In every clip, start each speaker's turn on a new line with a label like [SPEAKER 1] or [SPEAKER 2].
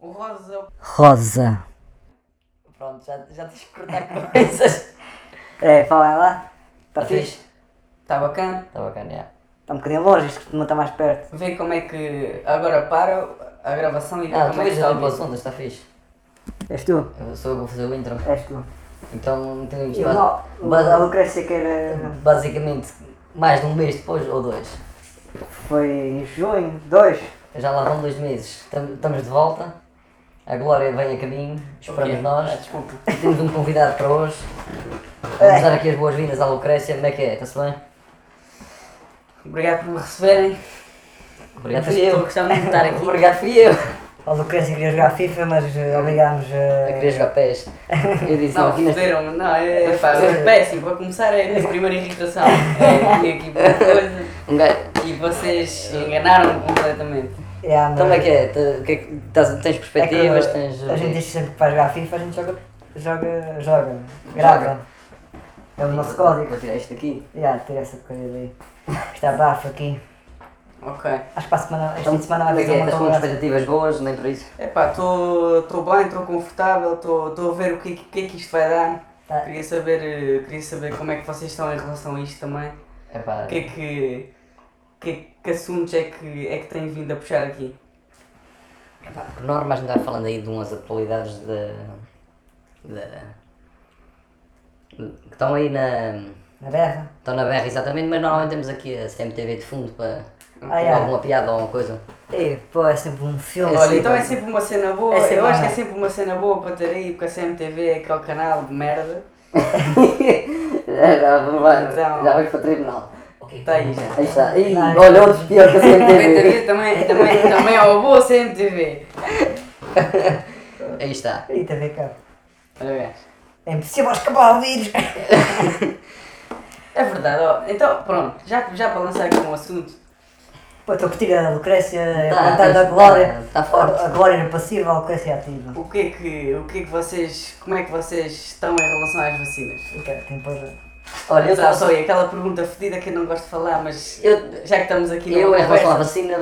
[SPEAKER 1] O rosa.
[SPEAKER 2] Rosa.
[SPEAKER 1] Pronto, já, já tens que cortar coisas.
[SPEAKER 2] É, fala ela. Está
[SPEAKER 1] Tá
[SPEAKER 2] fixe.
[SPEAKER 1] fixe? Está tá bacana?
[SPEAKER 3] Tá
[SPEAKER 1] Está bacana, é.
[SPEAKER 2] Está um bocadinho longe, isto costuma estar mais perto.
[SPEAKER 1] Vê como é que. Agora para a gravação e vê
[SPEAKER 3] Ah, tu
[SPEAKER 1] como é que
[SPEAKER 3] vais
[SPEAKER 1] está
[SPEAKER 3] fazer
[SPEAKER 1] o
[SPEAKER 3] para o
[SPEAKER 1] vídeo.
[SPEAKER 3] assunto, está fixe.
[SPEAKER 2] És tu?
[SPEAKER 3] Eu sou eu que vou fazer o intro.
[SPEAKER 2] És tu.
[SPEAKER 3] Então não tenho
[SPEAKER 2] Eu não.
[SPEAKER 3] espaço.
[SPEAKER 2] A
[SPEAKER 3] Basi-
[SPEAKER 2] Lucrécia que era.
[SPEAKER 3] Basicamente, mais de um mês depois ou dois.
[SPEAKER 2] Foi em junho, dois.
[SPEAKER 3] Já lá vão dois meses. Tam- Estamos de volta. A Glória vem a caminho. Esperamos
[SPEAKER 1] Ok. Ah,
[SPEAKER 3] nós.
[SPEAKER 1] desculpa.
[SPEAKER 3] Temos um convidado para hoje. Vamos dar aqui as boas-vindas à Lucrécia. Como é que é? Está-se bem?
[SPEAKER 1] Obrigado por me receberem.
[SPEAKER 3] Obrigado,
[SPEAKER 1] fui
[SPEAKER 3] fui eu.
[SPEAKER 1] eu que gostava de estar aqui.
[SPEAKER 3] Obrigado, fui eu.
[SPEAKER 2] A Lucrécia queria jogar FIFA, mas eh, obrigámos
[SPEAKER 3] Eu
[SPEAKER 2] a.
[SPEAKER 3] queria jogar pés. Eu disse
[SPEAKER 1] É. Não,
[SPEAKER 3] aqui neste-
[SPEAKER 1] fuderam-me. Não, é, pá, é péssimo. Para começar, é a minha primeira irritação. É, vim aqui para coisa
[SPEAKER 3] Um gajo.
[SPEAKER 1] e vocês enganaram-me completamente.
[SPEAKER 2] Yeah, mas-
[SPEAKER 3] Então como é que é? Te- o que é que- tás- Tens
[SPEAKER 2] É que
[SPEAKER 3] perspectivas? Tens. eh,
[SPEAKER 2] A gente diz sempre que para jogar FIFA, a gente joga. joga. joga. grava. É o nosso código.
[SPEAKER 3] Vou tirar isto aqui.
[SPEAKER 2] Já, tira essa coisa daí. Está bafo aqui.
[SPEAKER 1] Ok.
[SPEAKER 2] Acho que para a semana. este fim de semana vai
[SPEAKER 3] Como é que
[SPEAKER 2] haver
[SPEAKER 3] é?
[SPEAKER 2] uma
[SPEAKER 3] Estás com
[SPEAKER 2] conversa.
[SPEAKER 3] expectativas boas? Nem por isso.
[SPEAKER 1] Epá, estou bem, estou confortável, estou a ver o que, é que- o que é que isto vai dar.
[SPEAKER 2] Tá.
[SPEAKER 1] Queria saber, eh, queria saber como é que vocês estão em relação a isto também.
[SPEAKER 3] Epá,
[SPEAKER 1] O que é que, que, que assuntos é que, é que têm vindo a puxar aqui?
[SPEAKER 3] epá, por norma a gente está falando aí de umas atualidades de. de que estão aí na.
[SPEAKER 2] Na berra.
[SPEAKER 3] estão na berra exatamente, mas normalmente temos aqui a CMTV de fundo para
[SPEAKER 2] Ah, é.
[SPEAKER 3] alguma piada ou alguma coisa.
[SPEAKER 2] Ei, pô, é sempre um filme.
[SPEAKER 1] Olha, então é sempre uma cena boa,
[SPEAKER 2] É sempre
[SPEAKER 1] eu acho que é
[SPEAKER 2] uma-
[SPEAKER 1] sempre uma cena boa para ter aí, porque a CMTV é aquele canal de merda.
[SPEAKER 3] já,
[SPEAKER 1] Então.
[SPEAKER 3] vais para o tribunal.
[SPEAKER 1] Está Tá aí já.
[SPEAKER 3] Aí está. Ih,
[SPEAKER 2] Não.
[SPEAKER 3] olha, outro pior que a CMTV.
[SPEAKER 1] CMTV também, também, também é uma boa CMTV.
[SPEAKER 3] aí está.
[SPEAKER 2] Eita, vê cá.
[SPEAKER 1] Olha, gajo.
[SPEAKER 2] É impossível escapar o vírus.
[SPEAKER 1] É verdade, ó. Então, pronto, já, já para lançar aqui um assunto,
[SPEAKER 2] Pô, estou a curtir a Lucrécia,
[SPEAKER 3] Tá,
[SPEAKER 2] a vontade da
[SPEAKER 3] tá,
[SPEAKER 2] Glória.
[SPEAKER 3] tá forte.
[SPEAKER 2] A, a Glória era passiva, a Lucrécia ativa.
[SPEAKER 1] o que é que, o que é que vocês, como é que vocês estão em relação às vacinas?
[SPEAKER 2] Fica, tem depois.
[SPEAKER 3] Olha, eu
[SPEAKER 1] Então,
[SPEAKER 3] estava
[SPEAKER 1] só aí, aquela pergunta fedida que eu não gosto de falar, mas
[SPEAKER 3] Eu-
[SPEAKER 1] já que é estamos aqui numa
[SPEAKER 3] Eu, é em relação à
[SPEAKER 1] conversa,
[SPEAKER 3] vacina,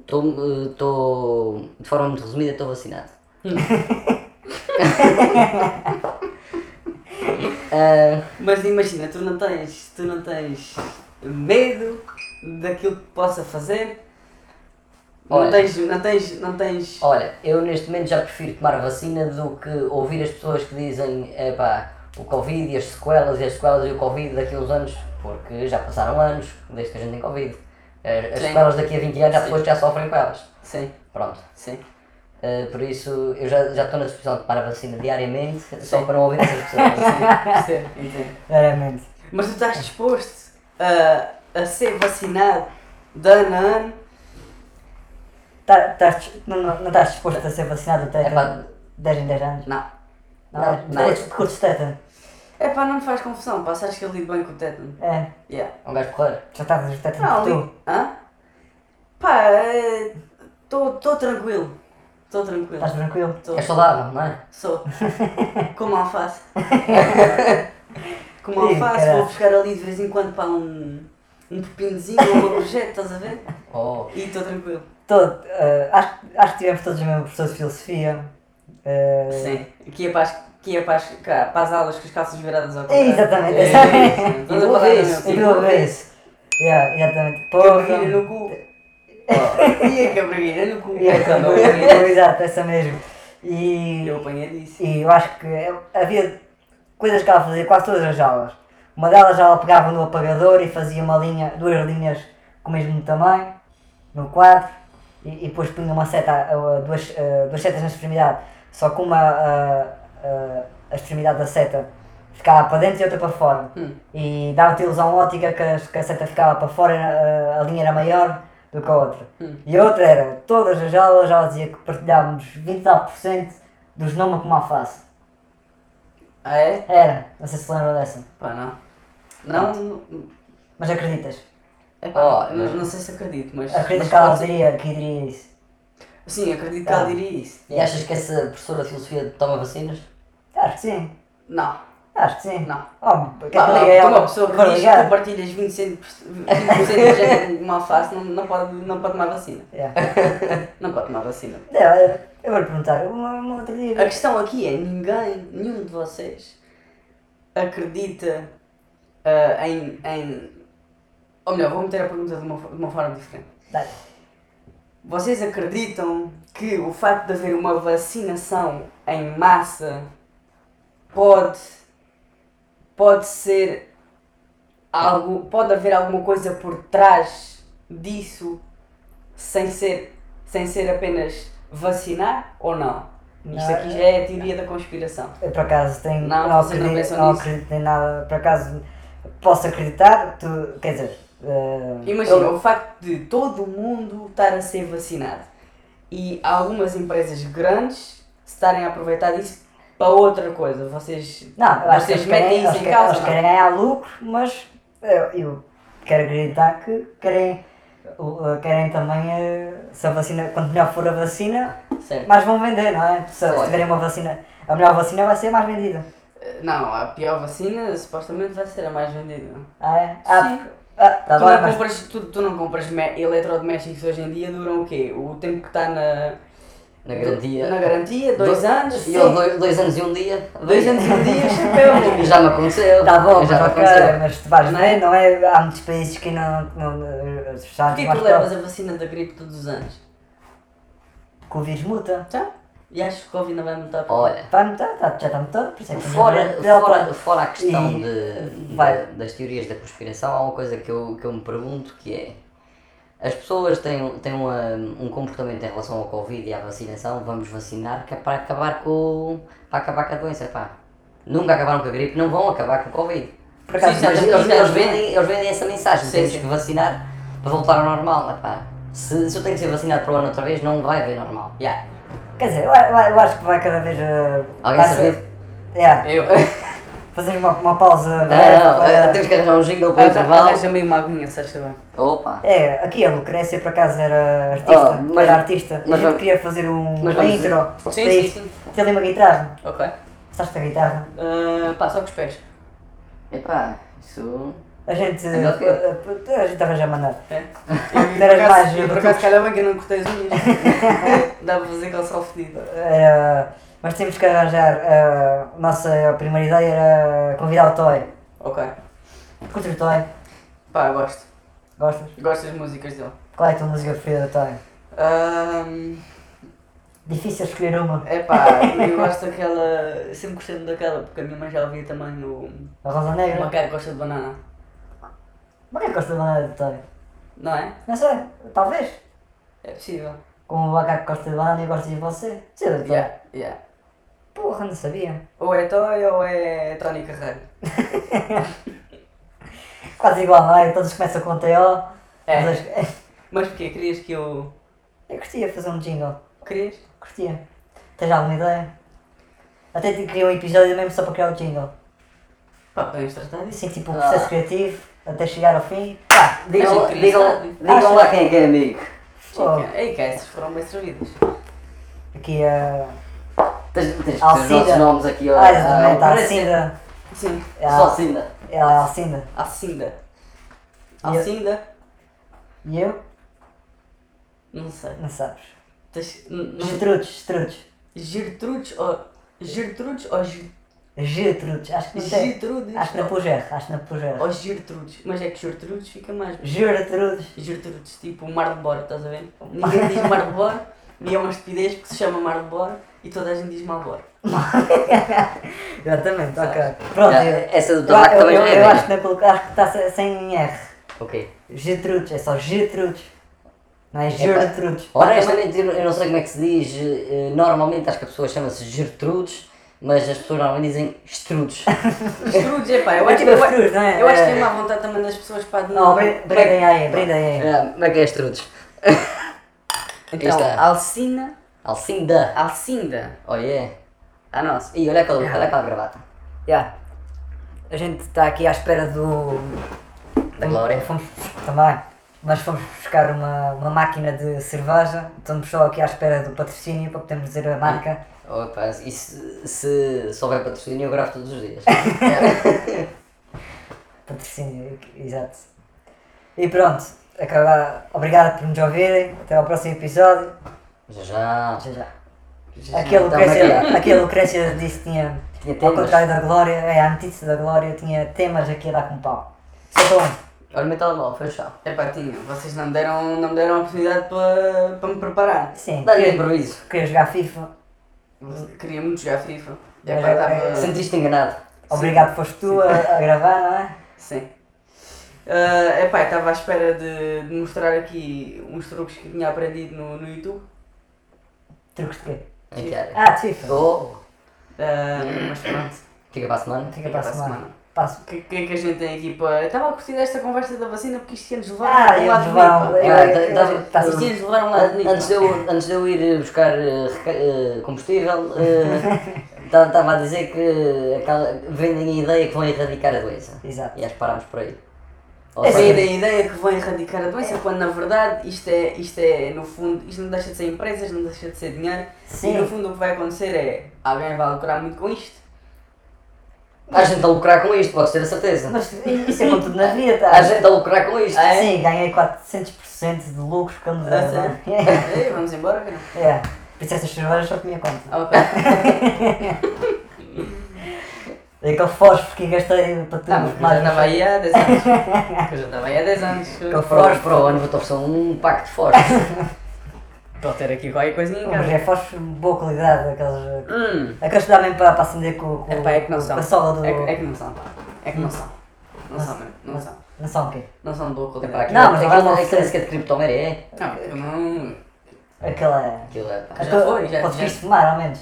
[SPEAKER 3] estou. né, De forma muito resumida, estou vacinado.
[SPEAKER 1] Hum.
[SPEAKER 3] Ah,
[SPEAKER 1] mas imagina, tu não tens, tu não tens medo daquilo que possa fazer? Não
[SPEAKER 3] Olha.
[SPEAKER 1] tens, não tens, não tens...
[SPEAKER 3] olha, eu neste momento já prefiro tomar a vacina do que ouvir as pessoas que dizem epá, o Covid e as sequelas e as sequelas e o Covid daqui a uns anos, porque já passaram anos desde que a gente tem Covid. As, as
[SPEAKER 1] Sim.
[SPEAKER 3] sequelas daqui a 20 anos já pessoas já sofrem com elas.
[SPEAKER 1] Sim,
[SPEAKER 3] Pronto.
[SPEAKER 1] sim.
[SPEAKER 3] Ah, por isso, eu já estou na disposição de tomar a vacina diariamente, só para não ouvir essas pessoas.
[SPEAKER 1] Sim, entendo.
[SPEAKER 2] Raramente.
[SPEAKER 1] Mas tu estás disposto a, a ser vacinado de ano a ano?
[SPEAKER 2] Tá- estás dis- não, não, não estás disposto a ser vacinado até
[SPEAKER 3] É pá.
[SPEAKER 2] 10 em 10 anos?
[SPEAKER 1] Não.
[SPEAKER 2] Não,
[SPEAKER 3] não.
[SPEAKER 2] não. De curto teta.
[SPEAKER 1] É pá, não me faz confusão, pá, sabes que eu lido bem com o tétano.
[SPEAKER 2] É,
[SPEAKER 1] Yeah.
[SPEAKER 3] Um gajo correr.
[SPEAKER 2] já estavas a teta
[SPEAKER 1] Não,
[SPEAKER 2] por
[SPEAKER 1] lido.
[SPEAKER 2] tu.
[SPEAKER 1] Hã? Pá, estou tranquilo. Estou tranquilo.
[SPEAKER 2] Estás tranquilo?
[SPEAKER 1] Tô.
[SPEAKER 3] É saudável, não é?
[SPEAKER 1] Sou. Como alface. Como
[SPEAKER 2] Ih,
[SPEAKER 1] alface,
[SPEAKER 2] caralho.
[SPEAKER 1] vou buscar ali de vez em quando para um, um pepinozinho ou uma gorjeta, estás a ver?
[SPEAKER 3] Oh,
[SPEAKER 1] E estou tranquilo.
[SPEAKER 2] Todo, eh, acho, que- acho que tivemos todos o mesmo professor de filosofia. Eh,
[SPEAKER 1] Sim, que ia para as, que ia para as, cá, para as aulas com as calças viradas ao contrário.
[SPEAKER 2] Exatamente.
[SPEAKER 1] É, é, é. Estás a
[SPEAKER 2] Duas
[SPEAKER 1] falar do
[SPEAKER 2] vezes.
[SPEAKER 1] meu
[SPEAKER 2] E
[SPEAKER 1] tipo.
[SPEAKER 2] duas vezes. Yeah, exatamente.
[SPEAKER 1] Cabrigueira
[SPEAKER 2] Porra.
[SPEAKER 1] no cu. Oh, E a cabrigueira no cu.
[SPEAKER 2] E é quando eu ia exato, essa mesmo. E
[SPEAKER 1] Eu apanhei disso.
[SPEAKER 2] E eu acho que eu- havia coisas que ela fazia quase todas as aulas. Uma delas ela pegava no apagador e fazia uma linha, duas linhas com o mesmo tamanho, no quadro, e, e depois punha uma seta, ah, ah, duas, ah, duas setas na extremidade, só que uma ah, ah, a extremidade da seta ficava para dentro e outra para fora.
[SPEAKER 1] Hum.
[SPEAKER 2] E dava-te a ilusão ótica que a, que a seta ficava para fora, ah, a linha era maior do que a outra.
[SPEAKER 1] Hum.
[SPEAKER 2] E a outra era, todas as aulas ela dizia que partilhávamos 29% dos nomes como alface.
[SPEAKER 1] Ah é?
[SPEAKER 2] Era, não sei se lembram dessa.
[SPEAKER 1] Pá, não. Não,
[SPEAKER 2] Mas acreditas?
[SPEAKER 1] epá,
[SPEAKER 3] Oh,
[SPEAKER 1] não, não sei se acredito, mas...
[SPEAKER 2] Acreditas
[SPEAKER 1] mas
[SPEAKER 2] que ela
[SPEAKER 1] pode-
[SPEAKER 2] diria, que diria Ah. isso?
[SPEAKER 1] Sim, acredito que ela diria isso.
[SPEAKER 3] E achas que essa professora de filosofia toma vacinas?
[SPEAKER 2] Acho que sim.
[SPEAKER 1] Não.
[SPEAKER 2] Acho que sim.
[SPEAKER 1] Não.
[SPEAKER 2] Oh,
[SPEAKER 1] Pá, não,
[SPEAKER 2] Gabriel,
[SPEAKER 1] tu uma pessoa que
[SPEAKER 2] vou
[SPEAKER 1] diz que
[SPEAKER 2] ligar.
[SPEAKER 1] compartilhas 20 centos- 20% de gente com uma alface não, não, pode, não pode tomar vacina.
[SPEAKER 2] Yeah.
[SPEAKER 1] Não pode tomar vacina.
[SPEAKER 2] Eu, É. eu vou lhe perguntar, uma, uma outra dia.
[SPEAKER 1] A questão aqui é, ninguém, nenhum de vocês acredita ah, em, em... Ou melhor, vou meter a pergunta de uma, fo- de uma forma diferente.
[SPEAKER 2] Dá-lhe.
[SPEAKER 1] Vocês acreditam que o facto de haver uma vacinação em massa pode pode ser algo, pode haver alguma coisa por trás disso sem ser sem ser apenas vacinar ou não? Isto
[SPEAKER 2] Não,
[SPEAKER 1] aqui já é a teoria da conspiração.
[SPEAKER 2] Eu por acaso tenho.
[SPEAKER 1] Não,
[SPEAKER 2] Não,
[SPEAKER 1] vocês não
[SPEAKER 2] acredito,
[SPEAKER 1] pensam
[SPEAKER 2] não
[SPEAKER 1] nisso.
[SPEAKER 2] acredito em nada. Por acaso posso acreditar, tu, quer dizer. eh,
[SPEAKER 1] Imagina
[SPEAKER 2] eu-
[SPEAKER 1] o facto de todo o mundo estar a ser vacinado e algumas empresas grandes estarem a aproveitar disso para outra coisa. Vocês,
[SPEAKER 2] Não, eu acho que
[SPEAKER 1] vocês
[SPEAKER 2] eles
[SPEAKER 1] metem
[SPEAKER 2] querem,
[SPEAKER 1] isso
[SPEAKER 2] eles,
[SPEAKER 1] em
[SPEAKER 2] querem,
[SPEAKER 1] causa.
[SPEAKER 2] eles
[SPEAKER 1] não?
[SPEAKER 2] querem ganhar lucro, mas eu, eu quero acreditar que querem, o- eh, querem também. eh, se a vacina, quanto melhor for a vacina,
[SPEAKER 1] Certo.
[SPEAKER 2] mais vão vender, não é? Se
[SPEAKER 1] Certo.
[SPEAKER 2] tiverem uma vacina, a melhor vacina vai ser a mais vendida.
[SPEAKER 1] Não, a pior vacina supostamente vai ser a mais vendida.
[SPEAKER 2] Ah, é? Ah,
[SPEAKER 1] Sim. é
[SPEAKER 2] porque- ah, tá
[SPEAKER 1] tu,
[SPEAKER 2] bem,
[SPEAKER 1] não
[SPEAKER 2] mas-
[SPEAKER 1] compras, tu, tu não compras me- eletrodomésticos hoje em dia, duram o quê? O tempo que está na,
[SPEAKER 3] Na garantia.
[SPEAKER 1] na garantia, dois anos?
[SPEAKER 3] E eu dois, dois anos e um dia.
[SPEAKER 1] Dois anos e um dia, chapéu.
[SPEAKER 3] Já me aconteceu.
[SPEAKER 2] Tá bom,
[SPEAKER 3] já me
[SPEAKER 2] mas, ok,
[SPEAKER 3] aconteceu.
[SPEAKER 2] mas tu vais ver, não é? Há muitos países que não. não, não os Estados
[SPEAKER 1] Porquê que
[SPEAKER 2] mais
[SPEAKER 1] tu levas
[SPEAKER 2] pobres,
[SPEAKER 1] a vacina da gripe todos os anos?
[SPEAKER 2] que o vírus muta.
[SPEAKER 1] Tá? E acho que o Covid não vai mudar.
[SPEAKER 3] Olha,
[SPEAKER 2] Vai mutar, tá, já está mutado, por isso é que
[SPEAKER 3] fora,
[SPEAKER 2] já-
[SPEAKER 3] fora, fora a questão
[SPEAKER 2] E-
[SPEAKER 3] de,
[SPEAKER 2] vai.
[SPEAKER 3] de- das teorias da conspiração, há uma coisa que eu, que eu me pergunto que é. As pessoas têm, têm uma- um comportamento em relação ao Covid e à vacinação, vamos vacinar, que é para acabar com, para acabar com a doença, pá. Nunca acabaram com a gripe, não vão acabar com o Covid.
[SPEAKER 2] Por acaso,
[SPEAKER 1] Sim,
[SPEAKER 3] Mas
[SPEAKER 1] sim,
[SPEAKER 2] mas-
[SPEAKER 1] sim.
[SPEAKER 3] eles, eles vendem, eles vendem essa mensagem,
[SPEAKER 1] Sim,
[SPEAKER 3] temos
[SPEAKER 1] sim.
[SPEAKER 3] que vacinar para voltar ao normal, epá. Se, se eu tenho que ser vacinado para o ano outra vez, não vai haver normal.
[SPEAKER 1] Yeah.
[SPEAKER 2] quer dizer, eu, eu- eu acho que vai cada vez. eh,
[SPEAKER 3] Alguém
[SPEAKER 2] vai-
[SPEAKER 3] sabia?
[SPEAKER 2] É,
[SPEAKER 1] Eu.
[SPEAKER 2] fazer uma, uma pausa.
[SPEAKER 3] Não,
[SPEAKER 2] breve
[SPEAKER 3] não,
[SPEAKER 2] para-
[SPEAKER 3] eh, temos que arranjar um jingle para o intervalo.
[SPEAKER 1] Arranja meio uma aguinha, se achas bem.
[SPEAKER 3] Opa!
[SPEAKER 2] É, aqui a Lucrécia por acaso era artista,
[SPEAKER 3] Oh, mas-
[SPEAKER 2] era artista,
[SPEAKER 3] mas
[SPEAKER 2] mas eu
[SPEAKER 3] vamos-
[SPEAKER 2] queria fazer um,
[SPEAKER 3] mas
[SPEAKER 2] uma
[SPEAKER 3] vamos-
[SPEAKER 2] intro
[SPEAKER 1] Sim,
[SPEAKER 2] para
[SPEAKER 1] sim,
[SPEAKER 2] isto.
[SPEAKER 1] sim.
[SPEAKER 2] Tem ali uma guitarra,
[SPEAKER 1] Ok.
[SPEAKER 2] estás a guitarra?
[SPEAKER 1] Ah, pá, só com os pés.
[SPEAKER 3] Epá, isso.
[SPEAKER 2] A gente,
[SPEAKER 3] Ainda
[SPEAKER 2] a,
[SPEAKER 3] ok.
[SPEAKER 2] a, a gente arranja a maneira.
[SPEAKER 1] É.
[SPEAKER 2] Tu eras mais
[SPEAKER 1] Eu, por acaso,
[SPEAKER 2] batucos.
[SPEAKER 1] calhar bem que eu não cortei as unhas. Dá para fazer calçal fedido.
[SPEAKER 2] Era- mas temos que arranjar. eh, a nossa primeira ideia era convidar o Toy.
[SPEAKER 1] Ok.
[SPEAKER 2] Curtes o Toy?
[SPEAKER 1] Pá, eu gosto.
[SPEAKER 2] Gostas?
[SPEAKER 1] Gosto das músicas dele. Ah,
[SPEAKER 2] Qual é a tua música preferida do Toy?
[SPEAKER 1] Ahm,
[SPEAKER 2] Difícil escolher uma.
[SPEAKER 1] É pá, eu gosto daquela. Sempre gostei daquela, porque a minha mãe já ouvia também o.
[SPEAKER 2] A Rosa
[SPEAKER 1] O
[SPEAKER 2] Negra?
[SPEAKER 1] macaco gosta de banana.
[SPEAKER 2] Mas quem é gosta de banana do Toy?
[SPEAKER 1] Não é?
[SPEAKER 2] Não sei, talvez.
[SPEAKER 1] É possível.
[SPEAKER 2] Como o macaco gosta de banana e gosta de você. Sei do Toy.
[SPEAKER 1] Yeah, yeah.
[SPEAKER 2] É. Porra, não sabia.
[SPEAKER 1] Ou é Toy ou é Tony Carreiro.
[SPEAKER 2] Quase igual, não é? Todos começam com T.O.
[SPEAKER 1] É.
[SPEAKER 2] Mas,
[SPEAKER 1] Mas porquê? Querias que eu.
[SPEAKER 2] eu curtia fazer um jingle.
[SPEAKER 1] Querias?
[SPEAKER 2] Curtia. Tens alguma ideia? Até te criei um episódio mesmo só para criar o jingle.
[SPEAKER 1] Pá, podemos tratar disso.
[SPEAKER 2] Assim, tipo, o processo criativo, até chegar ao fim. Pá,
[SPEAKER 3] Digam,
[SPEAKER 1] Achei que
[SPEAKER 3] digam,
[SPEAKER 1] queria
[SPEAKER 2] saber.
[SPEAKER 3] digam lá quem é que é amigo.
[SPEAKER 2] pô,
[SPEAKER 1] Ei, é que essas foram bem servidas.
[SPEAKER 2] aqui a.
[SPEAKER 3] Tens, tens que ter os
[SPEAKER 2] Alcida.
[SPEAKER 3] nossos nomes aqui, ó.
[SPEAKER 2] Ah, exatamente, a
[SPEAKER 1] tá
[SPEAKER 3] Ah,
[SPEAKER 2] Alcinda.
[SPEAKER 1] Sim.
[SPEAKER 2] É
[SPEAKER 3] Só
[SPEAKER 2] a-
[SPEAKER 3] Alcida.
[SPEAKER 2] É a Alcinda.
[SPEAKER 1] Alcinda. Alcinda?
[SPEAKER 2] E eu?
[SPEAKER 1] Não sei.
[SPEAKER 2] Não sabes.
[SPEAKER 1] Tens- n- não-
[SPEAKER 2] Gertrudes, Gertrudes.
[SPEAKER 1] Gertrudes ou. Gertrudes ou Gir-
[SPEAKER 2] Gertrudes, acho que não tem.
[SPEAKER 1] Gertrudes?
[SPEAKER 2] Acho que não
[SPEAKER 1] ou-
[SPEAKER 2] pus R, acho que não pus R.
[SPEAKER 1] Ou Gertrudes. Mas é que Gertrudes fica mais.
[SPEAKER 2] Gertrudes.
[SPEAKER 1] Gertrudes, tipo o Mar de Bora, estás a ver? Ninguém diz Mar de Bora e é uma estupidez porque se chama Mar de Bora e toda a gente diz Malbora.
[SPEAKER 2] Exatamente, ok. Pronto,
[SPEAKER 3] Já,
[SPEAKER 2] eu-
[SPEAKER 3] essa do
[SPEAKER 2] eu,
[SPEAKER 3] tabaco
[SPEAKER 2] eu,
[SPEAKER 3] também
[SPEAKER 2] eu,
[SPEAKER 3] já é
[SPEAKER 2] eu
[SPEAKER 3] bem.
[SPEAKER 2] acho que não colocar, acho que está se- sem R.
[SPEAKER 3] Ok.
[SPEAKER 2] Gertrudes, é só Gertrudes. Não é Gertrudes.
[SPEAKER 3] Honestamente, eu eu não sei como é que se diz. eh, Normalmente acho que a pessoa chama-se Gertrudes, mas as pessoas normalmente dizem Estrudes.
[SPEAKER 1] Gertrudes, é pá, eu
[SPEAKER 2] É
[SPEAKER 1] acho que
[SPEAKER 2] tipo
[SPEAKER 1] eu
[SPEAKER 2] a Cruz, não é?
[SPEAKER 1] eu acho que
[SPEAKER 2] É.
[SPEAKER 1] é má vontade também das pessoas para
[SPEAKER 2] Não, bre- brindem aí, brindem aí.
[SPEAKER 3] Ah, Como é que é Estrudes?
[SPEAKER 1] Então,
[SPEAKER 3] Está.
[SPEAKER 1] Alcina,
[SPEAKER 3] Alcinda.
[SPEAKER 1] Alcinda,
[SPEAKER 3] Oh yeah.
[SPEAKER 1] a nossa.
[SPEAKER 3] E olha aquela,
[SPEAKER 1] Ah.
[SPEAKER 3] olha aquela gravata.
[SPEAKER 2] Já. A gente está aqui à espera do.
[SPEAKER 3] Da Glória.
[SPEAKER 2] Fomos, também. Mas fomos buscar uma, uma máquina de cerveja. Estamos só aqui à espera do patrocínio para podermos dizer a marca.
[SPEAKER 3] Opa, e se, se, se houver patrocínio, eu gravo todos os dias.
[SPEAKER 2] Patrocínio, exato. E pronto, acabar. Obrigado por nos ouvirem. Até ao próximo episódio.
[SPEAKER 3] já já.
[SPEAKER 2] Já já. Aquele Lucrécia, aquele Lucrécia disse que tinha,
[SPEAKER 3] Tinha
[SPEAKER 2] ao
[SPEAKER 3] temas.
[SPEAKER 2] contrário da Glória, é a notícia da Glória, tinha temas aqui a dar com pau. Só com um.
[SPEAKER 3] Olha o meu telemóvel, foi chá.
[SPEAKER 1] É pá, tinha. Vocês não me deram, não me deram a oportunidade para, para me preparar.
[SPEAKER 2] Sim,
[SPEAKER 3] Dá-lhe um
[SPEAKER 2] queria,
[SPEAKER 3] improviso.
[SPEAKER 2] queria jogar FIFA.
[SPEAKER 1] Queria muito jogar FIFA. E
[SPEAKER 2] Mas
[SPEAKER 1] epá,
[SPEAKER 2] é-
[SPEAKER 1] estava-
[SPEAKER 2] é-
[SPEAKER 3] Sentiste enganado.
[SPEAKER 2] Obrigado foste tu a, a gravar, não é?
[SPEAKER 1] Sim. é epá, estava à espera de, de mostrar aqui uns truques que tinha aprendido no, no YouTube.
[SPEAKER 2] Truques de quê?
[SPEAKER 3] Em que área?
[SPEAKER 2] Ah, de FIFA.
[SPEAKER 3] Gol.
[SPEAKER 1] Ah, mas pronto,
[SPEAKER 3] Fica para a semana.
[SPEAKER 2] Fica
[SPEAKER 1] para
[SPEAKER 2] para
[SPEAKER 1] a
[SPEAKER 2] a semana.
[SPEAKER 1] semana.
[SPEAKER 2] Passo.
[SPEAKER 1] o que, que é que a gente tem aqui para. Eu Estava a curtir esta conversa da vacina porque isto ia-nos levar
[SPEAKER 2] Ah,
[SPEAKER 1] um
[SPEAKER 2] eu
[SPEAKER 1] lado
[SPEAKER 2] levar
[SPEAKER 1] bonito.
[SPEAKER 3] Ah, tá- tá- tá-
[SPEAKER 1] Isto ia-nos levar um lado bonito.
[SPEAKER 3] Antes de, eu, antes de eu ir buscar eh, reca- eh, combustível, estava a dizer que aquela- vendem a ideia que vão erradicar a doença.
[SPEAKER 2] Exato.
[SPEAKER 3] E acho que parámos por aí. Ou
[SPEAKER 1] Essa
[SPEAKER 3] seja,
[SPEAKER 1] é a ideia que vão erradicar a doença, quando na verdade isto é, isto é, no fundo, isto não deixa de ser empresas, não deixa de ser dinheiro.
[SPEAKER 2] Sim.
[SPEAKER 1] E no fundo o que vai acontecer é alguém vai lucrar muito com isto.
[SPEAKER 3] há gente a lucrar com isto, podes ter a certeza.
[SPEAKER 2] Mas isso é com tudo na vida, tá?
[SPEAKER 3] Há gente a lucrar com isto.
[SPEAKER 1] é?
[SPEAKER 2] Sim, ganhei 400% de lucros quando
[SPEAKER 1] Ah,
[SPEAKER 2] dava.
[SPEAKER 1] sério? Ei, Eh, vamos embora, cara.
[SPEAKER 2] É. Por isso essas cervejas só comia conta.
[SPEAKER 1] Ah, ok.
[SPEAKER 2] É Aquele fósforo que gastei para tudo.
[SPEAKER 1] Tá, mas que eu já
[SPEAKER 2] mais
[SPEAKER 1] estava aí há 10 anos. Que eu já estava aí há 10 anos.
[SPEAKER 3] Eu fósforo, para o ano vou-te oferecer um pacto de fósforo.
[SPEAKER 1] Estou a ter aqui qualquer coisinha em
[SPEAKER 2] Mas
[SPEAKER 1] casa.
[SPEAKER 2] é fósforo de boa qualidade, aqueles.
[SPEAKER 1] Hum.
[SPEAKER 2] Aqueles que dá mesmo para, para acender com, com,
[SPEAKER 1] É pá, é que não
[SPEAKER 2] com
[SPEAKER 1] são.
[SPEAKER 2] a sola do.
[SPEAKER 1] É, que- é que não são, pá. É que não são. Não são, mano. Não são.
[SPEAKER 2] Não são o quê?
[SPEAKER 1] Não são de boa
[SPEAKER 3] Epá,
[SPEAKER 1] qualidade.
[SPEAKER 3] aquilo,
[SPEAKER 2] Não, mas
[SPEAKER 3] aquilo,
[SPEAKER 2] agora não
[SPEAKER 3] aquilo
[SPEAKER 2] sei.
[SPEAKER 3] nem sequer de criptomoeda é.
[SPEAKER 1] Não, eu não.
[SPEAKER 2] Aquela.
[SPEAKER 3] Aquilo é. pá.
[SPEAKER 1] Já
[SPEAKER 2] aquela-
[SPEAKER 1] foi, já-
[SPEAKER 2] Conseguiste
[SPEAKER 1] já-
[SPEAKER 2] fumar, ao menos.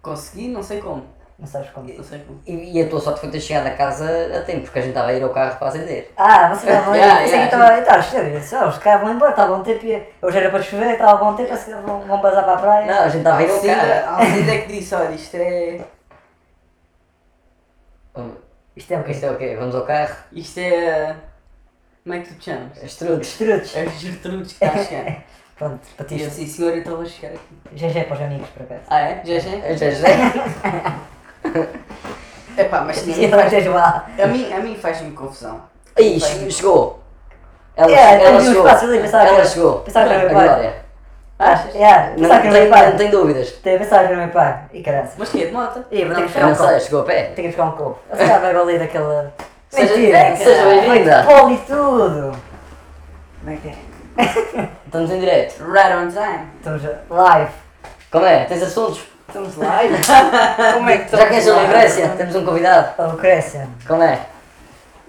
[SPEAKER 1] Consegui, não sei como.
[SPEAKER 2] Não sabes como.
[SPEAKER 1] Não sei como.
[SPEAKER 3] E, e a tua sorte foi ter chegado a casa a tempo, porque a gente estava a ir ao carro para acender.
[SPEAKER 2] Ah, você estava aí.
[SPEAKER 1] Yeah,
[SPEAKER 2] Yeah,
[SPEAKER 1] yeah.
[SPEAKER 2] yeah, estava a chover. Só, Os caras vão embora, estava um tempo. e- Hoje era para chover, estava bom tempo, assim, vão, vão bazar para a praia.
[SPEAKER 3] Não, a gente estava a ir ao
[SPEAKER 1] Alcida,
[SPEAKER 3] carro.
[SPEAKER 1] Alcida é que disse, olha, isto é.
[SPEAKER 3] Hum,
[SPEAKER 2] Isto é o quê?
[SPEAKER 3] Isto é o quê? Vamos ao carro?
[SPEAKER 1] Isto é. Como é que tu te chamas?
[SPEAKER 3] Estrutos.
[SPEAKER 2] Estrutos.
[SPEAKER 1] É os Gertrudes que está a chegar.
[SPEAKER 2] Pronto, para
[SPEAKER 1] E eu assim-
[SPEAKER 2] ti.
[SPEAKER 1] disse, senhor, eu estou a então chegar aqui.
[SPEAKER 2] GG para os amigos, por acaso.
[SPEAKER 1] Ah, é? Já, já?
[SPEAKER 3] Já, já.
[SPEAKER 1] Epá, mas sim,
[SPEAKER 2] E não esteja lá.
[SPEAKER 1] a mim, a mim faz-me confusão.
[SPEAKER 3] Ih, che- chegou. Ela,
[SPEAKER 2] Yeah,
[SPEAKER 3] ela
[SPEAKER 2] temos um
[SPEAKER 3] chegou.
[SPEAKER 2] espaço ali, pensava que
[SPEAKER 3] ela
[SPEAKER 2] era-
[SPEAKER 3] chegou.
[SPEAKER 2] pensava que era
[SPEAKER 3] a
[SPEAKER 2] meu pai.
[SPEAKER 3] Glória.
[SPEAKER 1] Achas?
[SPEAKER 2] Yeah,
[SPEAKER 3] Não,
[SPEAKER 2] pensava que era
[SPEAKER 3] tenho-
[SPEAKER 2] meu pai.
[SPEAKER 3] não tenho dúvidas.
[SPEAKER 2] Tenho- Pensava que era meu pai. E caralho.
[SPEAKER 1] Mas que é de moto?
[SPEAKER 2] E vamos
[SPEAKER 3] Eu
[SPEAKER 2] buscar
[SPEAKER 3] não
[SPEAKER 2] um copo.
[SPEAKER 3] sei, chegou a pé.
[SPEAKER 2] Tenho que buscar um copo. Você já vai ali daquela.
[SPEAKER 3] Seja- é,
[SPEAKER 2] Mentira!
[SPEAKER 3] seja bem-vinda.
[SPEAKER 2] Poli e tudo! Como é que é?
[SPEAKER 3] Estamos em direto.
[SPEAKER 1] Right on time.
[SPEAKER 2] Estamos live.
[SPEAKER 3] Como é? Tens assuntos?
[SPEAKER 1] Estamos é live. Como é que
[SPEAKER 2] Então
[SPEAKER 3] Já conheces a
[SPEAKER 1] live?
[SPEAKER 3] Lucrécia? Temos um convidado.
[SPEAKER 2] A Lucrécia.
[SPEAKER 3] Como é?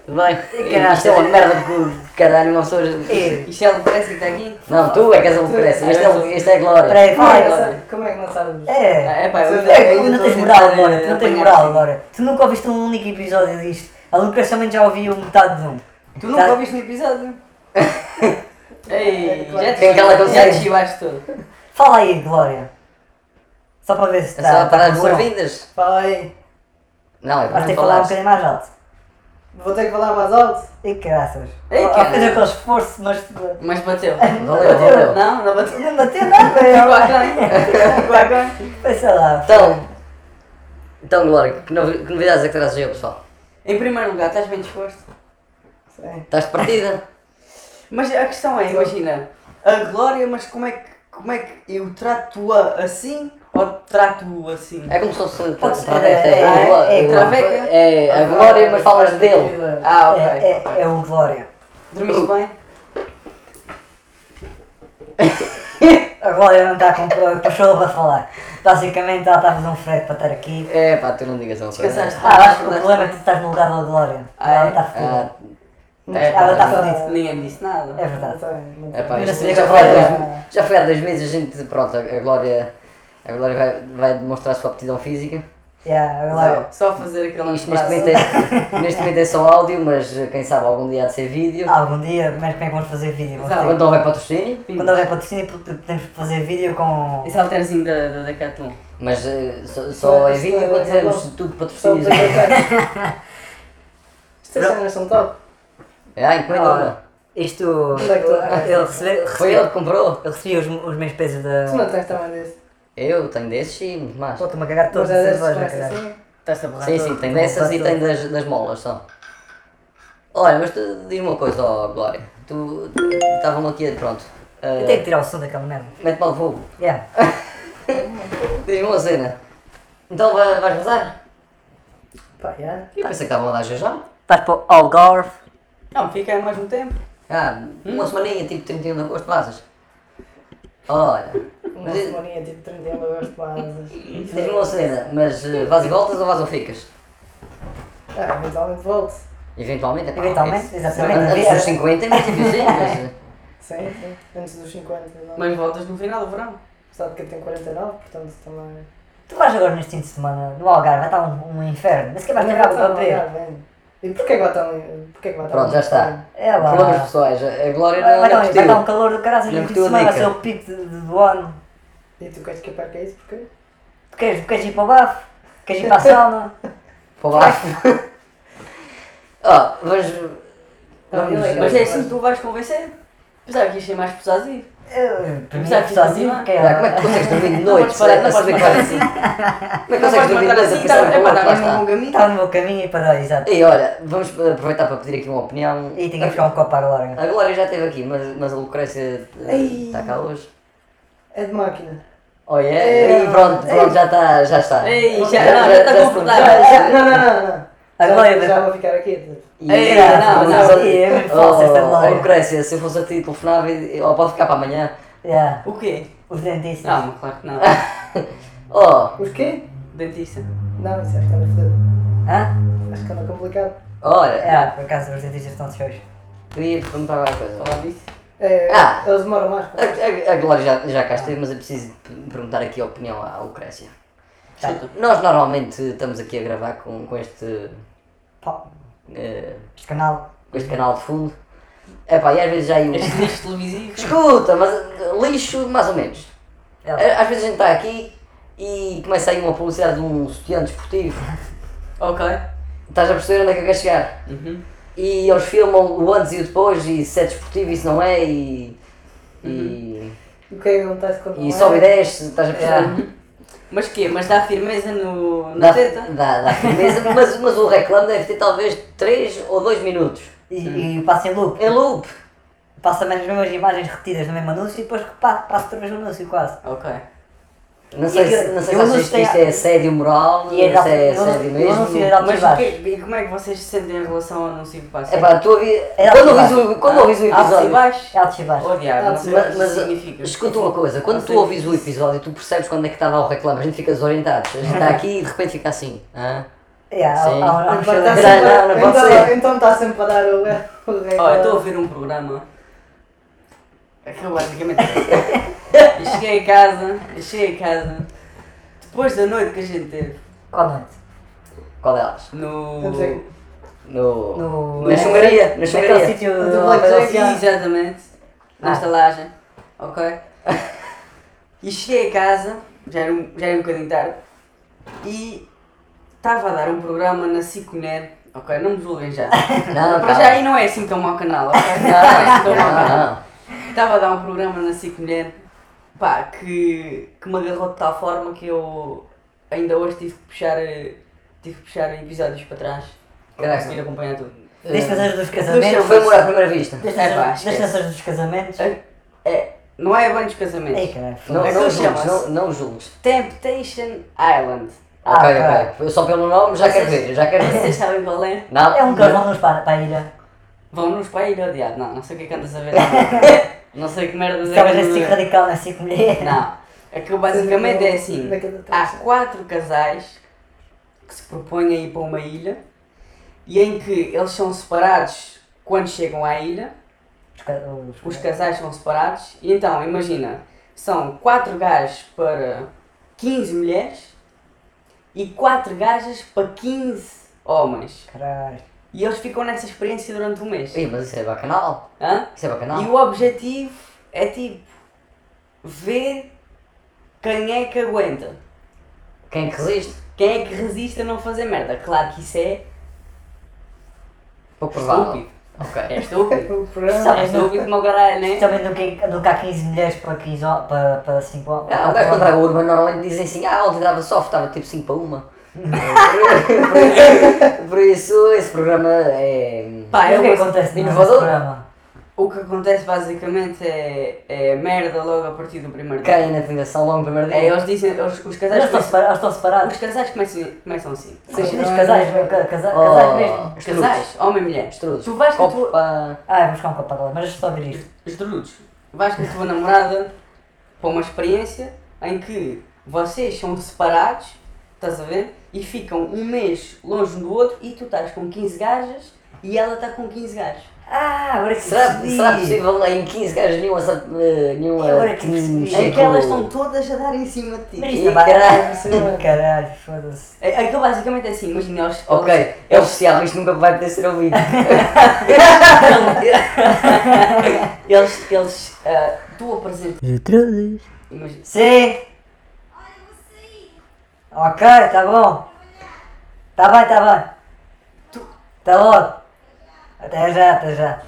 [SPEAKER 3] Tudo bem?
[SPEAKER 2] Caralho.
[SPEAKER 3] Isto é uma merda de cu- caralho, uma pessoa.
[SPEAKER 2] E.
[SPEAKER 1] Isto é o Lucrécia que está aqui?
[SPEAKER 3] Não, tu é que és a Lucrécia, este é,
[SPEAKER 2] um
[SPEAKER 3] o- este é a Glória.
[SPEAKER 2] Peraí, fala agora.
[SPEAKER 1] Olha, Como é que não sabes?
[SPEAKER 2] É.
[SPEAKER 1] Ah, epá, eu ainda-
[SPEAKER 2] É,
[SPEAKER 1] ainda
[SPEAKER 2] não
[SPEAKER 1] tô a
[SPEAKER 2] tens
[SPEAKER 1] tentar,
[SPEAKER 2] moral
[SPEAKER 1] eh,
[SPEAKER 2] agora, tu não tens
[SPEAKER 1] apanhar
[SPEAKER 2] moral
[SPEAKER 1] assim.
[SPEAKER 2] agora. Tu nunca ouviste um único episódio disto. A Lucrécia também já ouviu metade de um.
[SPEAKER 1] Tu nunca
[SPEAKER 2] Tá.
[SPEAKER 1] ouviste um episódio? Ei, já te
[SPEAKER 3] Tem aquela
[SPEAKER 1] chivaste- já te
[SPEAKER 3] coisa-
[SPEAKER 1] chivaste todo.
[SPEAKER 2] Fala aí, Glória. Só para ver se
[SPEAKER 3] É
[SPEAKER 2] está.
[SPEAKER 3] só
[SPEAKER 2] está
[SPEAKER 3] para as
[SPEAKER 2] com som.
[SPEAKER 3] boas-vindas.
[SPEAKER 4] Fala aí.
[SPEAKER 3] Não, é
[SPEAKER 2] Vais
[SPEAKER 3] para
[SPEAKER 2] ter
[SPEAKER 3] não
[SPEAKER 2] que falar um
[SPEAKER 3] falares.
[SPEAKER 2] bocadinho mais alto.
[SPEAKER 4] Vou ter que falar mais alto?
[SPEAKER 2] E graças.
[SPEAKER 1] Ei,
[SPEAKER 2] Ela
[SPEAKER 1] caralho.
[SPEAKER 2] fez aquele esforço, mas.
[SPEAKER 1] Mas bateu.
[SPEAKER 2] um
[SPEAKER 3] Valeu, valeu.
[SPEAKER 1] Não, não bateu.
[SPEAKER 2] Não bateu nada,
[SPEAKER 1] Ficou
[SPEAKER 2] é ela.
[SPEAKER 1] aquém. Ficou aquém.
[SPEAKER 2] Pensa lá.
[SPEAKER 3] Então, então Glória, que novi- que novidades é que trazes aí ao pessoal?
[SPEAKER 1] Em primeiro lugar, estás bem disposto?
[SPEAKER 4] Sim.
[SPEAKER 3] Estás de partida?
[SPEAKER 1] Mas a questão é, imagina, a Glória, mas como é que, como é que eu trato-a assim ou trato-o assim?
[SPEAKER 3] É como se fosse um
[SPEAKER 2] Pode ser,
[SPEAKER 3] travesta,
[SPEAKER 2] é,
[SPEAKER 3] a Gló-
[SPEAKER 2] é, é,
[SPEAKER 3] o-
[SPEAKER 1] traveca.
[SPEAKER 3] é a Glória, mas falas dele.
[SPEAKER 1] Ah, ok.
[SPEAKER 2] É, é, é o Glória.
[SPEAKER 1] Dormiste bem?
[SPEAKER 2] A Glória não está com cachorro para falar. Basicamente ela está a fazer um frete para estar aqui.
[SPEAKER 3] É pá, tu não digas uma coisa.
[SPEAKER 1] Descansaste?
[SPEAKER 2] Ah, acho que o problema é que tu estás no lugar da Glória. Ela está fodida.
[SPEAKER 3] Ah,
[SPEAKER 2] Ela tá está fodida.
[SPEAKER 1] Ninguém me disse nada.
[SPEAKER 2] É verdade.
[SPEAKER 3] é pá,
[SPEAKER 2] Eu
[SPEAKER 3] isto-
[SPEAKER 2] não sabia
[SPEAKER 3] já,
[SPEAKER 2] que
[SPEAKER 3] foi há
[SPEAKER 2] era
[SPEAKER 3] dois, já foi há dois meses, a gente, pronto, a a Glória, a Glória vai, vai demonstrar a sua aptidão física.
[SPEAKER 2] Yeah, a Glória.
[SPEAKER 1] Só, só fazer aquele
[SPEAKER 3] Isto neste
[SPEAKER 1] antebraço.
[SPEAKER 3] momento, é, neste momento é só áudio, mas eh, quem sabe algum dia há de ser vídeo.
[SPEAKER 2] Algum dia, mas como é que vamos fazer vídeo? Vamos
[SPEAKER 1] Exato.
[SPEAKER 2] ter-
[SPEAKER 3] Quando houver patrocínio,
[SPEAKER 2] Quando houver patrocínio, podemos fazer vídeo com.
[SPEAKER 1] Esse halterzinho é da, da Decathlon.
[SPEAKER 3] mas eh, só, só é vídeo quando tivermos tudo patrocínios.
[SPEAKER 4] um
[SPEAKER 3] né?
[SPEAKER 4] Estas cenas são top.
[SPEAKER 3] Ah, encomenda
[SPEAKER 2] Ah,
[SPEAKER 3] uma.
[SPEAKER 2] Isto.
[SPEAKER 4] Onde é que tu-
[SPEAKER 2] Ele recebeu.
[SPEAKER 3] Foi ele que comprou.
[SPEAKER 2] Eu recebi os, os meus pesos
[SPEAKER 4] Tu
[SPEAKER 2] da.
[SPEAKER 4] não tens também desse.
[SPEAKER 3] Eu tenho desses e muito mais.
[SPEAKER 2] Pô, estou-me a cagar
[SPEAKER 4] Mas
[SPEAKER 2] todas
[SPEAKER 4] é
[SPEAKER 2] as
[SPEAKER 4] dessas
[SPEAKER 2] cervejas,
[SPEAKER 4] parece
[SPEAKER 2] caralho.
[SPEAKER 4] assim.
[SPEAKER 1] Estás a borrar
[SPEAKER 3] Sim,
[SPEAKER 1] tudo.
[SPEAKER 3] sim, tem dessas e tem das, das molas só. Olha, mas tu diz uma coisa, ó Glória. Tu estavam aqui, pronto.
[SPEAKER 2] Eu
[SPEAKER 3] Uh,
[SPEAKER 2] tenho que tirar o som daquela merda.
[SPEAKER 3] Mete-me ao fogo.
[SPEAKER 2] Yeah.
[SPEAKER 3] Diz-me uma cena. Então vai- vais rezar?
[SPEAKER 4] Pá, já.
[SPEAKER 3] Eu pensei que estavam a dar já já.
[SPEAKER 2] Estás para o Algarve.
[SPEAKER 1] Não, fica mais um tempo.
[SPEAKER 3] Ah, uma semaninha, tipo 31 de agosto, passas. Olha,
[SPEAKER 4] Uma
[SPEAKER 3] diz-
[SPEAKER 4] semaninha, tipo 31 de agosto, mas...
[SPEAKER 3] diz-me uma cena, mas eh, vais e voltas ou vais ou ficas?
[SPEAKER 4] Ah, eventualmente volto.
[SPEAKER 3] Eventualmente, é pá,
[SPEAKER 2] Eventualmente,
[SPEAKER 3] é-
[SPEAKER 2] exatamente.
[SPEAKER 3] Antes dos 50 é muito difícil, mas...
[SPEAKER 4] Sim, sim. Antes dos 50, não.
[SPEAKER 1] Mas voltas no final do verão.
[SPEAKER 4] Apesar de que eu tenho 49, portanto também...
[SPEAKER 2] Tu vais agora neste fim de semana no Algarve, vai estar um, um inferno. Nem sequer vais
[SPEAKER 4] Também
[SPEAKER 2] pegar o
[SPEAKER 4] vou estar no
[SPEAKER 2] papel.
[SPEAKER 4] Algarve, hein? E porquê que vai estar no- porquê que vai estar
[SPEAKER 3] Pronto,
[SPEAKER 4] no-
[SPEAKER 3] já está.
[SPEAKER 2] É lá.
[SPEAKER 3] Problemas pessoais, a a Glória
[SPEAKER 2] Vai, vai,
[SPEAKER 3] não, é não
[SPEAKER 2] dar um- vai dar um
[SPEAKER 3] curtiu.
[SPEAKER 2] calor do caralho
[SPEAKER 3] Não
[SPEAKER 2] no fim de
[SPEAKER 3] curtiu a
[SPEAKER 2] semana, vai
[SPEAKER 3] dica.
[SPEAKER 2] ser o pico de- de- do ano.
[SPEAKER 4] E tu queres que eu perca isso? Porquê?
[SPEAKER 2] Tu queres, queres ir para o bafo? Queres ir para a sauna?
[SPEAKER 3] Para baixo. Ó, mas...
[SPEAKER 4] Não,
[SPEAKER 1] Mas,
[SPEAKER 4] eu-
[SPEAKER 1] é
[SPEAKER 4] eu-
[SPEAKER 1] assim que tu vais convencer. Apesar que isto é mais pesadinho.
[SPEAKER 2] Eu, para mim,
[SPEAKER 1] Sabe que
[SPEAKER 2] sozinho,
[SPEAKER 1] isso-
[SPEAKER 2] que é-
[SPEAKER 3] Já, como é que consegues dormir de
[SPEAKER 1] Não
[SPEAKER 3] noite? é
[SPEAKER 1] podes parar,
[SPEAKER 3] a
[SPEAKER 1] não podes
[SPEAKER 3] saber que
[SPEAKER 1] mandar
[SPEAKER 3] vais-
[SPEAKER 1] assim.
[SPEAKER 3] Como é que
[SPEAKER 1] Não
[SPEAKER 3] consegues
[SPEAKER 1] podes
[SPEAKER 3] dormir de
[SPEAKER 1] mandar
[SPEAKER 3] noite a
[SPEAKER 1] assim,
[SPEAKER 3] pensar
[SPEAKER 1] tá-
[SPEAKER 3] que
[SPEAKER 1] é
[SPEAKER 3] o
[SPEAKER 1] para dar
[SPEAKER 3] outro lá
[SPEAKER 1] mesmo um
[SPEAKER 3] está?
[SPEAKER 1] bom caminho.
[SPEAKER 2] Estava no meu caminho e para dar, exato.
[SPEAKER 3] E olha, vamos eh, aproveitar para pedir aqui uma opinião.
[SPEAKER 2] E tinha que buscar um copo à larga.
[SPEAKER 3] A Glória já esteve aqui, mas, mas a Lucrécia
[SPEAKER 4] Ei.
[SPEAKER 3] está cá hoje.
[SPEAKER 4] É de máquina.
[SPEAKER 3] Oh yeah? E pronto, pronto, já está, já está.
[SPEAKER 1] Ei, já,
[SPEAKER 3] Já-
[SPEAKER 1] não, já
[SPEAKER 3] já-
[SPEAKER 1] está
[SPEAKER 3] já-
[SPEAKER 1] concordado. Já-
[SPEAKER 4] Não, não, não, não.
[SPEAKER 2] Agora
[SPEAKER 4] já,
[SPEAKER 2] eu-
[SPEAKER 4] já vou ficar aqui. tipo.
[SPEAKER 3] E-
[SPEAKER 1] Ei,
[SPEAKER 3] Ah,
[SPEAKER 1] não,
[SPEAKER 3] mas
[SPEAKER 1] não,
[SPEAKER 3] essa-
[SPEAKER 2] é falsa essa
[SPEAKER 3] Oh,
[SPEAKER 2] Glória.
[SPEAKER 3] Lucrécia, se eu fosse a ti telefonava e... Oh, pode ficar para amanhã.
[SPEAKER 2] Yeah,
[SPEAKER 1] O quê?
[SPEAKER 2] os dentistas.
[SPEAKER 1] Não, claro que não.
[SPEAKER 3] Oh,
[SPEAKER 4] Os quê?
[SPEAKER 1] Dentista.
[SPEAKER 4] Não, isso acho que anda fodido.
[SPEAKER 2] Hã?
[SPEAKER 4] Acho que anda complicado.
[SPEAKER 3] olha,
[SPEAKER 2] É, por acaso os dentistas estão desfeitos.
[SPEAKER 3] queria perguntar uma coisa.
[SPEAKER 1] Falar disso.
[SPEAKER 4] É,
[SPEAKER 3] Ah.
[SPEAKER 4] Eles demoram mais.
[SPEAKER 3] A, a- a Glória já, já cá esteve, mas eu preciso p- perguntar aqui a opinião à Lucrécia. Tá.
[SPEAKER 1] Chuta.
[SPEAKER 3] Nós normalmente estamos aqui a gravar com, com este...
[SPEAKER 2] Pá,
[SPEAKER 3] eh,
[SPEAKER 2] este canal.
[SPEAKER 3] com este canal de fundo. Epá, e às vezes já aí um...
[SPEAKER 1] Este lixo televisivo.
[SPEAKER 3] Escuta, mas eh, lixo mais ou menos.
[SPEAKER 2] É.
[SPEAKER 3] Eh, Às vezes a gente está aqui e começa aí uma publicidade de um sutiã desportivo.
[SPEAKER 1] Ok.
[SPEAKER 3] Estás a perceber onde é que eu quero chegar?
[SPEAKER 1] Uhum.
[SPEAKER 3] E eles filmam o antes e o depois e se é desportivo e se não é e... E,
[SPEAKER 4] E o que é que acontece
[SPEAKER 2] Uhum.
[SPEAKER 4] quando
[SPEAKER 3] e
[SPEAKER 4] não é?
[SPEAKER 3] sobe e desce, estás a perceber?
[SPEAKER 1] Mas quê? Mas dá firmeza no, na
[SPEAKER 3] Dá,
[SPEAKER 1] teta?
[SPEAKER 3] dá, dá firmeza, mas, mas o reclame deve ter talvez 3 ou 2 minutos.
[SPEAKER 2] E, e passa em loop.
[SPEAKER 3] Em loop.
[SPEAKER 2] Passa as mesmas imagens repetidas no mesmo anúncio e depois repa- passa outra vez no anúncio quase.
[SPEAKER 1] Ok.
[SPEAKER 3] Não sei, se-
[SPEAKER 2] aquilo-
[SPEAKER 3] não sei se
[SPEAKER 2] é eu não
[SPEAKER 3] achas que
[SPEAKER 2] sei-
[SPEAKER 3] isto é assédio moral, se
[SPEAKER 2] E é
[SPEAKER 3] é
[SPEAKER 2] de alto-
[SPEAKER 3] assédio
[SPEAKER 2] eu não sei, é de
[SPEAKER 3] mesmo.
[SPEAKER 2] alto-
[SPEAKER 1] Mas
[SPEAKER 2] baixo.
[SPEAKER 1] o que, e como é que vocês se sentem em relação ao anúncio que passa?
[SPEAKER 3] É Ah, pá, tu ouvi,
[SPEAKER 2] É alto
[SPEAKER 3] quando
[SPEAKER 2] e
[SPEAKER 3] ouvis
[SPEAKER 2] baixo.
[SPEAKER 3] o, quando ouvis o
[SPEAKER 1] Altos e
[SPEAKER 3] episódio,
[SPEAKER 1] baixos?
[SPEAKER 2] É altos e baixos.
[SPEAKER 1] Oh, diabo, não sei
[SPEAKER 3] Mas,
[SPEAKER 1] o que
[SPEAKER 3] mas
[SPEAKER 1] isso significa.
[SPEAKER 3] escuta uma coisa, quando tu ouvis o episódio, tu percebes quando é que estava o reclame, a gente fica desorientado. A gente está aqui e de repente fica assim. hã?
[SPEAKER 2] Yeah, há-
[SPEAKER 3] Sim.
[SPEAKER 2] há- há um
[SPEAKER 4] Então
[SPEAKER 2] show-
[SPEAKER 4] tá
[SPEAKER 3] Não,
[SPEAKER 4] sempre-
[SPEAKER 3] não, não pode
[SPEAKER 4] então-
[SPEAKER 3] ser.
[SPEAKER 4] Então está sempre a dar o o recorde.
[SPEAKER 1] Oh, eu estou a ver um programa. Aquilo basicamente é. Eu cheguei a casa, eu cheguei a casa. Depois da noite que a gente teve
[SPEAKER 2] Qual noite?
[SPEAKER 3] Qual delas?
[SPEAKER 1] no.
[SPEAKER 4] Não sei.
[SPEAKER 3] No.
[SPEAKER 2] No-
[SPEAKER 3] na chungaria, na
[SPEAKER 2] Naquele
[SPEAKER 3] chungaria.
[SPEAKER 2] sítio
[SPEAKER 4] Do
[SPEAKER 2] ao
[SPEAKER 4] Black
[SPEAKER 2] pé da
[SPEAKER 4] Jack.
[SPEAKER 1] Sim,
[SPEAKER 2] oficina.
[SPEAKER 1] exatamente. Na
[SPEAKER 2] Ah.
[SPEAKER 1] estalagem. Ok? E cheguei a casa, já era um, já era um bocadinho tarde, e estava a dar um programa na Ciconer. Ok, não me julguem já.
[SPEAKER 3] Não,
[SPEAKER 1] Para
[SPEAKER 3] tá calma.
[SPEAKER 1] já aí não é assim tão mau canal, ok? Não é assim tão mau canal.
[SPEAKER 3] Não,
[SPEAKER 1] Estava a dar um programa na SIC Mulher, pá, que, que me agarrou de tal forma que eu ainda hoje tive que puxar, eh, tive que puxar episódios para trás para
[SPEAKER 3] Caraca.
[SPEAKER 1] conseguir acompanhar tudo.
[SPEAKER 3] É.
[SPEAKER 2] Desde as dos
[SPEAKER 3] não.
[SPEAKER 2] casamentos.
[SPEAKER 3] Foi amor à primeira vista.
[SPEAKER 2] Desde
[SPEAKER 1] É pá,
[SPEAKER 2] as
[SPEAKER 1] esquece.
[SPEAKER 2] desde as dos casamentos.
[SPEAKER 1] É, é, não é bem dos casamentos.
[SPEAKER 2] Ei,
[SPEAKER 3] Não,
[SPEAKER 2] caralho.
[SPEAKER 1] É que
[SPEAKER 3] não
[SPEAKER 1] ele
[SPEAKER 3] julgues,
[SPEAKER 1] chama-se-
[SPEAKER 3] não, não julgues.
[SPEAKER 1] Temptation Island.
[SPEAKER 2] Ah,
[SPEAKER 3] ok,
[SPEAKER 2] ok.
[SPEAKER 3] ok. Eu só pelo nome já quero ver, já quero ver.
[SPEAKER 1] Vocês sabem qual é?
[SPEAKER 3] Não,
[SPEAKER 2] É um casal nos para, para a ilha.
[SPEAKER 1] Vão-nos para a ilha odiado. Não, não sei o que é que andas a ver. Não, não sei que merdas é que
[SPEAKER 2] Estavas
[SPEAKER 1] andas a
[SPEAKER 2] assim
[SPEAKER 1] ver.
[SPEAKER 2] radical, não é assim como é.
[SPEAKER 1] Não. Aquilo basicamente é assim. Há quatro casais que se propõem a ir para uma ilha e em que eles são separados quando chegam à ilha.
[SPEAKER 2] Os ca- os-
[SPEAKER 1] Os casais são separados. E então, imagina, são quatro gajos para 15 mulheres e quatro gajas para 15 homens.
[SPEAKER 2] Caralho.
[SPEAKER 1] E eles ficam nessa experiência durante um mês.
[SPEAKER 3] Ih, mas isso é bacanal.
[SPEAKER 1] Hã?
[SPEAKER 3] Isso é
[SPEAKER 1] E
[SPEAKER 3] bacanal.
[SPEAKER 1] o objetivo é tipo ver quem é que aguenta.
[SPEAKER 3] Quem é que resiste?
[SPEAKER 1] Quem é que resiste a não fazer merda? Claro que isso é
[SPEAKER 3] Pouco provável.
[SPEAKER 1] estúpido.
[SPEAKER 3] É estúpido.
[SPEAKER 4] O programa.
[SPEAKER 1] É estúpido como o caralho, né?
[SPEAKER 2] Também nunca, nunca há 15 mulheres para 15 ho- para, para 5 homens.
[SPEAKER 3] Ah, o gajo contra o Urban normalmente dizem assim, ah, ontem dava soft, estava tipo 5 para 1. Por isso, esse programa é...
[SPEAKER 1] Pá,
[SPEAKER 2] é
[SPEAKER 1] Ah, eu
[SPEAKER 2] o que acontece no nosso
[SPEAKER 3] Inovador?
[SPEAKER 2] programa.
[SPEAKER 1] O que acontece basicamente é, é merda logo a partir do primeiro dia.
[SPEAKER 3] Caem na tentação logo no primeiro
[SPEAKER 1] É,
[SPEAKER 3] dia.
[SPEAKER 1] eles dizem, eles- os
[SPEAKER 2] Eles
[SPEAKER 1] casais
[SPEAKER 2] estão
[SPEAKER 1] começam,
[SPEAKER 2] separa- eles estão separados.
[SPEAKER 1] os casais começam, começam assim.
[SPEAKER 2] Sim, é os casais, meu, ca- casa-
[SPEAKER 3] Oh.
[SPEAKER 2] casais mesmo.
[SPEAKER 1] Os casais, homem e mulher.
[SPEAKER 3] Estrudos.
[SPEAKER 1] Tu vais com a tua.
[SPEAKER 3] Opa.
[SPEAKER 2] Ah, vou buscar um copo agora, mas deixa eu só ver isto.
[SPEAKER 1] Estrudos. Vais com a tua namorada para uma experiência em que vocês são separados, estás a ver? E ficam um mês longe um do outro e tu estás com 15 gajas e ela está com 15 gajos.
[SPEAKER 2] Ah, agora que
[SPEAKER 3] Será,
[SPEAKER 2] percebi.
[SPEAKER 3] será possível em 15 gajos nenhuma... sa- eh, nenhuma
[SPEAKER 2] Agora que percebi.
[SPEAKER 3] nenhum
[SPEAKER 1] É
[SPEAKER 3] círculo-
[SPEAKER 1] que elas estão todas a dar em cima de ti.
[SPEAKER 2] Mas isto é
[SPEAKER 3] Caralho,
[SPEAKER 2] barato. Caralho, foda-se.
[SPEAKER 1] É- é Aquilo basicamente é assim, imagina eles.
[SPEAKER 3] Ok, é oficial, isto nunca vai poder ser ouvido.
[SPEAKER 1] Eles. eles ah, tu apresentas.
[SPEAKER 2] Gertrudes.
[SPEAKER 1] Imagina.
[SPEAKER 2] Sim. Ok, tá bom. Tá bem, tá bem. Tá logo. Até já, até já.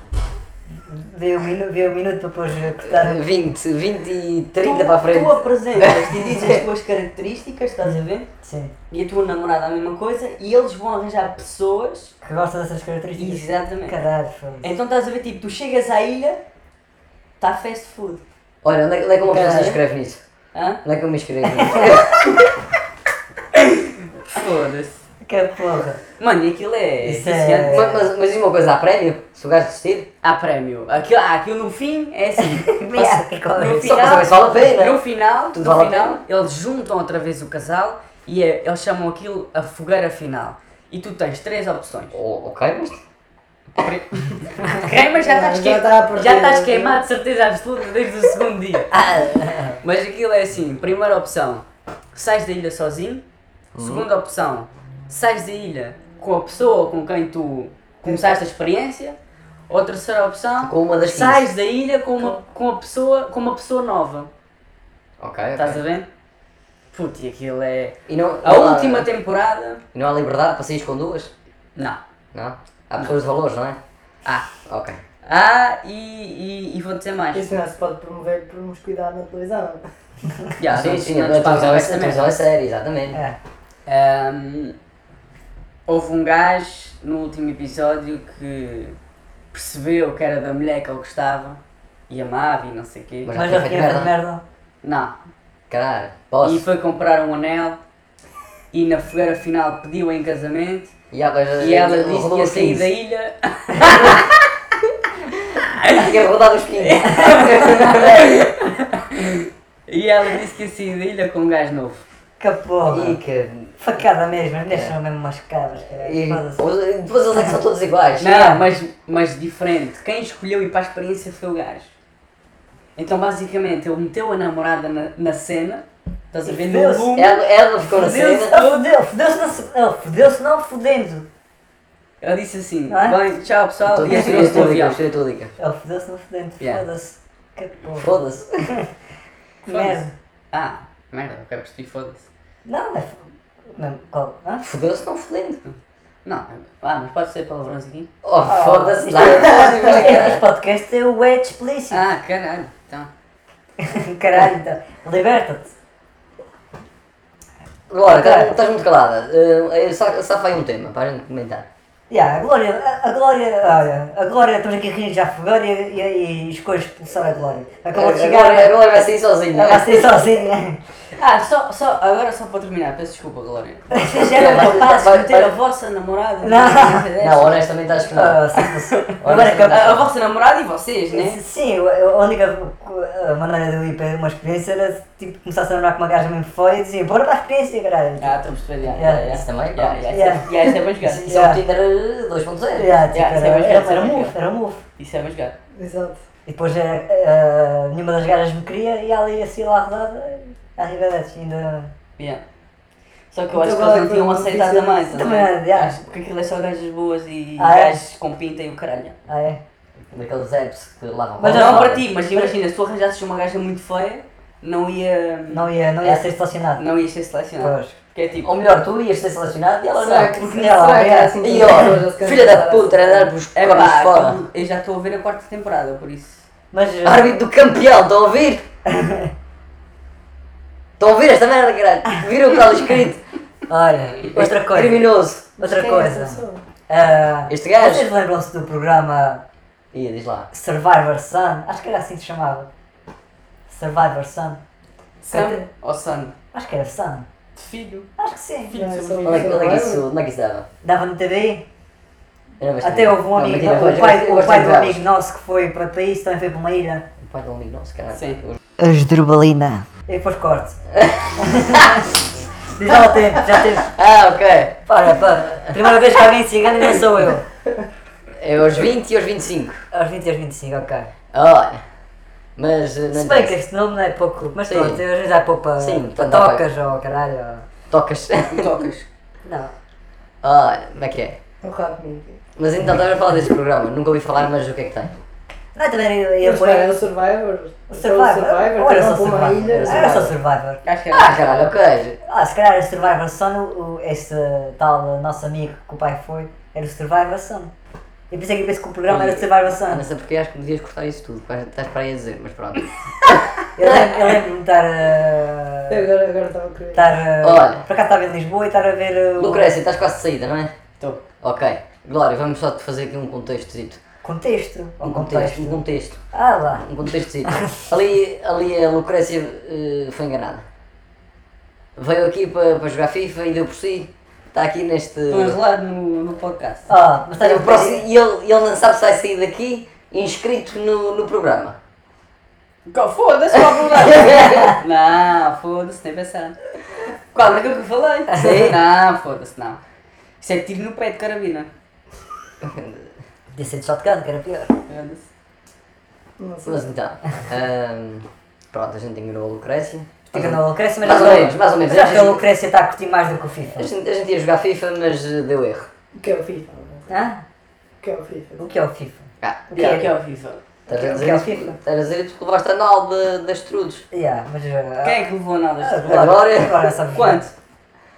[SPEAKER 2] Vê o minuto, vê o minuto para depois eh, cortar.
[SPEAKER 3] 20, 20 e
[SPEAKER 1] Tu,
[SPEAKER 3] 30 para a frente.
[SPEAKER 1] tu apresentas e dizes as tuas características, estás a ver?
[SPEAKER 2] Sim.
[SPEAKER 1] E a tua namorada a mesma coisa e eles vão arranjar pessoas.
[SPEAKER 2] Que gosta dessas características.
[SPEAKER 1] Exatamente.
[SPEAKER 2] Caralho, foda-se.
[SPEAKER 1] Então estás a ver, tipo, tu chegas à ilha, está fast food.
[SPEAKER 3] Olha, onde é, onde é que uma pessoa se
[SPEAKER 2] Caralho.
[SPEAKER 3] inscreve nisso?
[SPEAKER 1] Hã?
[SPEAKER 3] Onde é que eu me inscrevo nisso?
[SPEAKER 1] Foda-se.
[SPEAKER 2] Que porra.
[SPEAKER 1] Mano, e aquilo é.
[SPEAKER 2] Isso
[SPEAKER 1] viciante.
[SPEAKER 2] é-
[SPEAKER 3] Mas, mas, mas diz uma coisa, há prémio? Se o gajo desistir?
[SPEAKER 1] Há prémio. Aquilo, ah, aquilo no fim é assim.
[SPEAKER 2] Merda, que coisa.
[SPEAKER 1] no
[SPEAKER 3] Só
[SPEAKER 1] final,
[SPEAKER 3] para saber se vale a pena.
[SPEAKER 1] no final,
[SPEAKER 3] Tudo
[SPEAKER 1] no
[SPEAKER 3] vale a
[SPEAKER 1] final, eles juntam outra vez o casal e é- eles chamam aquilo a fogueira final. E tu tens três opções.
[SPEAKER 3] Oh, ok, mas.
[SPEAKER 1] Ok, mas já estás,
[SPEAKER 4] Já
[SPEAKER 1] que-
[SPEAKER 4] está a partir
[SPEAKER 1] já estás
[SPEAKER 4] do-
[SPEAKER 1] queimado de certeza absoluta desde o segundo dia. Mas aquilo é assim, primeira opção, sais da ilha sozinho. Segunda opção, sais da ilha com a pessoa com quem tu começaste a experiência. Ou terceira opção,
[SPEAKER 3] Com uma das
[SPEAKER 1] sais da ilha com uma, com a pessoa, com uma pessoa nova.
[SPEAKER 3] Ok,
[SPEAKER 1] Estás a
[SPEAKER 3] ok.
[SPEAKER 1] ver? Putz, e aquilo é.
[SPEAKER 3] E não,
[SPEAKER 1] A
[SPEAKER 3] não há-
[SPEAKER 1] última temporada.
[SPEAKER 3] E não há liberdade para sair com duas?
[SPEAKER 1] Não.
[SPEAKER 3] Não? Há pessoas de valores, não é?
[SPEAKER 1] Ah.
[SPEAKER 3] Ok.
[SPEAKER 1] Ah, e, e, e vou dizer mais.
[SPEAKER 4] Isso não se pode promover por promiscuidade na televisão.
[SPEAKER 1] Já,
[SPEAKER 3] sim,
[SPEAKER 1] não-
[SPEAKER 3] sim,
[SPEAKER 1] não
[SPEAKER 3] a
[SPEAKER 1] nos passam
[SPEAKER 3] televisão é,
[SPEAKER 1] essa
[SPEAKER 3] a
[SPEAKER 1] merda.
[SPEAKER 3] televisão é séria, exatamente.
[SPEAKER 2] É.
[SPEAKER 1] Ahm, houve um gajo no último episódio que percebeu que era da mulher que ele gostava e amava e não sei o quê.
[SPEAKER 3] Mas-
[SPEAKER 2] Mas ele tinha feito merda.
[SPEAKER 1] Não.
[SPEAKER 3] Caralho,
[SPEAKER 1] E
[SPEAKER 3] posso.
[SPEAKER 1] foi comprar um anel e na fogueira final pediu em casamento
[SPEAKER 3] E, há coisas-
[SPEAKER 1] e ela
[SPEAKER 3] rodou
[SPEAKER 1] disse que ia
[SPEAKER 3] Eh,
[SPEAKER 1] sair
[SPEAKER 3] os
[SPEAKER 1] da
[SPEAKER 3] 15.
[SPEAKER 1] ilha.
[SPEAKER 3] Tinha rodado os 15.
[SPEAKER 1] E ela disse que ia sair da ilha com um gajo novo.
[SPEAKER 2] Que porra.
[SPEAKER 3] E que.
[SPEAKER 2] Facada mesmo, as mulheres são mesmo mascadas,
[SPEAKER 3] É. E
[SPEAKER 2] caralho. Foda-se.
[SPEAKER 3] depois depois eles é que são todos iguais.
[SPEAKER 1] Não, mas, mas diferente. Quem escolheu ir para a experiência foi o gajo. Então, basicamente, ele meteu a namorada na, na cena, estás a ver? No
[SPEAKER 2] Fudeu-se.
[SPEAKER 1] lume.
[SPEAKER 3] Ela, ela ficou na
[SPEAKER 1] Fudeu-se.
[SPEAKER 3] cena.
[SPEAKER 2] Ele fudeu, fudeu-se não se- ele fudeu-se não fudendo.
[SPEAKER 1] Ele disse assim:
[SPEAKER 2] Não é?
[SPEAKER 1] bem, tchau pessoal, e
[SPEAKER 3] História
[SPEAKER 1] atirou-se do
[SPEAKER 3] histórica,
[SPEAKER 1] avião.
[SPEAKER 3] história histórica.
[SPEAKER 2] Ele fudeu-se não fudendo.
[SPEAKER 1] Yeah.
[SPEAKER 2] Foda-se. Que porra.
[SPEAKER 3] Foda-se.
[SPEAKER 2] Que merda.
[SPEAKER 1] Ah, merda, eu quero vestir, foda-se.
[SPEAKER 2] Não, é foda. Não, qual? Hã?
[SPEAKER 3] Fodeu-se não fodendo.
[SPEAKER 1] Não, ah, mas pode ser palavrões aqui?
[SPEAKER 3] Oh,
[SPEAKER 1] Ah.
[SPEAKER 3] foda-se.
[SPEAKER 2] Isto
[SPEAKER 3] Lá.
[SPEAKER 2] é- Este podcast é o é explícito.
[SPEAKER 1] Ah, caralho, então.
[SPEAKER 2] Caralho, então. Liberta-te.
[SPEAKER 3] Glória, tá, estás- estás muito calada. Uh, Safa aí um tema para a gente comentar.
[SPEAKER 2] Yeah, a Glória, a, a Glória, olha, a Glória, estamos aqui rindo já a Glória e, e, e escolho expulsar a Glória.
[SPEAKER 3] É,
[SPEAKER 2] Acabou de chegar.
[SPEAKER 3] Agora, é- agora vai sair né? sozinha.
[SPEAKER 2] Ela vai sair sozinha.
[SPEAKER 1] Ah, só, só, agora só para terminar, peço desculpa, Glória. Vocês
[SPEAKER 3] eram
[SPEAKER 1] eram
[SPEAKER 3] Vai- capazes
[SPEAKER 1] capazes
[SPEAKER 3] de vai-
[SPEAKER 1] de
[SPEAKER 3] meter
[SPEAKER 1] meter
[SPEAKER 3] vai-
[SPEAKER 1] a
[SPEAKER 3] a
[SPEAKER 1] vossa namorada?
[SPEAKER 2] Não. é
[SPEAKER 3] Não, honestamente acho que não.
[SPEAKER 2] Ah, sim, Agora
[SPEAKER 3] Honestamente,
[SPEAKER 2] acabou.
[SPEAKER 1] A, vossa namorada e vocês, né?
[SPEAKER 2] Sim, a a única uh, maneira de eu ir para uma experiência era tipo começar a namorar com uma gaja mesmo feia e dizer bora para a experiência, caralho.
[SPEAKER 1] Ah, estamos a yeah,
[SPEAKER 2] Yeah,
[SPEAKER 1] yeah.
[SPEAKER 3] Isso também,
[SPEAKER 1] Yeah,
[SPEAKER 3] pá.
[SPEAKER 1] yeah,
[SPEAKER 2] Yeah.
[SPEAKER 1] isso é- yeah, Isso é bem jogado.
[SPEAKER 3] Isso é o Tinder eh, 2.0.
[SPEAKER 2] Yeah,
[SPEAKER 1] Yeah,
[SPEAKER 2] tipo,
[SPEAKER 1] isso é
[SPEAKER 2] era,
[SPEAKER 1] bem
[SPEAKER 2] era,
[SPEAKER 1] fiel,
[SPEAKER 2] era
[SPEAKER 1] isso é bem
[SPEAKER 2] move,
[SPEAKER 1] fiel.
[SPEAKER 2] era move.
[SPEAKER 1] Isso é bem jogado.
[SPEAKER 4] Exato.
[SPEAKER 2] E depois eh, eh, nenhuma das gajas me queria e ela ia assim lá rodada, arrivederci, ainda.
[SPEAKER 1] Yeah. Só que eu acho
[SPEAKER 4] Então
[SPEAKER 1] que eles
[SPEAKER 4] agora,
[SPEAKER 1] não tinham
[SPEAKER 4] quando
[SPEAKER 1] aceitado a
[SPEAKER 4] dizem-
[SPEAKER 1] mais.
[SPEAKER 2] Também,
[SPEAKER 1] né?
[SPEAKER 2] yeah.
[SPEAKER 1] Acho que aquilo é só gajas boas e
[SPEAKER 2] Ah, é?
[SPEAKER 1] gajos com pinta e o caralho.
[SPEAKER 2] Ah é?
[SPEAKER 3] Daqueles apps que lavam
[SPEAKER 2] Mas
[SPEAKER 1] não
[SPEAKER 2] não- é
[SPEAKER 1] para ti, mas imagina, se tu arranjasses uma gaja muito feia, não ia.
[SPEAKER 2] Não ia, não ia ser estacionado.
[SPEAKER 1] não ia ser selecionado.
[SPEAKER 2] Pois.
[SPEAKER 1] Porque é tipo.
[SPEAKER 3] Ou melhor, tu ias ser selecionado e ela
[SPEAKER 4] Será
[SPEAKER 3] não.
[SPEAKER 4] que,
[SPEAKER 2] porque
[SPEAKER 4] será
[SPEAKER 2] ela
[SPEAKER 4] que é
[SPEAKER 2] é-
[SPEAKER 4] assim
[SPEAKER 3] E
[SPEAKER 4] tantas pessoas a
[SPEAKER 3] ó,
[SPEAKER 4] se
[SPEAKER 3] filha da
[SPEAKER 4] candidatar?
[SPEAKER 3] puta, andar pros
[SPEAKER 1] É
[SPEAKER 3] cornos
[SPEAKER 1] pá,
[SPEAKER 3] fora.
[SPEAKER 1] eu já estou a ver a quarta temporada, por isso.
[SPEAKER 2] Mas eh,
[SPEAKER 3] Árbitro do campeão, estão a ouvir? Estão a ouvir esta merda, caralho? Viram o que está ali escrito?
[SPEAKER 2] olha, outra
[SPEAKER 3] Este
[SPEAKER 2] coisa.
[SPEAKER 3] Criminoso.
[SPEAKER 2] Outra
[SPEAKER 4] Quem é essa
[SPEAKER 2] coisa.
[SPEAKER 4] pessoa?
[SPEAKER 2] Ah,
[SPEAKER 3] Este gajo.
[SPEAKER 2] Vocês lembram-se do programa
[SPEAKER 3] Ia, diz lá.
[SPEAKER 2] Survivor Sun? Acho que era assim que se chamava. Survivor Sun.
[SPEAKER 1] Sam ou Sun?
[SPEAKER 2] Acho que era Sun.
[SPEAKER 1] De filho.
[SPEAKER 2] Acho que sim.
[SPEAKER 4] Não, é só
[SPEAKER 3] Onde é, que- onde é que
[SPEAKER 4] o
[SPEAKER 3] isso, onde é que isso dava?
[SPEAKER 2] Dava no TV.
[SPEAKER 3] Eu não vejo
[SPEAKER 2] Até
[SPEAKER 3] televisão.
[SPEAKER 2] houve um
[SPEAKER 3] Não,
[SPEAKER 2] amigo,
[SPEAKER 3] mentira, eu
[SPEAKER 2] o
[SPEAKER 3] gosto-
[SPEAKER 2] pai,
[SPEAKER 3] eu
[SPEAKER 2] o
[SPEAKER 3] gosto
[SPEAKER 2] pai
[SPEAKER 3] de
[SPEAKER 2] do
[SPEAKER 3] novelas.
[SPEAKER 2] amigo nosso que foi para o país, também foi para uma ilha.
[SPEAKER 3] O pai do amigo nosso, caralho.
[SPEAKER 1] Sim.
[SPEAKER 2] Asdrubalina. E depois corte. Diz lá o tempo, já teve.
[SPEAKER 3] Ah, ok.
[SPEAKER 2] Para, para. Primeira vez que alguém se engana não sou eu.
[SPEAKER 3] É aos 20 e aos 25.
[SPEAKER 2] Aos 20 e aos 25, ok.
[SPEAKER 3] Olha. Mas eh, não
[SPEAKER 2] Se bem que
[SPEAKER 3] interessa.
[SPEAKER 2] este nome não é pouco, mas
[SPEAKER 3] Sim.
[SPEAKER 2] pronto, às vezes é pouco para,
[SPEAKER 3] Sim,
[SPEAKER 2] para
[SPEAKER 3] então dá
[SPEAKER 2] tocas ou caralho. ou-
[SPEAKER 3] Tocas.
[SPEAKER 1] Tocas.
[SPEAKER 2] Não.
[SPEAKER 3] Olha, como é que é?
[SPEAKER 4] Um rato mini.
[SPEAKER 3] Mas então estava a falar deste programa. Nunca ouvi falar, mas o que é que tem?
[SPEAKER 2] Não, também eu ia
[SPEAKER 4] Mas vai, é o
[SPEAKER 2] pôr.
[SPEAKER 4] Survivor?
[SPEAKER 2] O Survivor. Ou era
[SPEAKER 4] cada
[SPEAKER 2] só
[SPEAKER 4] um para uma
[SPEAKER 2] Survivor?
[SPEAKER 4] ilha.
[SPEAKER 2] Era só Ah, Survivor.
[SPEAKER 1] Acho que é
[SPEAKER 3] Ah,
[SPEAKER 1] era.
[SPEAKER 3] caralho, ok.
[SPEAKER 2] Ah, se calhar era Survivor Son, o, o- esse tal eh, nosso amigo que o pai foi, era o Survivor Son. Eu pensei que, pensei que o programa era Survivor
[SPEAKER 3] Ah,
[SPEAKER 2] Son.
[SPEAKER 3] não sei porque acho que me devias cortar isso tudo. pá, Estás para aí a dizer, mas pronto.
[SPEAKER 2] Eu lembro- eu lembro-me de estar. eh,
[SPEAKER 4] Eu agora, agora estava a querer.
[SPEAKER 2] estar eh,
[SPEAKER 3] Olha.
[SPEAKER 2] por acaso estava em Lisboa e estar a ver eh, o
[SPEAKER 3] Lucrécia, estás quase de saída, não é?
[SPEAKER 1] Estou.
[SPEAKER 3] Ok. Glória, vamos só te fazer aqui um contextozito.
[SPEAKER 2] contexto. ou
[SPEAKER 3] Um contexto, um contexto.
[SPEAKER 2] Ah lá.
[SPEAKER 3] Um contextozito. Ali, ali a Lucrécia eh, foi enganada. Veio aqui para para jogar FIFA e deu por si. Está aqui neste.
[SPEAKER 1] Estou enrolado no, no podcast.
[SPEAKER 2] Ah, mas estás
[SPEAKER 3] E
[SPEAKER 2] a
[SPEAKER 3] o próximo- e ele, ele não sabe se vai sair daqui inscrito no, no programa.
[SPEAKER 1] Co- Foda-se, qual o problema? não, foda-se, nem pensar. Qual é que eu falei?
[SPEAKER 3] Sim.
[SPEAKER 1] Não, foda-se, não. Isso é tiro no pé de carabina.
[SPEAKER 2] Podia ser de shotgun, que era pior.
[SPEAKER 1] Foda-se.
[SPEAKER 4] Não sei.
[SPEAKER 3] Mas então. ahm, pronto, a gente enganou a Lucrécia.
[SPEAKER 2] Fica na Lucrécia, mas
[SPEAKER 3] Mais
[SPEAKER 2] já
[SPEAKER 3] ou
[SPEAKER 2] não-
[SPEAKER 3] menos, mais ou menos.
[SPEAKER 2] mas Acho que a Lucrécia está a curtir mais do que o FIFA.
[SPEAKER 3] A gente, a gente ia jogar FIFA, mas eh, deu erro.
[SPEAKER 4] O que é o FIFA? não
[SPEAKER 2] Hã?
[SPEAKER 4] é? O que é o FIFA?
[SPEAKER 2] O que é o FIFA?
[SPEAKER 3] Ah,
[SPEAKER 2] O que é?
[SPEAKER 1] o FIFA?
[SPEAKER 3] estás
[SPEAKER 2] que
[SPEAKER 3] a
[SPEAKER 2] é
[SPEAKER 3] dizer
[SPEAKER 2] o
[SPEAKER 3] isso-
[SPEAKER 2] FIFA?
[SPEAKER 3] estás a dizer isso porque levaste a nal de- das trudes.
[SPEAKER 2] Yeah, mas. eh,
[SPEAKER 1] Quem é que levou nada?
[SPEAKER 2] ah,
[SPEAKER 1] Ah,
[SPEAKER 2] Agora,
[SPEAKER 3] Agora-
[SPEAKER 2] agora, agora sabes.
[SPEAKER 1] Quanto?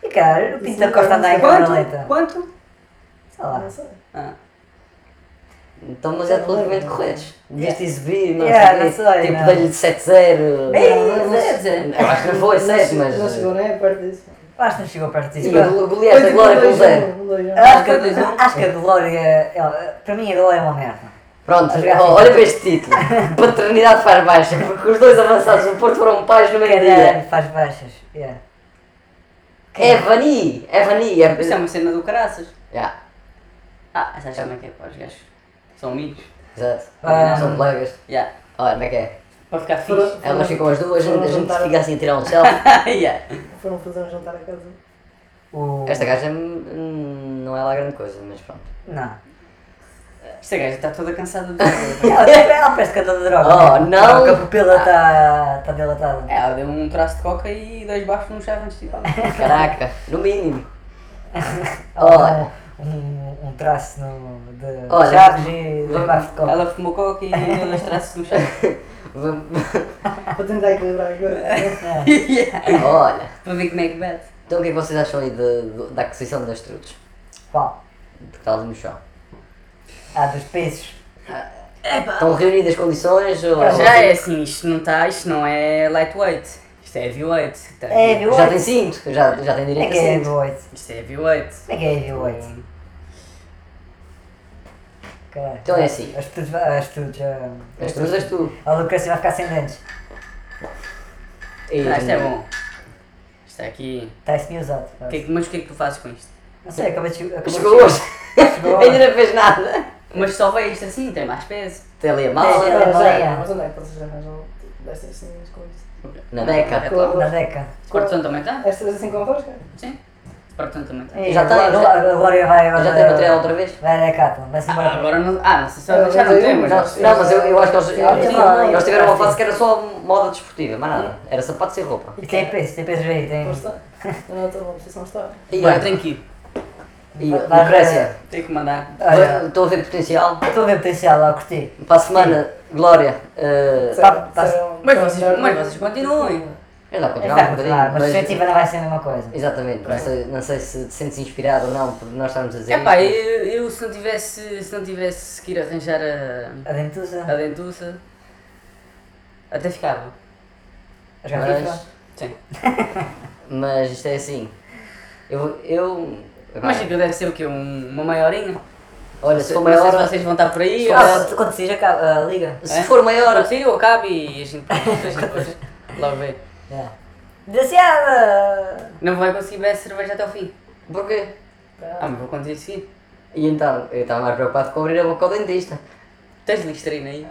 [SPEAKER 2] E cara, o Pinto da
[SPEAKER 4] Sim,
[SPEAKER 2] Costa anda Tá aí com a
[SPEAKER 1] Quanto?
[SPEAKER 2] maleta.
[SPEAKER 1] Quanto?
[SPEAKER 2] Sei lá.
[SPEAKER 4] Não sei.
[SPEAKER 1] Ah,
[SPEAKER 3] Então, mas é politicamente corretos. Devias te exibir, não sei
[SPEAKER 2] Yeah,
[SPEAKER 3] o quê.
[SPEAKER 2] É. não sei,
[SPEAKER 3] Tipo,
[SPEAKER 2] não. É,
[SPEAKER 3] dei-lhe de 7-0.
[SPEAKER 2] Ei,
[SPEAKER 3] Não, não-
[SPEAKER 2] zero, zero.
[SPEAKER 3] Eu Acho que não foi 7, é, mas. eh,
[SPEAKER 4] Não chegou nem a parte disso.
[SPEAKER 2] Acho que não chegou perto disso.
[SPEAKER 3] E eu goleaste a
[SPEAKER 2] tipo
[SPEAKER 3] Glória com
[SPEAKER 2] um.
[SPEAKER 3] 0.
[SPEAKER 4] um,
[SPEAKER 2] Acho que,
[SPEAKER 1] Foi dois a um.
[SPEAKER 2] acho que a Glória. é- Para mim, a Glória é uma merda.
[SPEAKER 3] Pronto,
[SPEAKER 2] Acho que é assim.
[SPEAKER 3] olha para este título. Paternidade faz baixa, porque os dois avançados do Porto foram pais no meio dia.
[SPEAKER 2] Caralho, é faz baixas. Yeah.
[SPEAKER 3] É Vani, é Vani, é
[SPEAKER 1] Isso é uma cena do caraças.
[SPEAKER 3] Já,
[SPEAKER 1] Ah, sabes como é que é? Pá, os gajos são amigos.
[SPEAKER 3] exato.
[SPEAKER 2] Ah.
[SPEAKER 3] São colegas.
[SPEAKER 1] Yeah.
[SPEAKER 3] Olha, como é que é?
[SPEAKER 1] Para ficar fixe.
[SPEAKER 3] Elas ficam as duas, a gente- a gente
[SPEAKER 4] Foram-
[SPEAKER 3] fica assim a tirar um selfie.
[SPEAKER 1] yeah.
[SPEAKER 4] Foram fazer um jantar a casa.
[SPEAKER 2] O...
[SPEAKER 3] Esta gaja hum, não é lá grande coisa, mas pronto.
[SPEAKER 2] Não.
[SPEAKER 1] Esta gaja está toda cansada de
[SPEAKER 2] Ela, ela parece que anda de droga.
[SPEAKER 3] Oh,
[SPEAKER 2] né?
[SPEAKER 3] não.
[SPEAKER 2] Porque a pupila está tá dilatada.
[SPEAKER 1] É, Ela deu um traço de coca e dois bafos num chá antes de ir para lá.
[SPEAKER 3] Caraca, no mínimo.
[SPEAKER 2] Ela dá um, um traço no, de
[SPEAKER 3] Olha,
[SPEAKER 2] chaves e de
[SPEAKER 3] vamos-
[SPEAKER 2] bafo de coca.
[SPEAKER 1] Ela fumou coca e deu dois traços no chá.
[SPEAKER 4] Vou tentar equilibrar a coisa.
[SPEAKER 1] yeah.
[SPEAKER 3] Olha,
[SPEAKER 1] Para ver como é que bate.
[SPEAKER 3] então o que é que vocês acham aí de- de- da aquisição das trudes?
[SPEAKER 2] Qual?
[SPEAKER 3] Porque está ali no chão.
[SPEAKER 2] Ah, dos pesos.
[SPEAKER 3] Estão reunidas condições ou
[SPEAKER 1] Já é assim, isto não está, isto não é lightweight. Isto é heavyweight. Tá-
[SPEAKER 2] É heavyweight.
[SPEAKER 3] já tem cinto? Já, já tem
[SPEAKER 2] Como é
[SPEAKER 3] direito
[SPEAKER 2] que
[SPEAKER 3] a
[SPEAKER 2] é
[SPEAKER 3] cinto?
[SPEAKER 2] heavyweight?
[SPEAKER 1] Isto é heavyweight.
[SPEAKER 2] Como é que é heavyweight? Caralho.
[SPEAKER 3] Então é assim.
[SPEAKER 2] As tudes, as tudes, ah,
[SPEAKER 3] As trudes és tu.
[SPEAKER 2] a Lucrécia vai ficar sem dentes.
[SPEAKER 3] E-
[SPEAKER 1] Ah, isto é bom. Isto é aqui.
[SPEAKER 2] Está-se miusado.
[SPEAKER 1] O que é que- mas o que é que tu fazes com isto?
[SPEAKER 2] Não sei, acabei de chegar. acabei de
[SPEAKER 3] Chegou hoje.
[SPEAKER 2] Chegou hoje.
[SPEAKER 3] Ainda não fez nada.
[SPEAKER 1] Mas só veio isto assim, tem mais peso.
[SPEAKER 3] Tem ali a
[SPEAKER 2] Tem,
[SPEAKER 3] mala.
[SPEAKER 2] tem.
[SPEAKER 4] Mas onde
[SPEAKER 2] baleia.
[SPEAKER 4] é- mas onde é que vocês arranjam destas cenas com isto?
[SPEAKER 3] Na beca.
[SPEAKER 4] Com-
[SPEAKER 2] Na beca.
[SPEAKER 1] Espartão também tá? está?
[SPEAKER 4] Estas assim com rosca?
[SPEAKER 1] Sim. Espartão também está.
[SPEAKER 2] Ei,
[SPEAKER 3] Já tem,
[SPEAKER 2] a Gló-
[SPEAKER 3] já-
[SPEAKER 2] a Glória vai tá agora.
[SPEAKER 3] É, Já tem material outra vez?
[SPEAKER 2] Vai na Decathlon, vai-se
[SPEAKER 1] Ah,
[SPEAKER 2] embora.
[SPEAKER 1] agora não. Ah, não sei se
[SPEAKER 3] eh,
[SPEAKER 1] já não tem, mas já.
[SPEAKER 3] Não, mas eu, eu acho que eles,
[SPEAKER 4] Sim,
[SPEAKER 3] eles-
[SPEAKER 2] sim.
[SPEAKER 3] eles tiveram uma fase que era só moda desportiva, mais nada. Era sapatos e roupa.
[SPEAKER 2] E tem peso, tem peso aí, tem.
[SPEAKER 4] Não está. Eu não estou numa posição está.
[SPEAKER 3] E
[SPEAKER 1] Agora
[SPEAKER 3] olha,
[SPEAKER 1] tenho que ir.
[SPEAKER 3] e
[SPEAKER 2] Vai- vai-
[SPEAKER 3] Lucrécia,
[SPEAKER 1] Tenho que mandar.
[SPEAKER 2] Olha,
[SPEAKER 3] estou a ver potencial.
[SPEAKER 2] estou a ver potencial lá, curti.
[SPEAKER 3] Para a semana Glória, eh,
[SPEAKER 2] Tá- tá-
[SPEAKER 4] um
[SPEAKER 1] Mas vocês- mas vocês continuem.
[SPEAKER 3] eu não continuo um
[SPEAKER 2] Exato,
[SPEAKER 3] bocadinho,
[SPEAKER 2] claro, É mas a
[SPEAKER 3] mas-
[SPEAKER 2] perspectiva não vai ser a mesma coisa.
[SPEAKER 3] Exatamente, não sei, não sei se te sentes inspirado ou não, por nós estarmos a dizer
[SPEAKER 1] Epá,
[SPEAKER 3] isto.
[SPEAKER 1] eu, eu se não tivesse, se não tivesse que ir arranjar a,
[SPEAKER 2] A dentuza,
[SPEAKER 1] a dentuça, até ficava.
[SPEAKER 2] a jogar
[SPEAKER 3] mas,
[SPEAKER 2] é FIFA.
[SPEAKER 1] Sim.
[SPEAKER 3] mas isto é assim, eu, eu epá,
[SPEAKER 1] Mas aquilo deve ser o quê? Um- uma meia horinha?
[SPEAKER 3] olha,
[SPEAKER 1] Não
[SPEAKER 3] se
[SPEAKER 1] sei-
[SPEAKER 3] for
[SPEAKER 1] não sei
[SPEAKER 3] meia
[SPEAKER 1] se
[SPEAKER 3] hora,
[SPEAKER 1] vocês vão estar por aí.
[SPEAKER 3] Se
[SPEAKER 1] ou-
[SPEAKER 2] Ah, se- quando decidir, acaba, ah, liga.
[SPEAKER 3] se for meia
[SPEAKER 1] Agora
[SPEAKER 3] hora,
[SPEAKER 1] sim, eu acabo e a gente a gente depois logo vê.
[SPEAKER 2] Yeah. Desciada!
[SPEAKER 1] Não vai conseguir beber cerveja até ao fim.
[SPEAKER 3] porquê?
[SPEAKER 1] Ah, mas vou conduzir seguir.
[SPEAKER 3] E então, eu estava mais preocupado com abrir a boca ao dentista.
[SPEAKER 1] Tens listrina aí?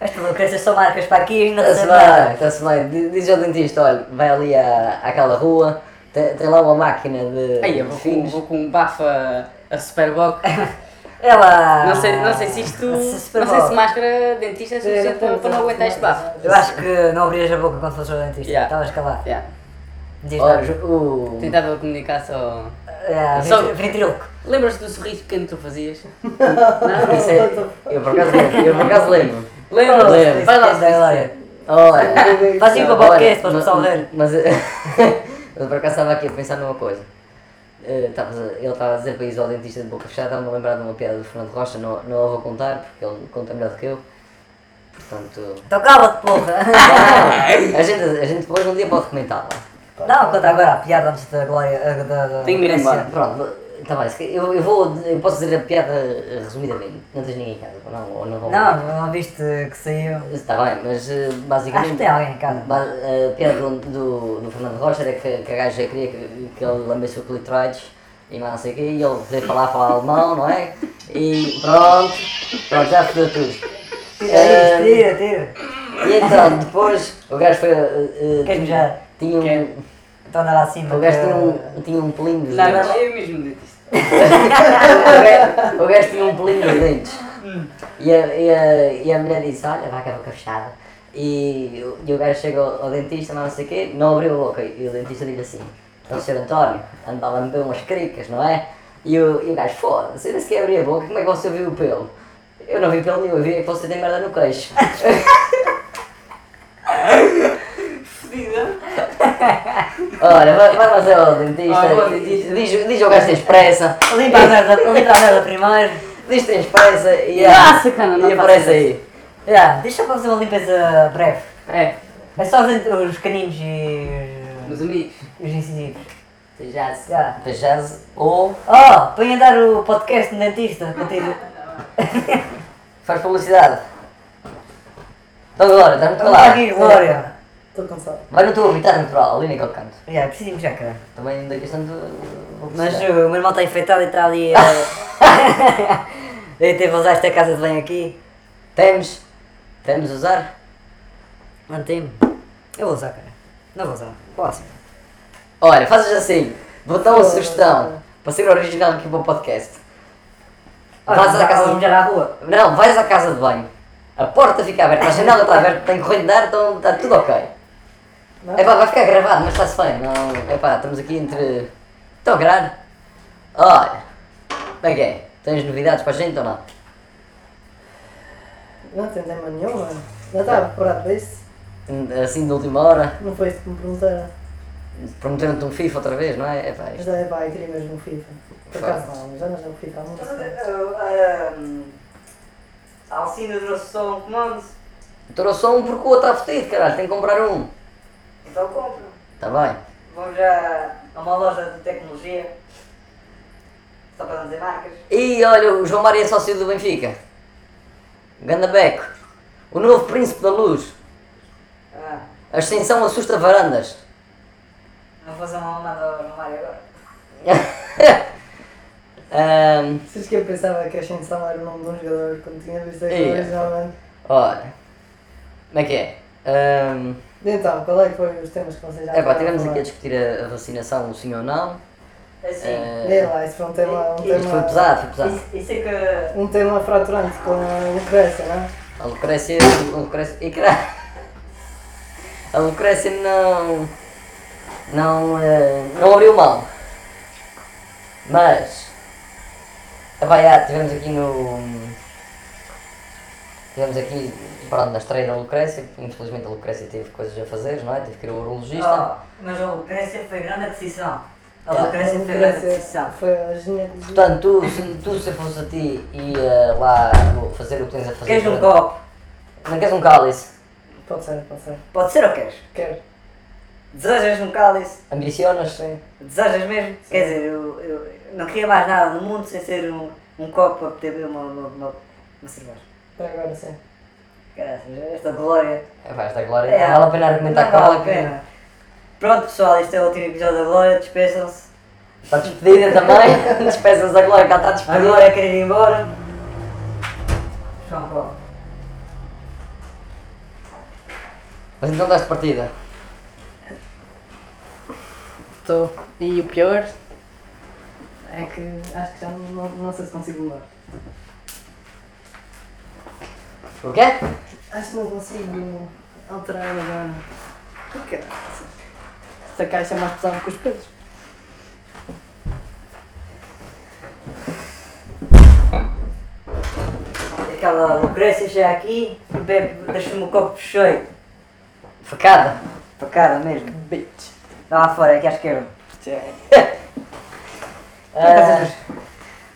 [SPEAKER 2] Estas lucrências são marcas para aqui ainda
[SPEAKER 3] Está-se
[SPEAKER 2] semana.
[SPEAKER 3] bem, está-se bem. Di- Diz ao dentista, olha, vai ali à, àquela rua, tem, tem lá uma máquina de,
[SPEAKER 1] Aí eu vou
[SPEAKER 3] de
[SPEAKER 1] com,
[SPEAKER 3] finos.
[SPEAKER 1] vou com um bafo a, a Superboc.
[SPEAKER 2] Ela.
[SPEAKER 1] Não sei, não sei se isto.
[SPEAKER 2] Se super
[SPEAKER 1] não sei se
[SPEAKER 2] bom.
[SPEAKER 1] máscara dentista é suficiente para, para não aguentar este bafo.
[SPEAKER 2] Eu acho que não abrias a boca quando fosse ao dentista.
[SPEAKER 1] Yeah.
[SPEAKER 2] Estavas calado.
[SPEAKER 1] Yeah.
[SPEAKER 2] Diz lá.
[SPEAKER 3] Olha, o...
[SPEAKER 1] Tentava comunicar só.
[SPEAKER 2] Yeah,
[SPEAKER 1] Só-
[SPEAKER 2] ventri- Ventríloco.
[SPEAKER 1] Lembras-te do sorriso pequeno que tu fazias?
[SPEAKER 3] Isso é- eu por acaso lembro, eu por acaso lembro.
[SPEAKER 1] Lembro-me.
[SPEAKER 3] Lembro.
[SPEAKER 1] um Vai lá,
[SPEAKER 2] Isso é da Glória.
[SPEAKER 3] Olha,
[SPEAKER 2] Faz aí para o
[SPEAKER 3] olha,
[SPEAKER 2] podcast, para o
[SPEAKER 3] mas-
[SPEAKER 2] pessoal ver.
[SPEAKER 3] Mas, mas por acaso estava aqui a pensar numa coisa. Eh, estavas a- ele estava a dizer para ir ao dentista de boca fechada, estava-me a lembrar de uma piada do Fernando Rocha, não, não a vou contar, porque ele conta melhor do que eu. Portanto,
[SPEAKER 2] Então cala-te, porra!
[SPEAKER 3] a gente, a gente depois um dia pode comentar. Lá.
[SPEAKER 2] Não, conta agora a piada antes da Glória. ah, Da, da,
[SPEAKER 1] Tenho que ir embora.
[SPEAKER 3] É assim, Pronto, tá bem. se- Eu, eu, vou, eu posso dizer a piada eh, resumidamente. Não tens ninguém em casa, não, ou não vou.
[SPEAKER 2] Não, não viste que saiu.
[SPEAKER 3] Está bem, mas eh, basicamente.
[SPEAKER 2] Acho que tem alguém em casa.
[SPEAKER 3] Ba- eh, A piada do, do, do Fernando Rocha era que, que a gaja queria que, que ele lambesse o clitóris e mais não sei o quê, e ele veio falar, falar alemão, não é? E pronto, pronto, já fodeu tudo.
[SPEAKER 1] Eh,
[SPEAKER 2] Tira,
[SPEAKER 3] Ah,
[SPEAKER 2] É tira, tira.
[SPEAKER 3] E então, depois, o gajo foi. eh, eh,
[SPEAKER 2] Queres mijar?
[SPEAKER 3] tinha
[SPEAKER 1] Quero.
[SPEAKER 3] um,
[SPEAKER 2] Então anda lá acima.
[SPEAKER 3] o gajo
[SPEAKER 2] que-
[SPEAKER 3] tinha um, tinha um pelinho dos
[SPEAKER 1] Não,
[SPEAKER 3] dentes.
[SPEAKER 1] não, eu É mesmo dentista.
[SPEAKER 3] O gajo- O gajo tinha um pelinho nos dentes. E a, e, a, e a mulher disse, olha, vai com a boca fechada. E, o- e o gajo chega ao, ao dentista, mas não sei o quê, não abriu a boca. E o dentista diz assim, então, Sr. António, anda a lamber umas cricas, não é? E o, e o gajo, foda-se, eu nem sequer abri a boca, como é que você viu o pelo? Eu não vi pelo nenhum, eu vi é que você tem merda no queixo.
[SPEAKER 1] Fedida.
[SPEAKER 3] Olha, vai, vai fazer ao dentista,
[SPEAKER 1] Olha, o
[SPEAKER 3] e-
[SPEAKER 1] dentista.
[SPEAKER 3] diz, diz ao gajo que tens pressa,
[SPEAKER 2] Limpa a merda, limpa a merda primeiro.
[SPEAKER 3] diz que tens pressa e,
[SPEAKER 1] Ah, sacana, não
[SPEAKER 3] e
[SPEAKER 1] faças
[SPEAKER 3] aparece
[SPEAKER 1] isso.
[SPEAKER 3] aí.
[SPEAKER 2] Yeah, deixa para fazer uma limpeza breve.
[SPEAKER 1] É,
[SPEAKER 2] É só os, os caninos e
[SPEAKER 1] meus amigos.
[SPEAKER 2] os, os incisivos.
[SPEAKER 3] Jazz.
[SPEAKER 2] Yeah.
[SPEAKER 3] Jazz ou...
[SPEAKER 2] Oh, põe a dar o podcast no dentista. contigo.
[SPEAKER 3] Faz publicidade. Então Glória, está muito
[SPEAKER 2] Vamos lá aqui,
[SPEAKER 3] claro.
[SPEAKER 2] Glória.
[SPEAKER 4] Estou cansado.
[SPEAKER 3] Vai no teu habitat natural, ali naquele canto.
[SPEAKER 2] Yeah, preciso já, cara.
[SPEAKER 3] Também da questão de.
[SPEAKER 2] Mas o meu irmão está infectado e está ali. eh, Eu teve a usar esta casa de banho aqui.
[SPEAKER 3] Temos. Temos a usar?
[SPEAKER 2] Não tem. Eu vou usar, cara. Não vou assim. usar. Posso.
[SPEAKER 3] Olha, fazes assim. Vou dar uma sugestão. Para ser original aqui para o podcast. Vais à casa
[SPEAKER 2] Vamos já à rua.
[SPEAKER 3] de... Não, vais à casa de banho. A porta fica aberta, a janela está aberta, tem corrente de ar, então está tudo ok.
[SPEAKER 4] Não?
[SPEAKER 3] Epá, vai ficar gravado, mas está-se bem. Não, epá, estamos aqui entre... Estão a gravar? Olha. Como é que é? Tens novidades para a gente ou não?
[SPEAKER 4] Não tem tema nenhum, mano. Já estava preparado para isso.
[SPEAKER 3] Assim de última hora.
[SPEAKER 4] Não foi isso que me perguntaram.
[SPEAKER 3] Prometeram-te um FIFA outra vez, não é? É pá,
[SPEAKER 4] Mas
[SPEAKER 3] isto.
[SPEAKER 4] daí, pá, eu queria mesmo um FIFA. Por acaso não, mas já não jogo FIFA há muito tempo.
[SPEAKER 2] Alcina trouxe só um comando.
[SPEAKER 3] Trouxe só um porque o outro está fodido, caralho, tem que comprar um.
[SPEAKER 2] Então compro.
[SPEAKER 3] Está bem.
[SPEAKER 2] Vamos já a uma loja de tecnologia. Só para não dizer marcas.
[SPEAKER 3] E olha, o João Mário é sócio do Benfica. Ganda Beco. O novo príncipe da luz.
[SPEAKER 2] Ah,
[SPEAKER 3] Ascensão assusta varandas.
[SPEAKER 2] não vou fazer uma mamada ao armário agora.
[SPEAKER 3] Ahm,
[SPEAKER 4] Vocês que eu pensava que a Ascensão era o nome de um jogador quando tinha visto aquela
[SPEAKER 1] É.
[SPEAKER 3] Ia.
[SPEAKER 4] originalmente.
[SPEAKER 3] olha. Como é que é? Ahm,
[SPEAKER 4] Então, qual é que foi os temas que vocês já
[SPEAKER 3] é pá,
[SPEAKER 4] tiveram
[SPEAKER 3] estivemos
[SPEAKER 4] falar?
[SPEAKER 3] aqui a discutir a, a vacinação, sim ou não.
[SPEAKER 2] Assim,
[SPEAKER 3] Ah,
[SPEAKER 4] Vê lá, isso foi um tema, um
[SPEAKER 3] isto foi
[SPEAKER 4] tema,
[SPEAKER 3] pesado, foi pesado.
[SPEAKER 2] isso, isso é que.
[SPEAKER 4] um tema fraturante com a Lucrécia, não é?
[SPEAKER 3] A Lucrécia. A Lucrécia. E caralho. A Lucrécia não. Não. eh, não abriu mal. Mas. Epá, já, tivemos aqui no. Tivemos aqui, pronto, na estreia da Lucrécia, que infelizmente a Lucrécia teve coisas a fazer, não é? Teve que ir ao
[SPEAKER 2] Ah.
[SPEAKER 3] urologista.
[SPEAKER 2] mas a Lucrécia foi grande a decisão. A
[SPEAKER 3] Ah,
[SPEAKER 2] Lucrécia foi grande a decisão.
[SPEAKER 4] Foi a genética.
[SPEAKER 3] Portanto, tu, se, tu se eu fosse a ti ia lá fazer o que tens a fazer.
[SPEAKER 2] Queres um
[SPEAKER 3] para-
[SPEAKER 2] copo?
[SPEAKER 3] Não queres um cálice?
[SPEAKER 4] Pode ser, pode ser.
[SPEAKER 2] Pode ser ou queres?
[SPEAKER 4] Quero.
[SPEAKER 2] Desejas um cálice?
[SPEAKER 3] Ambicionas?
[SPEAKER 4] Sim.
[SPEAKER 2] Desejas mesmo? Quer dizer, eu, eu não queria mais nada no mundo sem ser um, um copo para poder beber uma, uma, uma, uma cerveja.
[SPEAKER 4] Para agora sim.
[SPEAKER 2] Graças, esta glória.
[SPEAKER 3] É, vai, esta glória. não vale a pena argumentar
[SPEAKER 2] não
[SPEAKER 3] com
[SPEAKER 2] vale a
[SPEAKER 3] ela. que-
[SPEAKER 2] pena. Pronto pessoal, este é o último episódio da Glória, despeçam-se.
[SPEAKER 3] Está despedida também. Despeças a glória, cá está
[SPEAKER 2] A
[SPEAKER 3] despedida.
[SPEAKER 2] Glória quer ir embora. João Paulo.
[SPEAKER 3] Mas então dás partida.
[SPEAKER 4] Estou. E o pior é que acho que já não, não, não sei se consigo mudar.
[SPEAKER 3] O quê?
[SPEAKER 4] Acho que não consigo alterar agora. Porquê? Esta caixa é mais pesada que os pesos.
[SPEAKER 2] Aquela Lucrécia já é aqui, bebe, deixa-me o copo cheio.
[SPEAKER 3] Facada.
[SPEAKER 2] Facada mesmo.
[SPEAKER 4] Bitch.
[SPEAKER 2] Dá lá fora, aqui à esquerda.
[SPEAKER 3] Ah,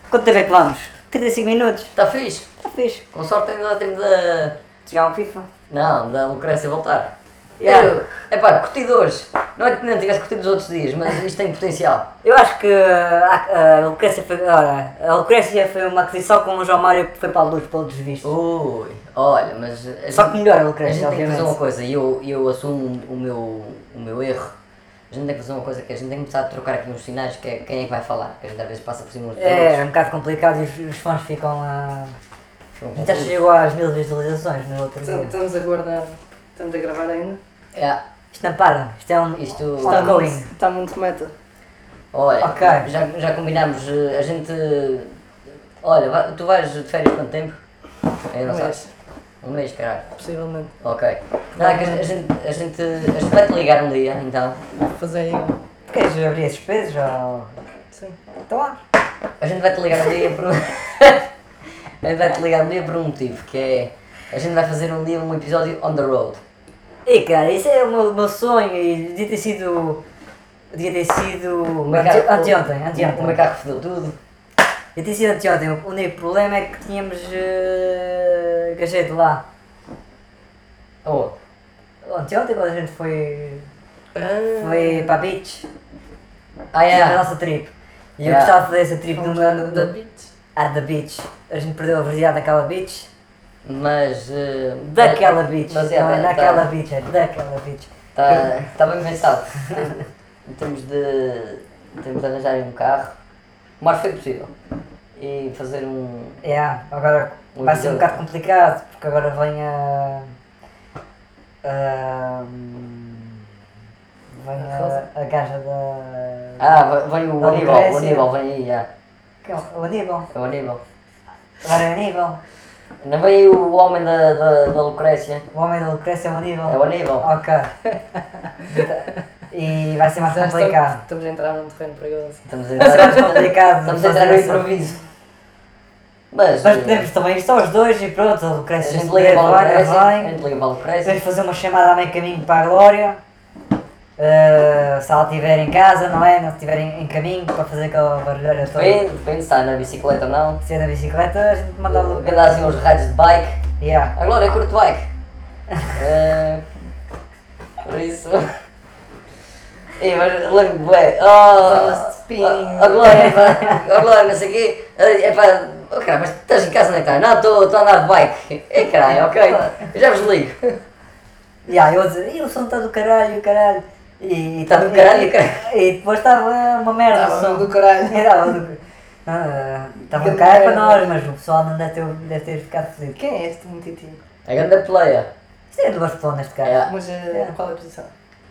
[SPEAKER 2] Quanto tempo é que vamos? 35 minutos.
[SPEAKER 3] Está Tá fixe.
[SPEAKER 2] Está fixe.
[SPEAKER 3] Com sorte ainda temos da.
[SPEAKER 2] Jogar um FIFA.
[SPEAKER 3] Não, da Lucrécia voltar.
[SPEAKER 2] Yeah.
[SPEAKER 3] É pá, curti de hoje. Não é que não tivesse curtido os outros dias, mas isto tem potencial.
[SPEAKER 2] Eu acho que ah, a, a Lucrécia foi. ah, a Lucrécia foi uma aquisição com o João Mário que foi para a luz, pelos vistos.
[SPEAKER 3] Ui, olha, mas. a
[SPEAKER 2] Só
[SPEAKER 3] gente-
[SPEAKER 2] que melhor a
[SPEAKER 3] A gente
[SPEAKER 2] Lucrécia,
[SPEAKER 3] tem que fazer uma
[SPEAKER 2] obviamente.
[SPEAKER 3] coisa, e eu, eu assumo o meu, o meu erro. A gente tem que fazer uma coisa que a gente tem que começar a trocar aqui uns sinais, que é quem é que vai falar, que a gente às vezes passa por cima uns dos
[SPEAKER 2] É, é
[SPEAKER 3] outros.
[SPEAKER 2] um bocado complicado e os, os fãs ficam a.
[SPEAKER 3] Ficam
[SPEAKER 2] Até
[SPEAKER 3] confusos.
[SPEAKER 2] chegou às mil visualizações no outro dia.
[SPEAKER 4] então, Estamos a guardar. Estamos a gravar ainda.
[SPEAKER 3] É,
[SPEAKER 2] Isto não para, isto é um.
[SPEAKER 3] Isto-
[SPEAKER 4] Está
[SPEAKER 2] ongoing.
[SPEAKER 4] Tá muito, está muito meta.
[SPEAKER 3] Olha,
[SPEAKER 2] Ok.
[SPEAKER 3] já, já combinámos, eh, a gente... eh, Olha, vai- tu vais de férias quanto tempo? Eu não
[SPEAKER 4] Um
[SPEAKER 3] sei.
[SPEAKER 4] mês.
[SPEAKER 3] Um mês, caralho.
[SPEAKER 4] Possivelmente.
[SPEAKER 3] Ok. Não, é que a gente, a gente, a gente vai-te ligar um dia, então.
[SPEAKER 4] Fazer aí. um.
[SPEAKER 2] Queres abrir esses pesos ou.
[SPEAKER 4] Sim.
[SPEAKER 2] Então lá.
[SPEAKER 3] A gente vai-te ligar um dia por... a gente vai-te ligar um dia por um motivo, que é... A gente vai fazer um dia um episódio on the road.
[SPEAKER 2] E cara, isso é o meu, meu sonho e devia ter sido. Devia ter sido.
[SPEAKER 3] Um
[SPEAKER 2] Ante, anteontem,
[SPEAKER 3] O meu
[SPEAKER 2] anteontem.
[SPEAKER 3] carro fedeu tudo.
[SPEAKER 2] Devia ter sido anteontem. O único problema é que tínhamos. Uh, de lá.
[SPEAKER 3] Oh,
[SPEAKER 2] Anteontem quando a gente foi.
[SPEAKER 4] Ah,
[SPEAKER 2] Foi para a beach.
[SPEAKER 3] ah,
[SPEAKER 2] A
[SPEAKER 3] é.
[SPEAKER 2] nossa trip. E eu
[SPEAKER 3] Yeah.
[SPEAKER 2] gostava de fazer essa trip no ano.
[SPEAKER 4] da Bitch.
[SPEAKER 2] Ah, da beach. A gente perdeu a verdade daquela beach.
[SPEAKER 3] Mas... eh,
[SPEAKER 2] Daquela beach.
[SPEAKER 3] Mas é,
[SPEAKER 2] não é
[SPEAKER 3] tá-
[SPEAKER 2] naquela
[SPEAKER 3] tá-
[SPEAKER 2] beach, é daquela beach.
[SPEAKER 3] Está tá bem pensado. temos, de, temos de arranjar um carro, o mais feio possível. E fazer um.
[SPEAKER 2] Yeah, É, agora
[SPEAKER 3] Um
[SPEAKER 2] vai ser um
[SPEAKER 3] episódio.
[SPEAKER 2] bocado complicado porque agora vem a. a vem
[SPEAKER 4] A Rosa?
[SPEAKER 2] a, a gaja da.
[SPEAKER 3] Ah, vai- vem o
[SPEAKER 2] Não,
[SPEAKER 3] Aníbal, o
[SPEAKER 2] parece.
[SPEAKER 3] Aníbal, vem aí, já.
[SPEAKER 2] Quem é o Aníbal.
[SPEAKER 3] É o Aníbal.
[SPEAKER 2] Agora é o Aníbal.
[SPEAKER 3] Não veio o homem da, da, da Lucrécia.
[SPEAKER 2] O homem da Lucrécia é o Aníbal.
[SPEAKER 3] É o Aníbal.
[SPEAKER 2] Ok. e vai ser mais
[SPEAKER 4] Já estamos,
[SPEAKER 2] complicado.
[SPEAKER 4] estamos a entrar num terreno perigoso.
[SPEAKER 3] Estamos a
[SPEAKER 2] Vai ser mais
[SPEAKER 3] entrar,
[SPEAKER 2] complicado.
[SPEAKER 3] estamos a
[SPEAKER 2] fazer
[SPEAKER 3] entrar no
[SPEAKER 2] essa-
[SPEAKER 3] improviso. Mas.
[SPEAKER 2] Mas
[SPEAKER 3] eh,
[SPEAKER 2] podemos também, estão os dois e pronto, a
[SPEAKER 3] a
[SPEAKER 2] Lucrécia
[SPEAKER 3] gente
[SPEAKER 2] sempre
[SPEAKER 3] liga para a
[SPEAKER 2] agora
[SPEAKER 3] Lucrécia. A
[SPEAKER 2] vem.
[SPEAKER 3] gente liga para a Lucrécia.
[SPEAKER 2] Podemos fazer uma chamada a meio caminho para a Glória. Uh, se ela estiver em casa, não é? Não estiver em, em caminho para fazer aquela barulheira toda.
[SPEAKER 3] Depende, depende se está na bicicleta ou não.
[SPEAKER 2] Se é na bicicleta, a gente manda logo.
[SPEAKER 3] Vendo assim uns rádios de bike.
[SPEAKER 2] Yeah.
[SPEAKER 3] Agora eu curto bike. Eh, Por isso. Ei, mas lembro-me bem.
[SPEAKER 4] Fala-se de
[SPEAKER 3] Oh,
[SPEAKER 4] espinho.
[SPEAKER 3] a Glória, pá, a Glória, não sei o quê. É pá, oh, caralho, mas estás em casa não é que estás? Não, estou estou a andar de bike. É caralho, ok. Eu já vos ligo.
[SPEAKER 2] Yeah, eu vou dizer, "Ih, o som está do caralho, caralho. E
[SPEAKER 3] Está do caralho, caralho.
[SPEAKER 2] E, e depois estava uma merda o
[SPEAKER 4] Estava
[SPEAKER 2] som.
[SPEAKER 4] do caralho.
[SPEAKER 2] E Estava do Ah, Estava do caralho para nós, mas o pessoal não deve ter, deve ter ficado feliz.
[SPEAKER 4] Quem é este mentitinho?
[SPEAKER 3] A grande playa.
[SPEAKER 2] Isto é do Barcelona, este cara.
[SPEAKER 3] É,
[SPEAKER 4] Mas eh,
[SPEAKER 2] Yeah.
[SPEAKER 4] qual é a posição?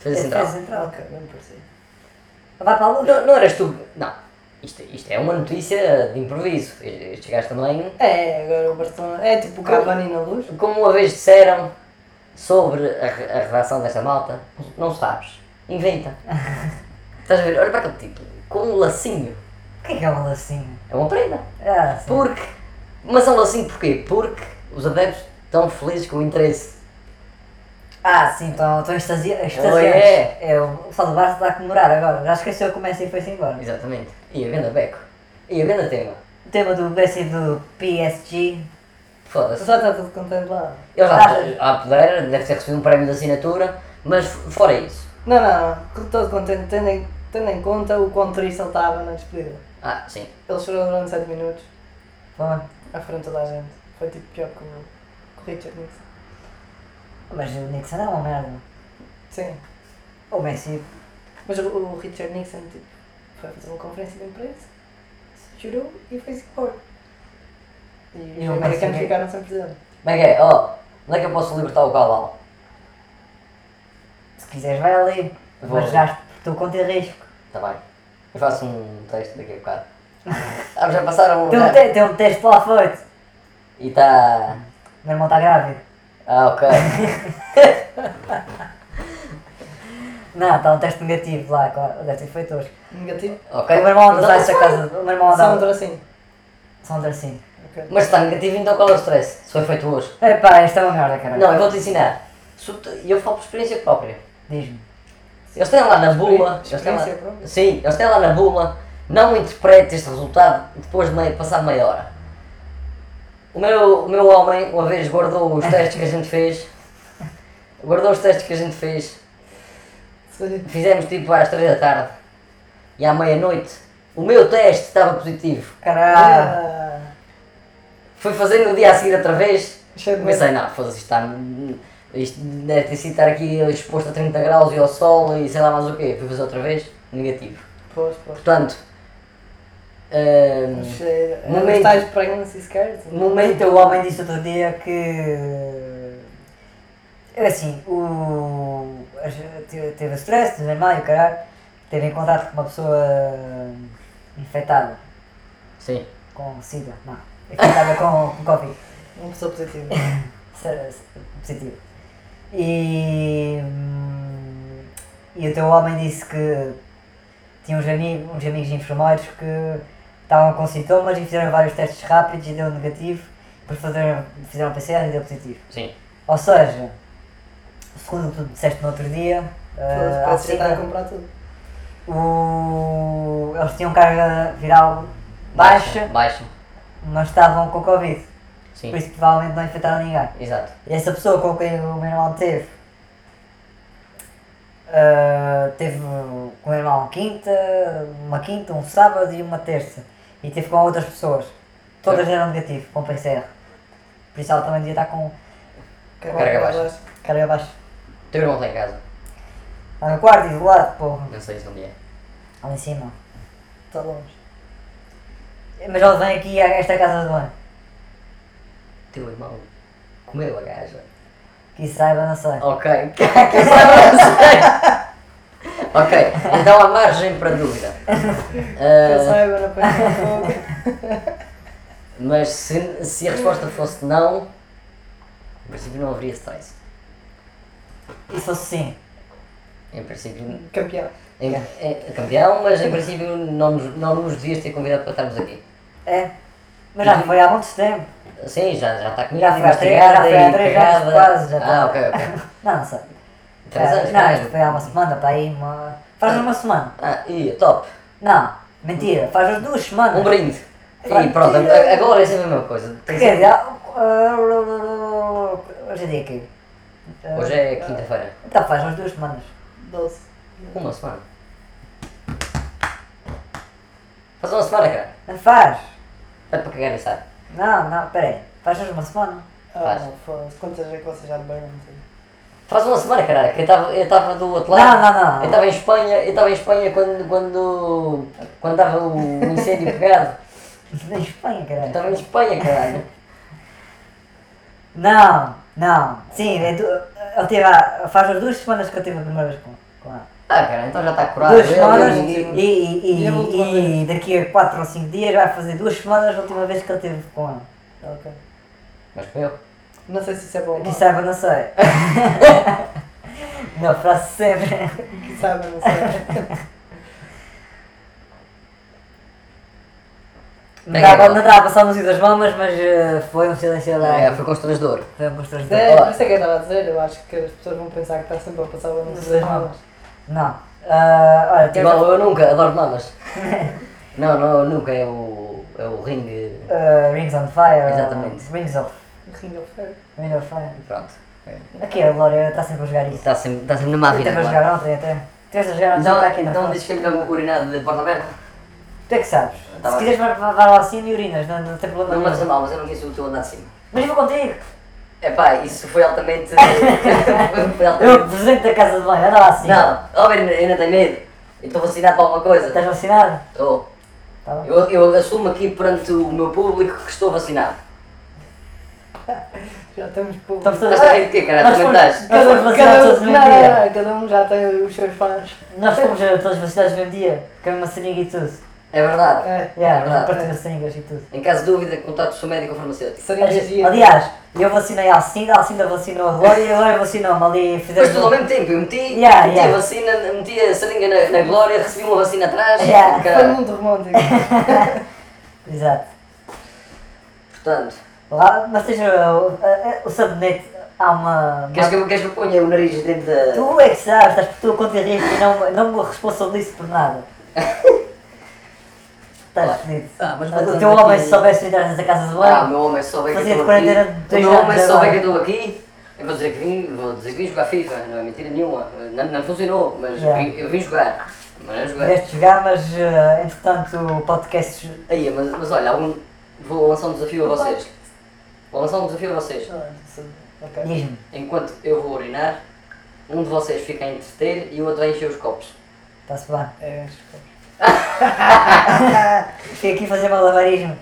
[SPEAKER 3] defesa central.
[SPEAKER 2] é central.
[SPEAKER 4] Ok, não me parecia.
[SPEAKER 2] Vai para a luz.
[SPEAKER 3] Não, não eras tu. Não. Isto, isto é uma notícia de improviso. Estes gajos também.
[SPEAKER 4] É, agora o Barcelona. É tipo o Cavani na luz.
[SPEAKER 3] Como uma vez disseram sobre a, re- a redação desta malta, não sabes. Inventa. Estás a ver? Olha para aquele tipo, com um lacinho.
[SPEAKER 2] O que é que é um lacinho?
[SPEAKER 3] É uma prenda.
[SPEAKER 2] Ah, sim.
[SPEAKER 3] Porque. Mas é um lacinho porquê? Porque os adeptos tão felizes com o interesse.
[SPEAKER 2] Ah, sim, estão estão extasi- extasiados.
[SPEAKER 3] é.
[SPEAKER 2] É, o pessoal do Barça está a comemorar agora. Já esqueceu é que o Messi foi-se embora.
[SPEAKER 3] Exatamente. E a grande beco. E a grande tema.
[SPEAKER 2] O tema do Messi do PSG.
[SPEAKER 3] Foda-se.
[SPEAKER 4] Já está tá tudo contente lá.
[SPEAKER 3] Ele já à pedreira, deve ter recebido um prémio de assinatura, mas fora isso.
[SPEAKER 4] Não, não, todo contente, tendo em, tendo em conta o quão triste ele estava na despedida.
[SPEAKER 3] Ah, sim.
[SPEAKER 4] Ele chorou durante 7 minutos,
[SPEAKER 2] Pô,
[SPEAKER 4] à frente de toda a gente. Foi tipo pior que o que o Richard Nixon.
[SPEAKER 2] Mas o Nixon é uma merda.
[SPEAKER 4] Sim.
[SPEAKER 2] O Messi.
[SPEAKER 4] Mas o, o Richard Nixon tipo, foi fazer uma conferência de imprensa, chorou e foi-se embora. E,
[SPEAKER 2] E
[SPEAKER 4] os
[SPEAKER 2] o
[SPEAKER 4] americanos
[SPEAKER 2] Messi-
[SPEAKER 4] ficaram sempre dizendo.
[SPEAKER 3] Como é que é? Oh, onde é que eu posso libertar o Galal?
[SPEAKER 2] Se quiseres vai ali.
[SPEAKER 3] Vou.
[SPEAKER 2] Mas já por tu conta e risco.
[SPEAKER 3] Tá bem. Eu faço um texto daqui a bocado. Ah, já passaram.
[SPEAKER 2] Tem um, te- tem um teste lá feito.
[SPEAKER 3] E está.
[SPEAKER 2] Meu irmão está grávido.
[SPEAKER 3] Ah, ok.
[SPEAKER 2] Não, está um teste negativo lá, claro. Deve ter feito hoje.
[SPEAKER 4] Negativo?
[SPEAKER 3] Ok. tá-
[SPEAKER 2] O meu irmão anda lá essa casa. O meu irmão anda. assim.
[SPEAKER 4] Sandra,
[SPEAKER 3] um
[SPEAKER 4] sim.
[SPEAKER 2] Sandra sim.
[SPEAKER 4] um Ok.
[SPEAKER 3] Mas está negativo, então qual é o stress? Se foi feito hoje.
[SPEAKER 2] Epá, esta é uma merda, caralho.
[SPEAKER 3] Não, eu vou te ensinar. Se tu- E eu falo por experiência própria.
[SPEAKER 2] Diz-me.
[SPEAKER 3] Eles têm lá na bula. Eles têm
[SPEAKER 4] Experiência própria.
[SPEAKER 3] lá, sim, eles têm lá na bula. Não interprete este resultado depois de meia, passar meia hora. O meu, o meu homem uma vez guardou os testes que a gente fez. Guardou os testes que a gente fez.
[SPEAKER 4] Sim.
[SPEAKER 3] Fizemos tipo às 3 da tarde. E à meia-noite. O meu teste estava positivo.
[SPEAKER 2] Caralho.
[SPEAKER 4] Ah,
[SPEAKER 3] Fui fazer no dia a seguir outra vez.
[SPEAKER 4] Cheio de
[SPEAKER 3] Pensei, não, foda-se, isto está. Isto deve ter sido estar aqui exposto a 30 graus e ao sol e sei lá mais o quê. Fui fazer outra vez. Negativo.
[SPEAKER 4] pois, pois.
[SPEAKER 3] Portanto, hum,
[SPEAKER 4] Cheio.
[SPEAKER 3] Momento.
[SPEAKER 4] Momento. Estás É, pregnancy assim. scared?
[SPEAKER 3] no momento
[SPEAKER 2] Então
[SPEAKER 3] eu
[SPEAKER 2] o homem disse outro dia que. é Assim, o. as- te- Teve stress, teve mal e o caralho. Teve em contato com uma pessoa infectada
[SPEAKER 3] Sim.
[SPEAKER 2] com SIDA, não. Infectada com, com Covid.
[SPEAKER 4] Uma pessoa positiva.
[SPEAKER 2] Ser- ser- Positivo. E. hum, E o teu homem disse que tinha uns amigos, uns amigos enfermeiros que estavam com sintomas e fizeram vários testes rápidos e deu negativo. Depois fizeram, fizeram PCR e deu positivo.
[SPEAKER 3] Sim.
[SPEAKER 2] Ou seja, segundo o que tu disseste no outro dia,
[SPEAKER 4] Pois,
[SPEAKER 2] eh, à
[SPEAKER 4] parece que já está a
[SPEAKER 2] Sina,
[SPEAKER 4] comprar tudo.
[SPEAKER 2] o... eles tinham carga viral baixa,
[SPEAKER 3] Baixa.
[SPEAKER 2] mas estavam com Covid.
[SPEAKER 3] Sim.
[SPEAKER 2] Por isso provavelmente não infectaram ninguém.
[SPEAKER 3] Exato.
[SPEAKER 2] E essa pessoa com quem o meu irmão teve, eh, teve com o meu irmão quinta, uma quinta, um sábado e uma terça. E teve com outras pessoas. Todas eram negativo, com PCR. Por isso ela também devia estar com
[SPEAKER 3] Carga baixa.
[SPEAKER 2] carga baixa.
[SPEAKER 3] Teu irmão está em casa.
[SPEAKER 2] Lá no quarto, isolado, porra.
[SPEAKER 3] Não sei se onde é.
[SPEAKER 2] Lá em cima.
[SPEAKER 4] Está Tá longe.
[SPEAKER 2] Mas ele vem aqui a esta casa do banho.
[SPEAKER 3] Teu irmão comeu a gaja.
[SPEAKER 2] Que saiba, não sei.
[SPEAKER 3] Ok. Quem sabe não sei. Ok. Então há margem para dúvida.
[SPEAKER 4] Eu
[SPEAKER 3] Ah,
[SPEAKER 4] saiba, não põe fogo.
[SPEAKER 3] mas se, se a resposta fosse não, em princípio não haveria stress. Oh.
[SPEAKER 2] E se fosse assim? sim?
[SPEAKER 3] Em princípio
[SPEAKER 4] Campeão.
[SPEAKER 3] Em- é, campeão, mas em princípio não nos, não nos devias ter convidado para estarmos aqui.
[SPEAKER 2] É. Mas já foi há muito tempo.
[SPEAKER 3] Sim, já, já está comigo.
[SPEAKER 2] Já foi há três- já foi há três anos quase, já está.
[SPEAKER 3] Ah, ok, ok.
[SPEAKER 2] Não, não sei.
[SPEAKER 3] Três
[SPEAKER 2] Ah,
[SPEAKER 3] anos?
[SPEAKER 2] não,
[SPEAKER 3] caralho.
[SPEAKER 2] isto foi há um- uma semana, para aí uma... Faz uma semana.
[SPEAKER 3] Ah, e top.
[SPEAKER 2] Não, mentira. Faz umas duas semanas.
[SPEAKER 3] Um brinde. E pronto, a- agora é sempre a mesma coisa. Tem
[SPEAKER 2] Quer
[SPEAKER 3] sempre-
[SPEAKER 2] dizer, há- ah, hoje é dia que
[SPEAKER 3] Hoje é quinta-feira.
[SPEAKER 2] Então faz umas duas semanas.
[SPEAKER 4] Doce.
[SPEAKER 3] Uma semana. Faz uma semana, cara.
[SPEAKER 2] Não faz.
[SPEAKER 3] Vai para cagar e sai.
[SPEAKER 2] Não, não, peraí. Faz hoje uma semana.
[SPEAKER 4] Ah,
[SPEAKER 3] Faz.
[SPEAKER 4] não, foda-se. Quantas é que vocês já beberam?
[SPEAKER 3] Faz uma semana, caralho, que eu estava eu estava do outro lado.
[SPEAKER 2] Não, não, não.
[SPEAKER 3] Eu estava em Espanha, eu estava em Espanha quando quando quando estava o incêndio pegado.
[SPEAKER 2] Na Espanha,
[SPEAKER 3] Eu
[SPEAKER 2] caralho.
[SPEAKER 3] estava em Espanha, caralho.
[SPEAKER 2] Não, não. Sim, é du... eu tive há... faz as duas semanas que eu tive a primeira vez com, com ela.
[SPEAKER 3] Ah, cara, então já está curado.
[SPEAKER 2] duas
[SPEAKER 3] Eu-
[SPEAKER 2] semanas
[SPEAKER 3] eu-
[SPEAKER 2] e,
[SPEAKER 3] eu-
[SPEAKER 2] e,
[SPEAKER 4] E a última
[SPEAKER 2] e, e daqui a 4 ou 5 dias vai fazer duas semanas a última vez que eu tive com ela.
[SPEAKER 4] Ok.
[SPEAKER 3] Mas foi eu.
[SPEAKER 4] Não sei se isso é bom ou
[SPEAKER 2] Que
[SPEAKER 4] mal.
[SPEAKER 2] saiba, não sei. Minha frase sempre.
[SPEAKER 4] Que saiba, não sei.
[SPEAKER 2] Não estava não estava a passar no sítio das mamas, mas eh, foi um silêncio
[SPEAKER 3] É,
[SPEAKER 2] lá.
[SPEAKER 3] foi constrangedor.
[SPEAKER 2] Foi um constrangedor.
[SPEAKER 4] É, por isso é que eu estava a dizer, eu acho que as pessoas vão pensar que está sempre a passar o
[SPEAKER 2] Mas
[SPEAKER 4] anúncio das
[SPEAKER 2] não.
[SPEAKER 4] malas.
[SPEAKER 2] Não. Ah, olha, temos.
[SPEAKER 3] Igual eu nunca, adoro mamas. não, não, eu nunca, é o. É o ringue.
[SPEAKER 2] ah, Rings on Fire.
[SPEAKER 3] Exatamente.
[SPEAKER 2] Rings of.
[SPEAKER 4] Ring of Fire.
[SPEAKER 2] Ring of Fire.
[SPEAKER 3] Pronto. É.
[SPEAKER 2] Aqui, a Glória está sempre a jogar isso.
[SPEAKER 3] Está sempre, está sempre na má
[SPEAKER 2] Até
[SPEAKER 3] vida. é
[SPEAKER 2] para
[SPEAKER 3] claro.
[SPEAKER 2] jogar ontem, até. Tiveste a jogar ontem,
[SPEAKER 3] Então,
[SPEAKER 2] está tá aqui na
[SPEAKER 3] então
[SPEAKER 2] frente.
[SPEAKER 3] dizes que ele deu urinado de porta aberta?
[SPEAKER 2] Tu é que sabes.
[SPEAKER 3] Tá
[SPEAKER 2] Se
[SPEAKER 3] bem.
[SPEAKER 2] quiseres, vai, vai lá assim e urinas, não, não tem problema
[SPEAKER 3] Não me
[SPEAKER 2] nenhum.
[SPEAKER 3] mal, mas eu não quis o teu andar de cima.
[SPEAKER 2] Mas eu vou contigo.
[SPEAKER 3] Epá, isso foi altamente. foi
[SPEAKER 2] Eu
[SPEAKER 3] altamente.
[SPEAKER 2] apresento Eh, da casa de banho, anda lá assim.
[SPEAKER 3] Não, Robert, ainda- ainda tem medo. Eu estou vacinado para alguma coisa.
[SPEAKER 2] Estás vacinado?
[SPEAKER 3] Estou.
[SPEAKER 2] Tá bem.
[SPEAKER 3] Eu, eu assumo aqui perante o meu público que estou vacinado.
[SPEAKER 4] Já estamos por.
[SPEAKER 2] Estamos todos
[SPEAKER 3] Mas também o quê, cara?
[SPEAKER 2] Nós
[SPEAKER 3] Também
[SPEAKER 2] fomos-
[SPEAKER 3] estás?
[SPEAKER 2] Nós fomos vacinados todos no
[SPEAKER 4] um, não,
[SPEAKER 2] mesmo
[SPEAKER 4] não,
[SPEAKER 2] dia.
[SPEAKER 4] não, cada um já tem os seus fãs.
[SPEAKER 2] Nós fomos eh, todos vacinados no mesmo dia. Com a mesma seringa e tudo.
[SPEAKER 3] É verdade.
[SPEAKER 4] É.
[SPEAKER 2] Yeah,
[SPEAKER 3] verdade.
[SPEAKER 2] Partiu as seringas e tudo.
[SPEAKER 3] Em caso de dúvida, contate o seu médico ou farmacêutico.
[SPEAKER 4] Seringas
[SPEAKER 2] Aliás, eu vacinei a Alcinda, a Alcinda vacinou a Glória e a Glória vacinou-me ali.
[SPEAKER 3] Mas
[SPEAKER 2] Fizemos
[SPEAKER 3] tudo ao mesmo tempo, eu meti,
[SPEAKER 2] Yeah,
[SPEAKER 3] meti
[SPEAKER 2] yeah.
[SPEAKER 3] a vacina, meti a seringa na, na glória, recebi uma vacina atrás.
[SPEAKER 2] Yeah.
[SPEAKER 4] Foi
[SPEAKER 3] Cara,
[SPEAKER 4] muito romântico.
[SPEAKER 2] Exato.
[SPEAKER 3] portanto,
[SPEAKER 2] Lá, mas tens eh, o, a- a- o sabonete, há uma...
[SPEAKER 3] queres que, é eu, queres que eu ponha o nariz dentro da.
[SPEAKER 2] Tu é que sabes, estás por tua conta e risco e não, não me responsabilizo por nada. Estás fedido.
[SPEAKER 3] Ah, mas
[SPEAKER 2] o
[SPEAKER 3] voltando
[SPEAKER 2] teu homem,
[SPEAKER 3] aqui-
[SPEAKER 2] se soubesse entrar nessa casa
[SPEAKER 3] Ah,
[SPEAKER 2] de
[SPEAKER 3] o
[SPEAKER 2] banho,
[SPEAKER 3] meu homem só vê que eu
[SPEAKER 2] é? Fazia de
[SPEAKER 3] estou
[SPEAKER 2] quarentena de
[SPEAKER 3] aqui. O
[SPEAKER 2] dois
[SPEAKER 3] meu
[SPEAKER 2] anos
[SPEAKER 3] homem só vê
[SPEAKER 2] agora.
[SPEAKER 3] que eu estou aqui. Eu vou dizer que vim, vou dizer que vim jogar FIFA, não é mentira nenhuma. Não, não funcionou, mas
[SPEAKER 2] Yeah.
[SPEAKER 3] vim- eu vim jogar. Mas não joguei.
[SPEAKER 2] pudeste jogar, mas eh, entretanto o podcast.
[SPEAKER 3] Aí, mas, mas olha, algum- vou lançar um desafio a vocês. Vou lançar um desafio a vocês.
[SPEAKER 4] Ok.
[SPEAKER 2] Diz-me.
[SPEAKER 3] Enquanto eu vou urinar, um de vocês fica a entreter e o outro a encher os copos.
[SPEAKER 2] Está-se bem.
[SPEAKER 4] É,
[SPEAKER 2] Fiquei aqui a fazer malabarismo.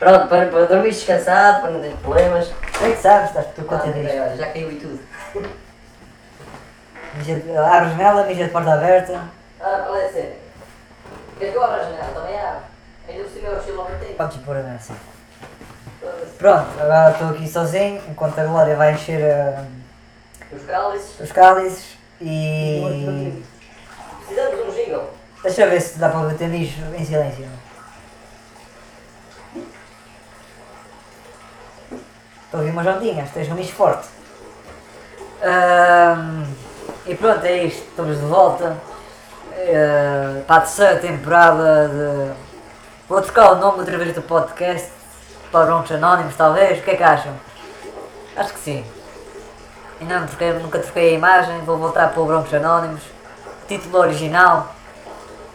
[SPEAKER 3] Pronto, para, para dormir descansado, para não ter problemas.
[SPEAKER 2] Tu é que sabes, estás por tua
[SPEAKER 3] Ah,
[SPEAKER 2] conta e risco.
[SPEAKER 3] olha, já caiu e tudo.
[SPEAKER 2] Mija- Abres nela, mija de porta aberta.
[SPEAKER 3] Ah, qual é a cena? Queres que eu abra a janela? Também abro. Ainda por cima eu chego ao tempo.
[SPEAKER 2] Podes pôr a dança. Pronto, agora estou aqui sozinho, enquanto a Glória vai encher eh,
[SPEAKER 3] Os cálices.
[SPEAKER 2] os cálices e.
[SPEAKER 3] Precisamos de um jingle.
[SPEAKER 2] Deixa eu ver se dá para bater nicho em silêncio. Estou a ouvir umas ondinhas, tens um nicho forte. Ahm, e pronto, é isto, estamos de volta eh, para a terceira temporada de. Vou trocar o nome outra vez do podcast para Broncos Anónimos, talvez. O que é que acham? Acho que sim. Ainda não troquei- nunca troquei a imagem, vou voltar para o Broncos Anónimos. Título original.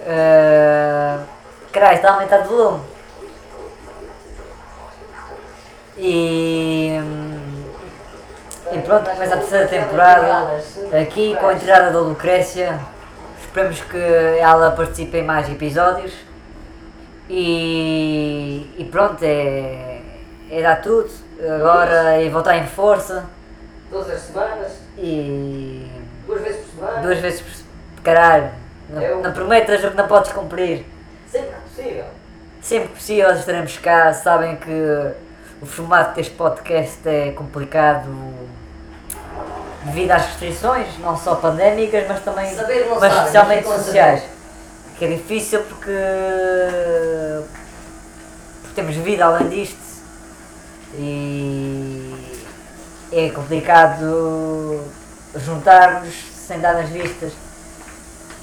[SPEAKER 2] Uh, caralho, está a aumentar de volume. E, hum, e pronto, começa a terceira temporada aqui com a entrada da Lucrécia. Esperamos que ela participe em mais episódios. E, e pronto, é, é dar tudo. Agora é voltar em força
[SPEAKER 3] Todas as semanas,
[SPEAKER 2] e
[SPEAKER 3] duas vezes por semana,
[SPEAKER 2] duas vezes por se- caralho. Não,
[SPEAKER 3] Eu-
[SPEAKER 2] não prometas o que não podes cumprir.
[SPEAKER 3] sempre que possível.
[SPEAKER 2] Sempre que possível estaremos cá, sabem que o formato deste podcast é complicado devido às restrições, não só pandémicas, mas também
[SPEAKER 3] Saber não
[SPEAKER 2] mas
[SPEAKER 3] sabe,
[SPEAKER 2] especialmente
[SPEAKER 3] mas ficam a
[SPEAKER 2] sociais. Que é difícil porque, porque temos vida além disto e é complicado juntar-nos sem dar nas vistas,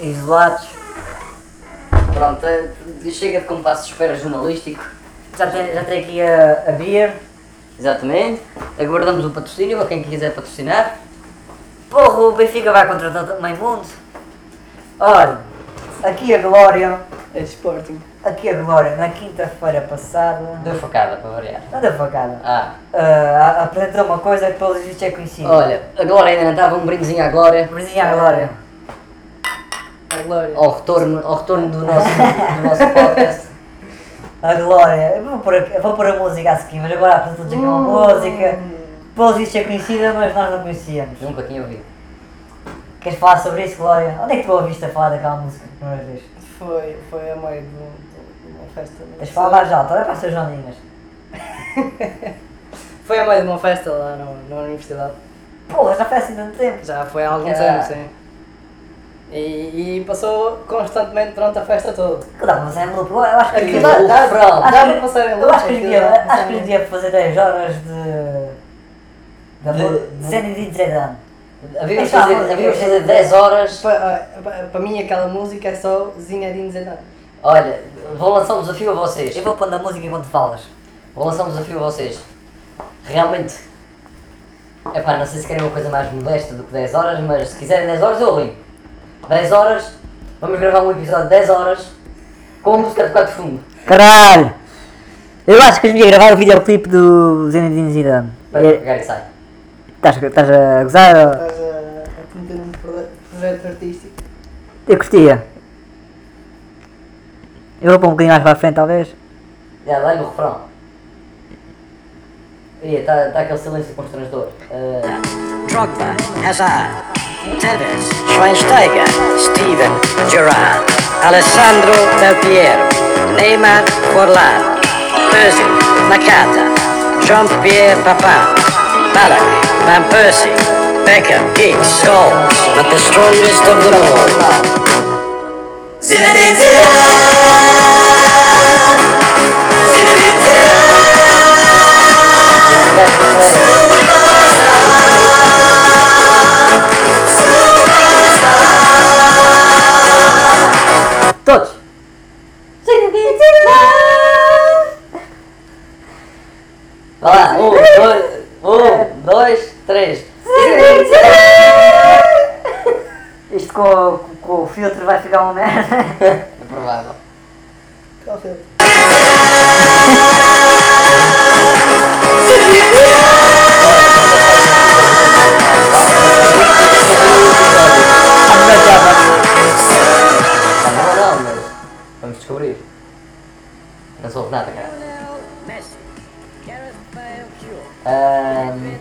[SPEAKER 2] isolados.
[SPEAKER 3] Pronto, eh, chega de compasso de espera jornalístico.
[SPEAKER 2] Já tem, já tem aqui a, a beer.
[SPEAKER 3] Exatamente. Aguardamos o patrocínio, a quem quiser patrocinar.
[SPEAKER 2] Porra, o Benfica vai contratar também mundo. Olha, aqui a Glória,
[SPEAKER 4] é Sporting.
[SPEAKER 2] aqui a Glória, na quinta-feira passada,
[SPEAKER 3] Deu facada, para variar.
[SPEAKER 2] nada facada,
[SPEAKER 3] Ah,
[SPEAKER 2] ah, apresentou uma coisa que pelos vistos é conhecida.
[SPEAKER 3] olha, a Glória ainda não estava um brindezinho à Glória.
[SPEAKER 2] Beijinho à Glória.
[SPEAKER 4] É A Glória.
[SPEAKER 3] Ao retorno, ao retorno do, nosso, do nosso podcast.
[SPEAKER 2] A Glória, eu vou pôr, a- eu vou pôr a música a seguir, mas agora apresentou-nos aqui
[SPEAKER 3] Uh.
[SPEAKER 2] uma música. Pelos vistos é conhecida, mas nós não conhecíamos.
[SPEAKER 3] Nunca tinha ouvido.
[SPEAKER 2] Queres falar sobre isso, Glória? Onde é que tu ouviste a falar daquela música a primeira vez?
[SPEAKER 4] Foi, foi a meio de, um- de uma festa.
[SPEAKER 2] Tens de falar mais alto, olha para as tuas ondinhas.
[SPEAKER 4] Foi a meio de uma festa lá no- na universidade.
[SPEAKER 2] Porra, já foi assim tanto tempo.
[SPEAKER 4] Já foi há alguns
[SPEAKER 3] Yeah.
[SPEAKER 4] anos, sim. E, e passou constantemente durante a festa toda.
[SPEAKER 2] Que dá para passar em loop. Eu acho que
[SPEAKER 3] Aquilo,
[SPEAKER 2] dá,
[SPEAKER 3] o
[SPEAKER 2] dá-
[SPEAKER 3] refrão.
[SPEAKER 2] acho
[SPEAKER 4] Dá
[SPEAKER 2] que-
[SPEAKER 4] para passar em
[SPEAKER 2] Eu
[SPEAKER 4] loop,
[SPEAKER 2] acho que lhe
[SPEAKER 4] aquilo
[SPEAKER 2] devia,
[SPEAKER 4] dá para
[SPEAKER 2] acho
[SPEAKER 4] passar
[SPEAKER 2] que lhe
[SPEAKER 4] em-
[SPEAKER 2] devia fazer 10 horas de. de amor.
[SPEAKER 3] De-
[SPEAKER 2] de 117 anos.
[SPEAKER 3] Havíamos de
[SPEAKER 2] Então,
[SPEAKER 3] fazer, havíamos de fazer
[SPEAKER 2] é-
[SPEAKER 3] 10 horas.
[SPEAKER 4] Para, para, para mim aquela música é só Zinedine Zidane.
[SPEAKER 3] Olha, vou lançar um desafio a vocês.
[SPEAKER 2] Eu vou pondo a música enquanto falas.
[SPEAKER 3] Vou lançar um desafio a vocês. Realmente. Epá, não sei se querem uma coisa mais modesta do que 10 horas, mas se quiserem 10 horas eu ligo. 10 horas, vamos gravar um episódio de 10 horas com a música de quatro fundo.
[SPEAKER 2] Caralho! Eu acho que eu devia gravar o videoclipe do Zinedine Zidane. É,
[SPEAKER 3] Para que cagar e sai.
[SPEAKER 2] Estás estás a gozar?
[SPEAKER 4] Estás a, eh, a te meter num proje- projeto artístico.
[SPEAKER 2] Eu gostia. Eu vou pôr um bocadinho mais para a frente, talvez.
[SPEAKER 3] Já, dá-lhe o refrão. Está tá aquele silêncio constrangedor. Ah,
[SPEAKER 5] Drogba, Hazard, Tevez, Schweinsteiger, Steven, Gerrard, Alessandro Del Piero, Neymar, Forlan, Özil, Nakata, Jean-Pierre Papin, Balak, Van Persie, Beckham, Giggs, Scholes, but the strongest of them all. Zinedine
[SPEAKER 3] todos! Vá lá, um, dois, um, dois, três.
[SPEAKER 2] Isto com, o- com- com o filtro vai ficar uma merda.
[SPEAKER 3] É provável.
[SPEAKER 4] Qual filme?
[SPEAKER 3] Tá bom, não, mas vamos descobrir. Não soube nada, cara. Ahm,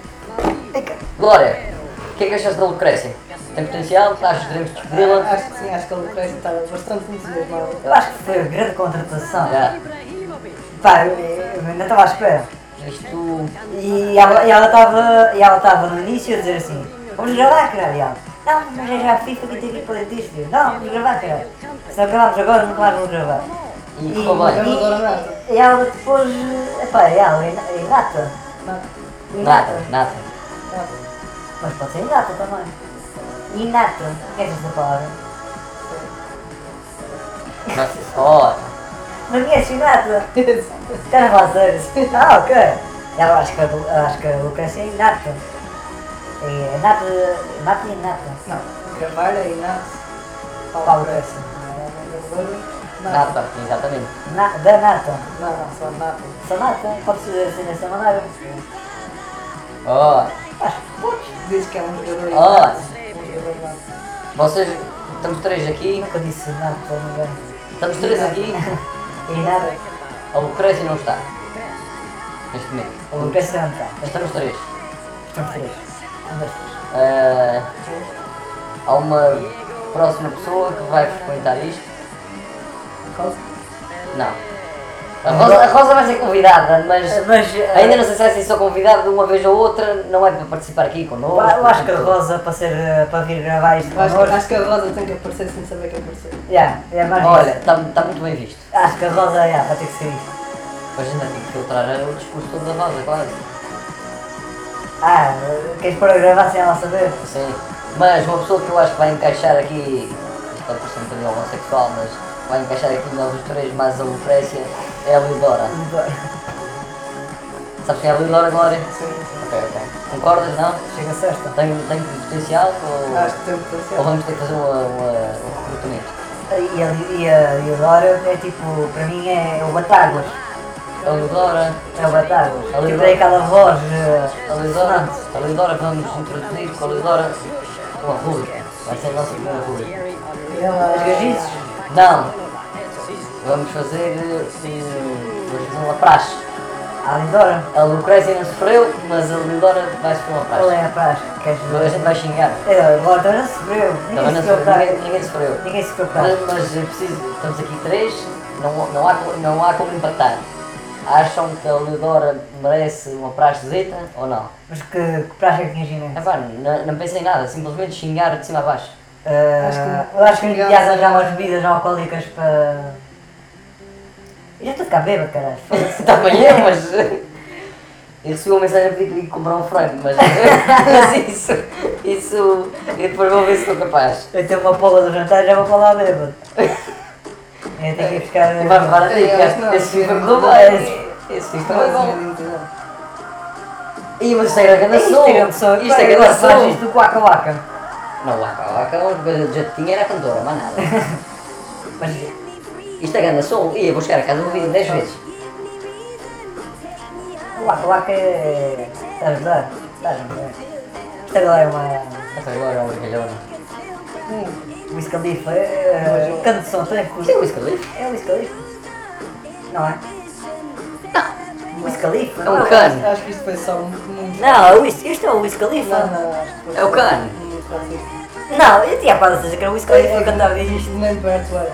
[SPEAKER 3] Glória, o que é que achas da Lucrécia? Tem potencial? Achas que devemos despedi-la?
[SPEAKER 4] Ah, Acho que sim, acho que ele parece estar bastante entusiasmado.
[SPEAKER 2] Eu acho que foi uma grande contratação.
[SPEAKER 3] Já.
[SPEAKER 2] Pá, eu, eu ainda estava à espera.
[SPEAKER 3] Isto.
[SPEAKER 2] E ela e ela estava e ela estava no início a dizer assim, vamos gravar, caralho. E ela, Não, mas é já a FIFA que tem que ir para o dentista. Eu, Não, vamos gravar, caralho. Se não gravarmos agora, nunca mais vamos gravar.
[SPEAKER 3] E ficou bem.
[SPEAKER 4] Eu adoro nada.
[SPEAKER 2] e ela depois, eh, epá, e ela, é nata.
[SPEAKER 4] Nada.
[SPEAKER 3] Nada, nada.
[SPEAKER 4] Nada.
[SPEAKER 2] Mas pode ser inata também. Inata, conheces a palavra?
[SPEAKER 3] Nossa senhora.
[SPEAKER 2] Não conheces inata? Estás a falar sério? Ah, ok. Ela acho que, a- acho que a Lucrécia é inata. É nata, nata e inata.
[SPEAKER 4] Não, gravar é inato.
[SPEAKER 2] Paulo Lucrécia.
[SPEAKER 4] Nada.
[SPEAKER 3] Nada, exatamente.
[SPEAKER 2] Na, da nata.
[SPEAKER 4] Não, só nada.
[SPEAKER 2] Sonata, pode ser assim dessa maneira.
[SPEAKER 3] Ó,
[SPEAKER 4] Diz que é um
[SPEAKER 3] Ah.
[SPEAKER 4] jogador inato. Um jogador inato.
[SPEAKER 3] vocês. Estamos três aqui.
[SPEAKER 2] Nunca disse nata é? a ninguém.
[SPEAKER 3] Estamos três aqui.
[SPEAKER 2] E nada.
[SPEAKER 3] A Lucrécia não está. Neste momento.
[SPEAKER 2] O Lucrécia não está.
[SPEAKER 3] Mas estamos três.
[SPEAKER 2] Estamos três. Um, dois, três.
[SPEAKER 3] Ah, há uma próxima pessoa que vai frequentar isto.
[SPEAKER 4] Rosa?
[SPEAKER 3] Não. A Rosa, a Rosa vai ser convidada, mas
[SPEAKER 2] Mas, eh,
[SPEAKER 3] ainda não sei se vai ser só convidada de uma vez ou outra, não é para participar aqui connosco.
[SPEAKER 2] Eu acho que a Rosa, para, ser, eh, para vir gravar isto
[SPEAKER 4] Acho,
[SPEAKER 2] connosco,
[SPEAKER 4] acho que a Rosa tem que aparecer sem saber que apareceu.
[SPEAKER 2] Já, é mais
[SPEAKER 3] Olha, está tá muito bem visto.
[SPEAKER 2] Acho que a Rosa, já, vai ter que ser isto.
[SPEAKER 3] Mas ainda tem que filtrar o discurso todo da Rosa, quase.
[SPEAKER 2] Ah, queres pôr a gravar sem ela saber?
[SPEAKER 3] Sim. Mas uma pessoa que eu acho que vai encaixar aqui, isto pode parecer um bocadinho homossexual, mas vai encaixar aqui nós os três mais a Lucrécia, é a Lidora. Sabes quem é a Lidora, Glória?
[SPEAKER 4] Sim, sim.
[SPEAKER 3] Ok, ok. Concordas, não?
[SPEAKER 2] Chega sexta.
[SPEAKER 3] Tem, tem potencial ou,
[SPEAKER 4] Acho que tem
[SPEAKER 3] ou
[SPEAKER 4] potencial.
[SPEAKER 3] vamos ter que fazer uma, uma, um recrutamento?
[SPEAKER 2] E a, e a, e a Laura é tipo, para mim é o Batáguas.
[SPEAKER 3] A Lidora,
[SPEAKER 2] É o Batáguas.
[SPEAKER 3] A Lidora.
[SPEAKER 2] Tipo, tem aquela voz. eh,
[SPEAKER 3] a Lidora, a Lidora vamos introduzir com a Lidora uma rubrica. Vai ser a nossa primeira rubrica.
[SPEAKER 2] Os gajizos.
[SPEAKER 3] Não! Vamos fazer, eh, sim, vamos fazer uma praxe.
[SPEAKER 2] A Lidora.
[SPEAKER 3] A Lucrécia não sofreu, mas a Lidora vai sofrer uma
[SPEAKER 2] Qual
[SPEAKER 3] praxe.
[SPEAKER 2] é a paz? Queres
[SPEAKER 3] Agora a gente vai xingar.
[SPEAKER 2] É, a Laura também não sofreu.
[SPEAKER 3] Também
[SPEAKER 2] Ninguém
[SPEAKER 3] não
[SPEAKER 2] se
[SPEAKER 3] sofreu, ninguém,
[SPEAKER 2] preocupa.
[SPEAKER 3] ninguém sofreu.
[SPEAKER 2] Ninguém se preocupa.
[SPEAKER 3] Mas, mas é preciso, estamos aqui três, não, não, há, co- não há como empatar. Acham que a Leodora merece uma praxezita ou não?
[SPEAKER 2] Mas que, que praxe é que tinha ginásio?
[SPEAKER 3] Epá, não, não pensei em nada, simplesmente xingar de cima a baixo.
[SPEAKER 2] Ah,
[SPEAKER 4] Acho que-
[SPEAKER 2] eu acho que um dia
[SPEAKER 4] Miguel-
[SPEAKER 2] de arranjar umas bebidas alcoólicas para. Eu já estou a ficar bêbado, caralho. foda-se.
[SPEAKER 3] Está bem, é, mas. Eu recebi uma mensagem a pedir que ia comprar um frango, mas, mas isso. Isso. Eu depois vou ver se sou capaz.
[SPEAKER 2] Eu tenho uma pola do jantar e já vou para lá bêbado. Eu tenho que ir buscar. eh,
[SPEAKER 3] E vai levar a
[SPEAKER 2] É,
[SPEAKER 4] Eu acho que não.
[SPEAKER 3] ficar. Esse fica com bem. Esse fica
[SPEAKER 4] é
[SPEAKER 3] bem bom. E o Instagram
[SPEAKER 2] É
[SPEAKER 3] ganda
[SPEAKER 2] Isto
[SPEAKER 3] som.
[SPEAKER 2] é grande som.
[SPEAKER 3] Isto é
[SPEAKER 2] Agora
[SPEAKER 3] grande
[SPEAKER 2] faz
[SPEAKER 3] som.
[SPEAKER 2] isto do Waka Waka.
[SPEAKER 3] Não, lá cá, lá cá, uma coisa do jeito que tinha era a cantora, mais nada.
[SPEAKER 2] Mas
[SPEAKER 3] Isto é grande som. E eu vou chegar a casa do vídeo 10 vezes.
[SPEAKER 2] o Waka Waka é. Estás a ajudar? Estás a ajudar? Isto agora é uma.
[SPEAKER 3] Essa agora é uma brincalhona.
[SPEAKER 2] Wiz Khalifa. é- é- Canto de som, tranquilo.
[SPEAKER 3] Sim, o Wiz Khalifa.
[SPEAKER 2] É o Wiz Khalifa. Não é? Não. Wiz Khalifa?
[SPEAKER 3] É um cano.
[SPEAKER 4] Acho que isto foi só muito. muito
[SPEAKER 2] Não, é o Wiz- isto é o Wiz
[SPEAKER 4] não,
[SPEAKER 2] Khalifa.
[SPEAKER 4] não, acho que foi
[SPEAKER 3] É o cano.
[SPEAKER 4] muito racista.
[SPEAKER 2] Não, eu tinha a paz, ou seja, que era um o Wiz Khalifa a cantar isto.
[SPEAKER 4] Nem perto, olha.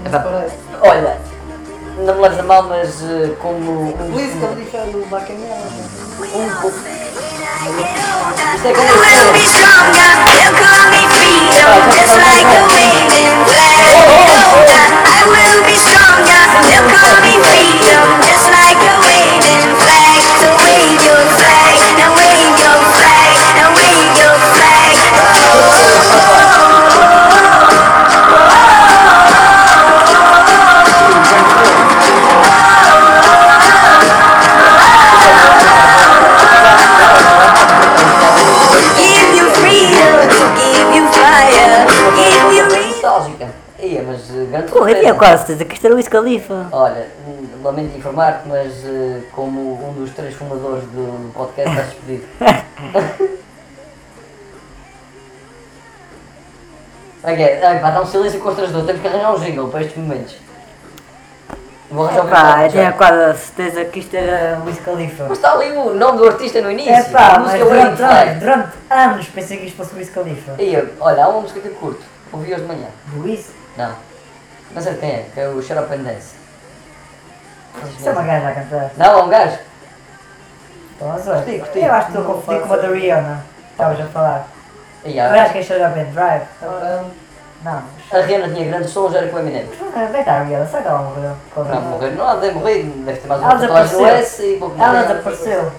[SPEAKER 4] Não
[SPEAKER 3] Epá.
[SPEAKER 4] se parece.
[SPEAKER 3] Olha, não me leves a mal, mas eh, como. um-
[SPEAKER 4] Por isso que ele deixou do Bacanela.
[SPEAKER 3] Isto é grande som. Nostálgica. Ia, mas eh, grande
[SPEAKER 2] Pô, eu
[SPEAKER 3] surpresa.
[SPEAKER 2] tinha quase certeza que isto era o Wiz Khalifa.
[SPEAKER 3] Olha, hum, lamento informar-te, mas eh, como um dos três fumadores do podcast, estás despedido. ok, ah, pá, dá um silêncio constrangedor, temos que arranjar um jingle para estes momentos. Vou arranjar um
[SPEAKER 2] Epá, eu
[SPEAKER 3] jingle,
[SPEAKER 2] tinha
[SPEAKER 3] já.
[SPEAKER 2] quase certeza que isto era o Wiz Khalifa.
[SPEAKER 3] Mas está ali o nome do artista no início,
[SPEAKER 2] É pá,
[SPEAKER 3] a
[SPEAKER 2] mas
[SPEAKER 3] música Wayne
[SPEAKER 2] durante, durante,
[SPEAKER 3] Flag.
[SPEAKER 2] durante anos pensei que isto fosse o Wiz Khalifa.
[SPEAKER 3] Ia, olha, há uma música que eu curto, ouvi hoje de manhã.
[SPEAKER 2] Do Wiz?
[SPEAKER 3] Não, não sei de quem é, que é o Shut Up and Dance.
[SPEAKER 2] Isto é uma gaja a cantar.
[SPEAKER 3] Não, é um gajo.
[SPEAKER 2] Estão as horas.
[SPEAKER 3] Curti, curti.
[SPEAKER 2] Eu acho que estou a
[SPEAKER 4] Não
[SPEAKER 2] confundir
[SPEAKER 4] faço
[SPEAKER 2] com a da
[SPEAKER 4] ideia.
[SPEAKER 2] Rihanna. Estavas a falar.
[SPEAKER 3] Ia,
[SPEAKER 2] Agora acho que é Shut Up and Drive. Não, mas...
[SPEAKER 3] A Rihanna tinha grandes sons, era com o Eminem.
[SPEAKER 2] Onde é que está a Rihanna? Será que ela morreu? Quando-
[SPEAKER 3] Não, morrer não há de morrer, deve ter mais
[SPEAKER 2] Ela
[SPEAKER 3] uma tatuagem no S e
[SPEAKER 2] desapareceu.
[SPEAKER 3] pouco
[SPEAKER 2] Ela
[SPEAKER 3] mais.
[SPEAKER 2] desapareceu.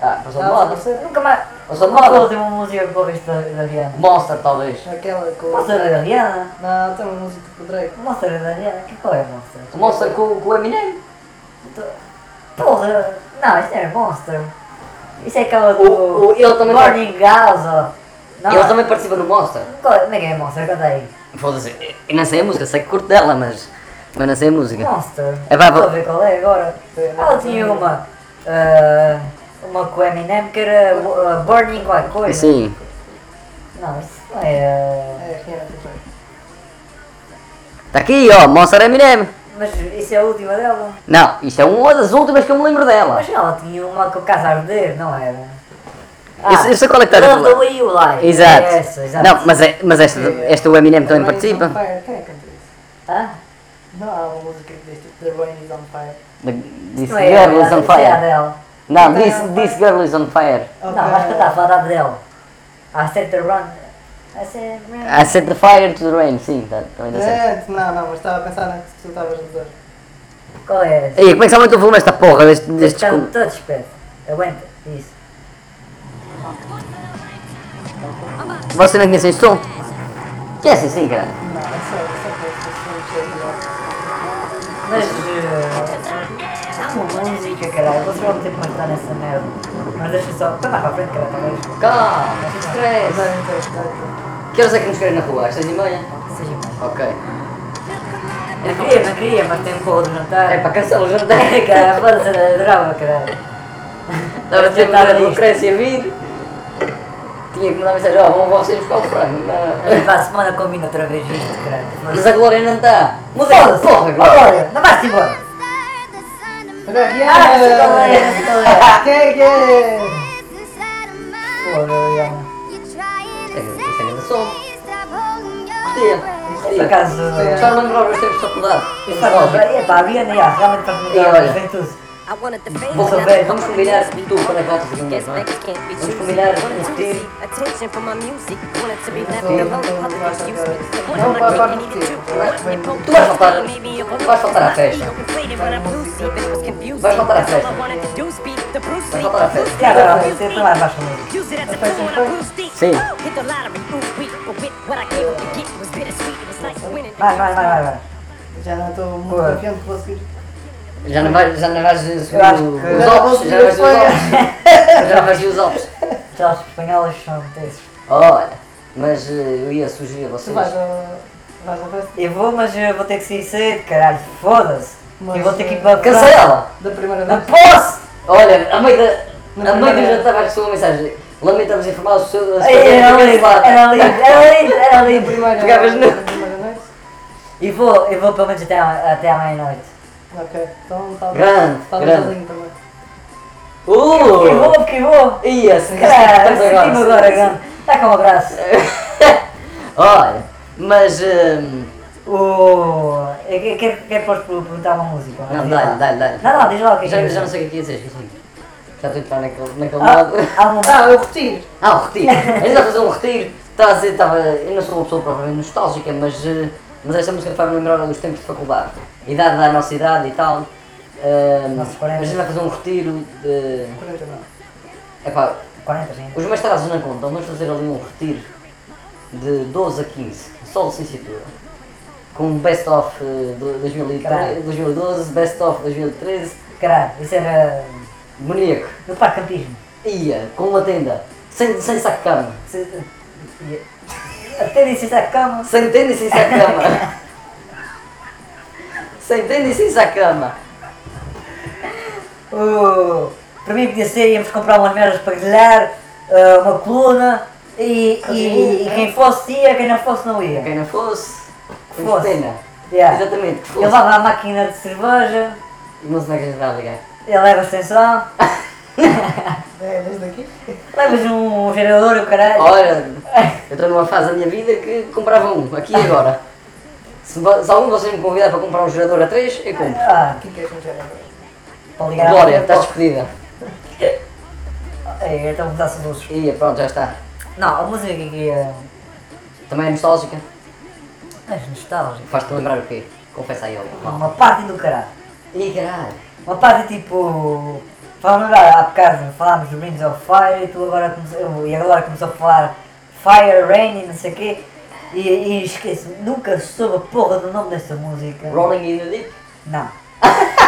[SPEAKER 3] Ah, passou de
[SPEAKER 4] Ela
[SPEAKER 3] moda.
[SPEAKER 4] desapareceu.
[SPEAKER 2] Nunca mais...
[SPEAKER 3] Passou de
[SPEAKER 2] Qual foi a
[SPEAKER 3] moda.
[SPEAKER 2] última música que ouviste da, da Rihanna?
[SPEAKER 3] Monster, talvez.
[SPEAKER 4] Aquela com.
[SPEAKER 2] Monster da Rihanna?
[SPEAKER 4] Não, tem uma música com o Drake.
[SPEAKER 2] Monster da Rihanna? Que qual é Monster?
[SPEAKER 3] O Monster com, com o Eminem.
[SPEAKER 2] Porra! Não, isto não é Monster. Isto é aquela do...
[SPEAKER 3] O- o- ele também- tá-
[SPEAKER 2] Morning Gals, ó. Não,
[SPEAKER 3] Ele também participa no Monster.
[SPEAKER 2] Qual- Como é que é Monster? Canta aí.
[SPEAKER 3] Foda-se, eu não sei a música, sei que curto dela, mas. Mas não sei a música.
[SPEAKER 2] Monster.
[SPEAKER 3] É, vai,
[SPEAKER 2] Estou a
[SPEAKER 3] vai.
[SPEAKER 2] ver qual é agora. Ela tinha uma. ah, uma com Eminem que era ah, Burning qualquer coisa.
[SPEAKER 3] Sim.
[SPEAKER 2] Não, isso não é. ah,
[SPEAKER 4] É, quem era do Drake?
[SPEAKER 3] Está tá aqui, ó, Monster Eminem.
[SPEAKER 2] mas isso é a última dela.
[SPEAKER 3] Não, isto é uma das últimas que eu me lembro dela.
[SPEAKER 2] Mas ela tinha uma com o casa a arder, não era? Ah.
[SPEAKER 3] Eu- eu sei qual é que estás a
[SPEAKER 2] Love the
[SPEAKER 3] falar.
[SPEAKER 2] way you like.
[SPEAKER 3] Exato.
[SPEAKER 2] É essa, exato.
[SPEAKER 3] Não, mas, é, mas esta, esta o Eminem também
[SPEAKER 4] The Rain is on
[SPEAKER 3] participa.
[SPEAKER 4] Fire, Quem é que canta isso?
[SPEAKER 2] Hã?
[SPEAKER 4] Não há uma música que diz tipo The Rain is on Fire.
[SPEAKER 3] This
[SPEAKER 2] Não é ela,
[SPEAKER 3] Girl is on
[SPEAKER 2] isso é Então a
[SPEAKER 3] Fire.
[SPEAKER 2] dela.
[SPEAKER 3] Não, this, this Girl is on Fire.
[SPEAKER 2] Não,
[SPEAKER 4] Ok.
[SPEAKER 2] mas que eu estava a falar da dela. I said to run. I said run.
[SPEAKER 3] I set the fire to the rain, sim, tá, também dá certo.
[SPEAKER 4] Gente, Não, não, mas estava a pensar na que tu estavas a dizer.
[SPEAKER 2] Qual era?
[SPEAKER 3] Ei, como é que se aumenta o volume esta porra deste, destes
[SPEAKER 2] Estão
[SPEAKER 3] cu-
[SPEAKER 2] todos perto. Aguenta. Isso.
[SPEAKER 3] Você não conhece este som? Conhece assim, sim, cara.
[SPEAKER 4] Não, é só, é só que eu
[SPEAKER 2] Mas. eh, Há uma música, caralho. Vocês vão ter que pensar nessa merda. Mas deixa só. Está mais para a frente, caralho, talvez.
[SPEAKER 3] Calma, que stress.
[SPEAKER 4] estou a dizer.
[SPEAKER 3] Que horas é que nos querem na rua? Às seis e meia?
[SPEAKER 2] Seja mais.
[SPEAKER 3] Ok.
[SPEAKER 2] Eu queria, não queria, mas tem um pouco de jantar.
[SPEAKER 3] É para cancelar o jantar.
[SPEAKER 2] Cara, foda-se, adorava, caralho.
[SPEAKER 3] Estava a tentar a democracia vir. Tinha que mandar mensagem, ó, vão vocês buscar o frango. Não.
[SPEAKER 2] Para a semana combina outra vez isto, caralho.
[SPEAKER 3] Mas a Glória não tá. está. Muda ela,
[SPEAKER 2] Foda-se,
[SPEAKER 3] porra, Glória.
[SPEAKER 2] Olha, não vais-te embora.
[SPEAKER 4] Agora,
[SPEAKER 2] Ah, sei qual é,
[SPEAKER 4] Rihanna!
[SPEAKER 2] sei qual é.
[SPEAKER 4] Quem é que é?
[SPEAKER 2] Foda-se, Rihanna.
[SPEAKER 3] Isto é grande som.
[SPEAKER 2] Por
[SPEAKER 3] Curtia.
[SPEAKER 2] acaso...
[SPEAKER 3] Só lembrar os tempos de faculdade.
[SPEAKER 2] Epá, a Rihanna, já, realmente faz
[SPEAKER 3] E
[SPEAKER 2] mudar a
[SPEAKER 3] olha.
[SPEAKER 2] juventude.
[SPEAKER 5] Vou
[SPEAKER 3] Vamos
[SPEAKER 5] saber,
[SPEAKER 3] ver,
[SPEAKER 5] vamos combinar tu quando voltas de mim, não é? Vamos combinar um tiro.
[SPEAKER 4] Não vai para o tiro. Eu acho que vai-
[SPEAKER 5] Tu vais é? faltar, tu
[SPEAKER 3] Vai
[SPEAKER 5] vais
[SPEAKER 3] faltar à
[SPEAKER 5] faltar a
[SPEAKER 3] festa.
[SPEAKER 5] Vai faltar a festa. Vai faltar a festa.
[SPEAKER 2] Cara, você tá lá embaixo mesmo.
[SPEAKER 5] Sim.
[SPEAKER 2] Vai, vai, vai, vai, vai.
[SPEAKER 4] Já não estou muito
[SPEAKER 2] Ué.
[SPEAKER 4] confiante que vou seguir.
[SPEAKER 3] Já não vais, já não vais ver os, os
[SPEAKER 2] Eu acho que-
[SPEAKER 3] ovos, já não vais ver os ovos. Já não vais ver os ovos.
[SPEAKER 2] Já os espanhóis são desses.
[SPEAKER 3] Olha, mas eh, eu ia sugerir a
[SPEAKER 4] Tu
[SPEAKER 3] vocês.
[SPEAKER 4] vais ao. Vais ao festa
[SPEAKER 2] Eu vou, mas eu vou ter que sair cedo, caralho. Foda-se.
[SPEAKER 4] Mas,
[SPEAKER 2] Eu vou ter que ir
[SPEAKER 4] eh,
[SPEAKER 2] para a
[SPEAKER 3] Cancela!
[SPEAKER 4] da primeira
[SPEAKER 2] Não
[SPEAKER 4] vez.
[SPEAKER 2] posso!
[SPEAKER 3] Olha, a meio da.
[SPEAKER 4] Não,
[SPEAKER 3] A meio do
[SPEAKER 4] não, não.
[SPEAKER 3] jantar vai receber uma mensagem. Lamentamos informar o seu. a sua-
[SPEAKER 2] Era lindo, era lindo, era lindo, era
[SPEAKER 4] Da
[SPEAKER 2] lindo.
[SPEAKER 4] primeira
[SPEAKER 3] Pegavas no-
[SPEAKER 4] da primeira noite.
[SPEAKER 2] é E vou, eu vou pelo menos até, à- até à meia-noite.
[SPEAKER 4] Ok, então está
[SPEAKER 3] Grande, grande.
[SPEAKER 4] também.
[SPEAKER 2] Que
[SPEAKER 3] Uh!
[SPEAKER 2] vou, que vou!
[SPEAKER 3] Ia, se
[SPEAKER 2] Cara,
[SPEAKER 3] estamos agora.
[SPEAKER 2] senti-me agora, grande. Dá com um abraço.
[SPEAKER 3] Olha, mas. hum,
[SPEAKER 2] O... Eu que- quero, quero pôr perguntar uma música. mas
[SPEAKER 3] Não,
[SPEAKER 2] diz lá.
[SPEAKER 3] dá-lhe, dá-lhe, dá-lhe.
[SPEAKER 2] Não, não, diz lá o que é que
[SPEAKER 3] Já,
[SPEAKER 2] é.
[SPEAKER 3] já não sei o que é que ia dizer. esqueci. Já estou a entrar naquele, naquele
[SPEAKER 2] Ah,
[SPEAKER 3] lado.
[SPEAKER 2] há uma-
[SPEAKER 4] Ah, eu retiro.
[SPEAKER 3] Ah, um retiro. Ainda a fazer um retiro. Estava a dizer, estava. Eu não sou uma pessoa propriamente nostálgica, mas. eh, Mas esta música faz-me lembrar dos tempos de faculdade. Idade da nossa idade e tal. Hum,
[SPEAKER 2] Nossos quarenta.
[SPEAKER 3] mas a gente vai fazer um retiro de.
[SPEAKER 4] 49.
[SPEAKER 3] Epá,
[SPEAKER 2] 40, gente.
[SPEAKER 3] os mestrados não contam, vamos fazer ali um retiro de 12 a 15, só licenciatura. Com best of eh, do- 2013,
[SPEAKER 2] Caralho.
[SPEAKER 3] 2012, best of 2013,
[SPEAKER 2] Caralho, isso era... eh,
[SPEAKER 3] maníaco.
[SPEAKER 2] Do parque campismo.
[SPEAKER 3] Ia, com uma tenda, sem, sem saco de cama.
[SPEAKER 2] Se- eh, Até disse isso à cama.
[SPEAKER 3] Sem tenda e sem saco de é cama. sem tenda e sem saco de é cama.
[SPEAKER 2] Oh, para mim podia ser, íamos comprar umas merdas para grelhar, ah, uma coluna e, e- e quem fosse ia, quem não fosse não ia.
[SPEAKER 3] Quem não fosse,
[SPEAKER 2] Que
[SPEAKER 3] temos
[SPEAKER 2] fosse. É.
[SPEAKER 3] pena.
[SPEAKER 2] Yeah.
[SPEAKER 3] Exatamente, que fosse.
[SPEAKER 2] Ele leva a máquina de cerveja,
[SPEAKER 3] Não sei onde é que a gente vai ligar.
[SPEAKER 2] ele leva a extensão,
[SPEAKER 4] É, desde aqui.
[SPEAKER 2] levas um gerador e o caralho.
[SPEAKER 3] Olha, eu estou numa fase da minha vida que comprava um, aqui e agora. Se, vo- se algum de vocês me convidar para comprar um gerador a 3, eu compro.
[SPEAKER 2] Ah,
[SPEAKER 4] Aqui queres me gerar agora?
[SPEAKER 2] para ligar à
[SPEAKER 3] Glória,
[SPEAKER 2] máquina.
[SPEAKER 3] estás despedida.
[SPEAKER 2] É, então mudasse de luzes.
[SPEAKER 3] E pronto, já está.
[SPEAKER 2] Não, a música que é
[SPEAKER 3] Também é nostálgica.
[SPEAKER 2] mais nostálgica.
[SPEAKER 3] Faz-te lembrar o quê? Confessa aí, ó.
[SPEAKER 2] Uma parte do caralho.
[SPEAKER 3] Ih, caralho.
[SPEAKER 2] Uma parte tipo. Falamos agora, há bocado falámos do Rings of Fire e tu agora começou, e agora começou a falar Fire Rain e não sei o quê. E, e esqueço, nunca soube a porra do nome desta música.
[SPEAKER 3] Rolling in the Deep.
[SPEAKER 2] Não.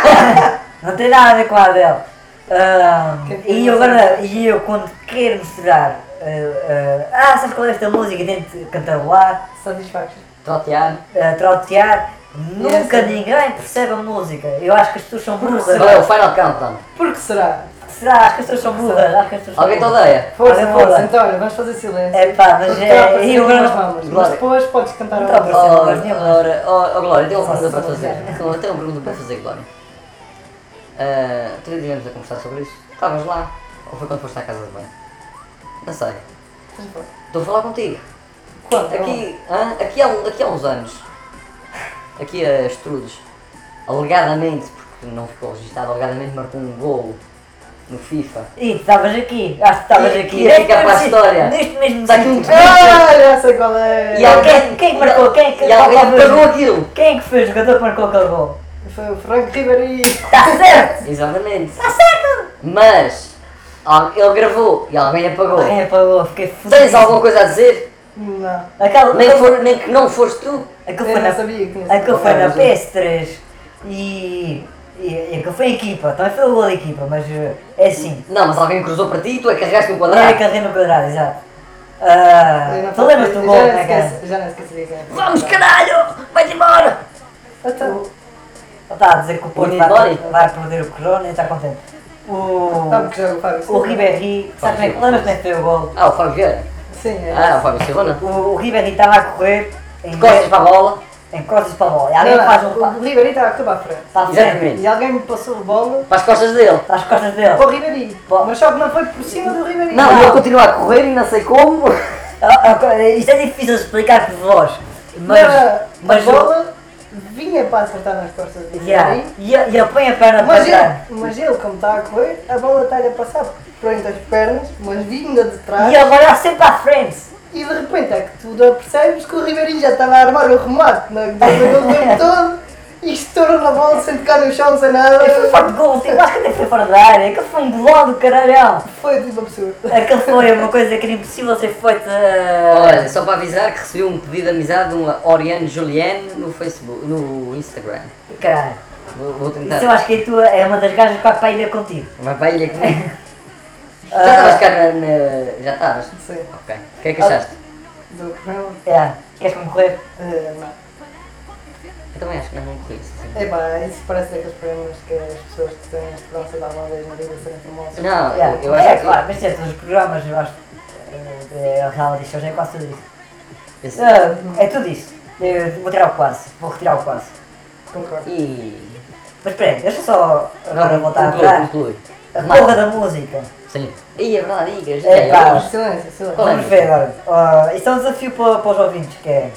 [SPEAKER 2] não tem nada a ver com a Adele. Ahm,
[SPEAKER 4] Que que
[SPEAKER 2] e eu agora, e eu quando quero misturar. ah, ah, ah, sabes qual é esta música? E Tento cantarolar.
[SPEAKER 4] Satisfaction.
[SPEAKER 3] Trotear.
[SPEAKER 2] a eh, trotear, nunca
[SPEAKER 4] Yes.
[SPEAKER 2] ninguém percebe a música. Eu acho que as pessoas são burras.
[SPEAKER 3] Qual é o Final Countdown?
[SPEAKER 4] Por que será?
[SPEAKER 2] Será? Acho que as pessoas são burras. Acho que as pessoas são
[SPEAKER 3] Alguém te
[SPEAKER 2] burras.
[SPEAKER 3] odeia?
[SPEAKER 4] Força,
[SPEAKER 2] Olha,
[SPEAKER 4] força,
[SPEAKER 2] olha.
[SPEAKER 4] então olha, vamos fazer silêncio.
[SPEAKER 2] É pá, tá mas
[SPEAKER 4] Porque
[SPEAKER 2] é-
[SPEAKER 4] está tá a aparecer
[SPEAKER 2] eu
[SPEAKER 4] umas
[SPEAKER 2] não-
[SPEAKER 4] mamas, Mas
[SPEAKER 3] Glória.
[SPEAKER 4] depois podes cantar
[SPEAKER 2] Tá
[SPEAKER 4] a
[SPEAKER 2] bom.
[SPEAKER 4] outra.
[SPEAKER 3] Ora,
[SPEAKER 2] Glória.
[SPEAKER 3] ora, ó, ó, Glória, tenho uma pergunta um para
[SPEAKER 2] Posso
[SPEAKER 3] fazer.
[SPEAKER 2] fazer?
[SPEAKER 3] Então, eu Tenho uma pergunta para fazer, Glória. Ah, tu tivemos a conversar sobre isso? Estavas lá? Ou foi quando foste à casa de banho? Não sei. Estou a falar contigo.
[SPEAKER 4] Quanto?
[SPEAKER 3] Aqui, hã? aqui, há, um- aqui há uns anos, aqui a Estrudes, alegadamente, porque não ficou registado, alegadamente marcou um golo no FIFA.
[SPEAKER 2] E tu estavas aqui. Acho que estavas
[SPEAKER 3] E-
[SPEAKER 2] aqui.
[SPEAKER 3] e fica
[SPEAKER 2] Neste mesmo
[SPEAKER 3] para a
[SPEAKER 2] sítio,
[SPEAKER 3] história.
[SPEAKER 2] Neste mesmo
[SPEAKER 3] Está aqui um
[SPEAKER 2] sítio.
[SPEAKER 4] Ah, já sei qual é.
[SPEAKER 3] E alguém-
[SPEAKER 2] Quem- quem marcou? Quem-
[SPEAKER 3] E alguém
[SPEAKER 2] qual-
[SPEAKER 3] parou aquilo!
[SPEAKER 2] Quem é que foi o jogador que marcou aquele gol?
[SPEAKER 4] Foi o Frank Ribéry.
[SPEAKER 2] Está certo!
[SPEAKER 3] Exatamente. Está certo! Mas, al- ele gravou e alguém apagou.
[SPEAKER 2] Quem apagou? Fiquei fudido.
[SPEAKER 3] Tens alguma coisa a dizer?
[SPEAKER 4] Não.
[SPEAKER 2] Aquele,
[SPEAKER 3] Nem,
[SPEAKER 2] aquele-
[SPEAKER 3] que for- nem que não foste tu?
[SPEAKER 2] aquele
[SPEAKER 4] Eu
[SPEAKER 2] foi
[SPEAKER 4] não
[SPEAKER 2] na,
[SPEAKER 4] sabia que tinha
[SPEAKER 2] aquele
[SPEAKER 4] sido.
[SPEAKER 2] foi na
[SPEAKER 3] Mas-
[SPEAKER 2] PS3 e, e, e aquele foi a equipa. Também foi o gol da equipa, mas eh, é assim.
[SPEAKER 3] Não, mas alguém cruzou para ti e tu é que carregaste um
[SPEAKER 2] Não é
[SPEAKER 3] quadrado.
[SPEAKER 2] carrinho no quadrado, exato.
[SPEAKER 4] Eu
[SPEAKER 2] Ah,
[SPEAKER 4] não-
[SPEAKER 2] tu lembras do
[SPEAKER 4] já
[SPEAKER 2] gol,
[SPEAKER 4] não
[SPEAKER 2] né, cara?
[SPEAKER 4] esqueço- Já não esqueci quem é.
[SPEAKER 3] Vamos caralho! Vai-te embora!
[SPEAKER 4] Então,
[SPEAKER 2] Ele está a Tá, dizer que o Porto
[SPEAKER 3] Unidori.
[SPEAKER 2] vai, vai perder o Corona e está contente. O,
[SPEAKER 4] sabe que jogo faz
[SPEAKER 2] o Ribéry, sabe como é que lembras como é que foi o gol?
[SPEAKER 3] Ah, o Fábio Vieira.
[SPEAKER 4] Sim, é.
[SPEAKER 3] Ah, o Fábio Silvana.
[SPEAKER 2] O, o Ribéry estava a correr em
[SPEAKER 3] Costas para a bola.
[SPEAKER 2] em costas para a bola. E
[SPEAKER 4] Não,
[SPEAKER 2] alguém
[SPEAKER 4] não,
[SPEAKER 2] faz um
[SPEAKER 4] o
[SPEAKER 2] passo
[SPEAKER 4] Ribéry estava a acabar à frente.
[SPEAKER 2] para a frente,
[SPEAKER 3] Exatamente.
[SPEAKER 4] E alguém me passou a bola
[SPEAKER 3] Para as costas dele.
[SPEAKER 2] para as costas dele.
[SPEAKER 4] para o Ribéry.
[SPEAKER 2] Bom.
[SPEAKER 4] Mas só que não foi por cima do Ah, Ribéry.
[SPEAKER 3] Não, ele continua a correr e não sei como.
[SPEAKER 2] é, Ah, ah, Isto é difícil de explicar por vós, mas,
[SPEAKER 4] Não,
[SPEAKER 2] mas
[SPEAKER 4] a bola é vinha para acertar nas costas do
[SPEAKER 2] Yeah.
[SPEAKER 4] Jardim.
[SPEAKER 2] E, ele- e ele põe a perna para
[SPEAKER 4] Mas
[SPEAKER 2] trás.
[SPEAKER 4] ele, mas ele, como está a correr, a bola está-lhe a passar por entre as pernas, mas vinda de trás.
[SPEAKER 2] E ele vai lá sempre à frente.
[SPEAKER 4] E de repente é que tu não percebes que o Ribeirinho já estava a armar o remate é? no tempo todo e estoura na bola sem tocar no chão, sem nada.
[SPEAKER 2] Ele foi forte gol, tipo, eu acho que até foi fora da área. Aquele foi um bolão do caralhão.
[SPEAKER 4] Foi tipo absurdo.
[SPEAKER 2] Aquele foi uma coisa que era impossível ser feita.
[SPEAKER 3] Olha, só para avisar que recebi um pedido de amizade de uma Oriane Juliane no Facebook, no Instagram.
[SPEAKER 2] Caralho.
[SPEAKER 3] Vou, vou
[SPEAKER 2] Isso eu
[SPEAKER 3] tentar.
[SPEAKER 2] acho que a tua é uma das gajas que vai para ir contigo.
[SPEAKER 3] Vai para a ilha comigo. Já estavas cá na, na- Já estavas?
[SPEAKER 4] Sim.
[SPEAKER 3] Ok. O que é que achaste?
[SPEAKER 4] Do Crown.
[SPEAKER 2] É. Queres concorrer?
[SPEAKER 4] É, não.
[SPEAKER 3] Eu também acho que não corri isso. assim.
[SPEAKER 4] Epá, isso parece daqueles problemas que as pessoas que têm a esperança de alguma vez na vida serem famosas.
[SPEAKER 3] Não,
[SPEAKER 2] Yeah.
[SPEAKER 3] Ah, eu, eu
[SPEAKER 2] é,
[SPEAKER 3] acho
[SPEAKER 2] claro,
[SPEAKER 3] que.
[SPEAKER 2] mas tens os programas, eu acho. eh, É reality shows, é quase tudo isso.
[SPEAKER 3] Esse-
[SPEAKER 2] Ah, é tudo isso. Eu vou tirar o quase, vou retirar o quase.
[SPEAKER 4] Concordo.
[SPEAKER 3] E.
[SPEAKER 2] Mas peraí, deixa só agora voltar
[SPEAKER 3] conclui,
[SPEAKER 2] atrás.
[SPEAKER 3] conclui.
[SPEAKER 2] A porra da música.
[SPEAKER 3] Sim. Ih, é verdade, diga.
[SPEAKER 2] É, pá.
[SPEAKER 3] já.
[SPEAKER 4] Silêncio, silêncio.
[SPEAKER 3] é?
[SPEAKER 2] Vamos ver agora. Ah, isso é um desafio para, para os ouvintes, que é...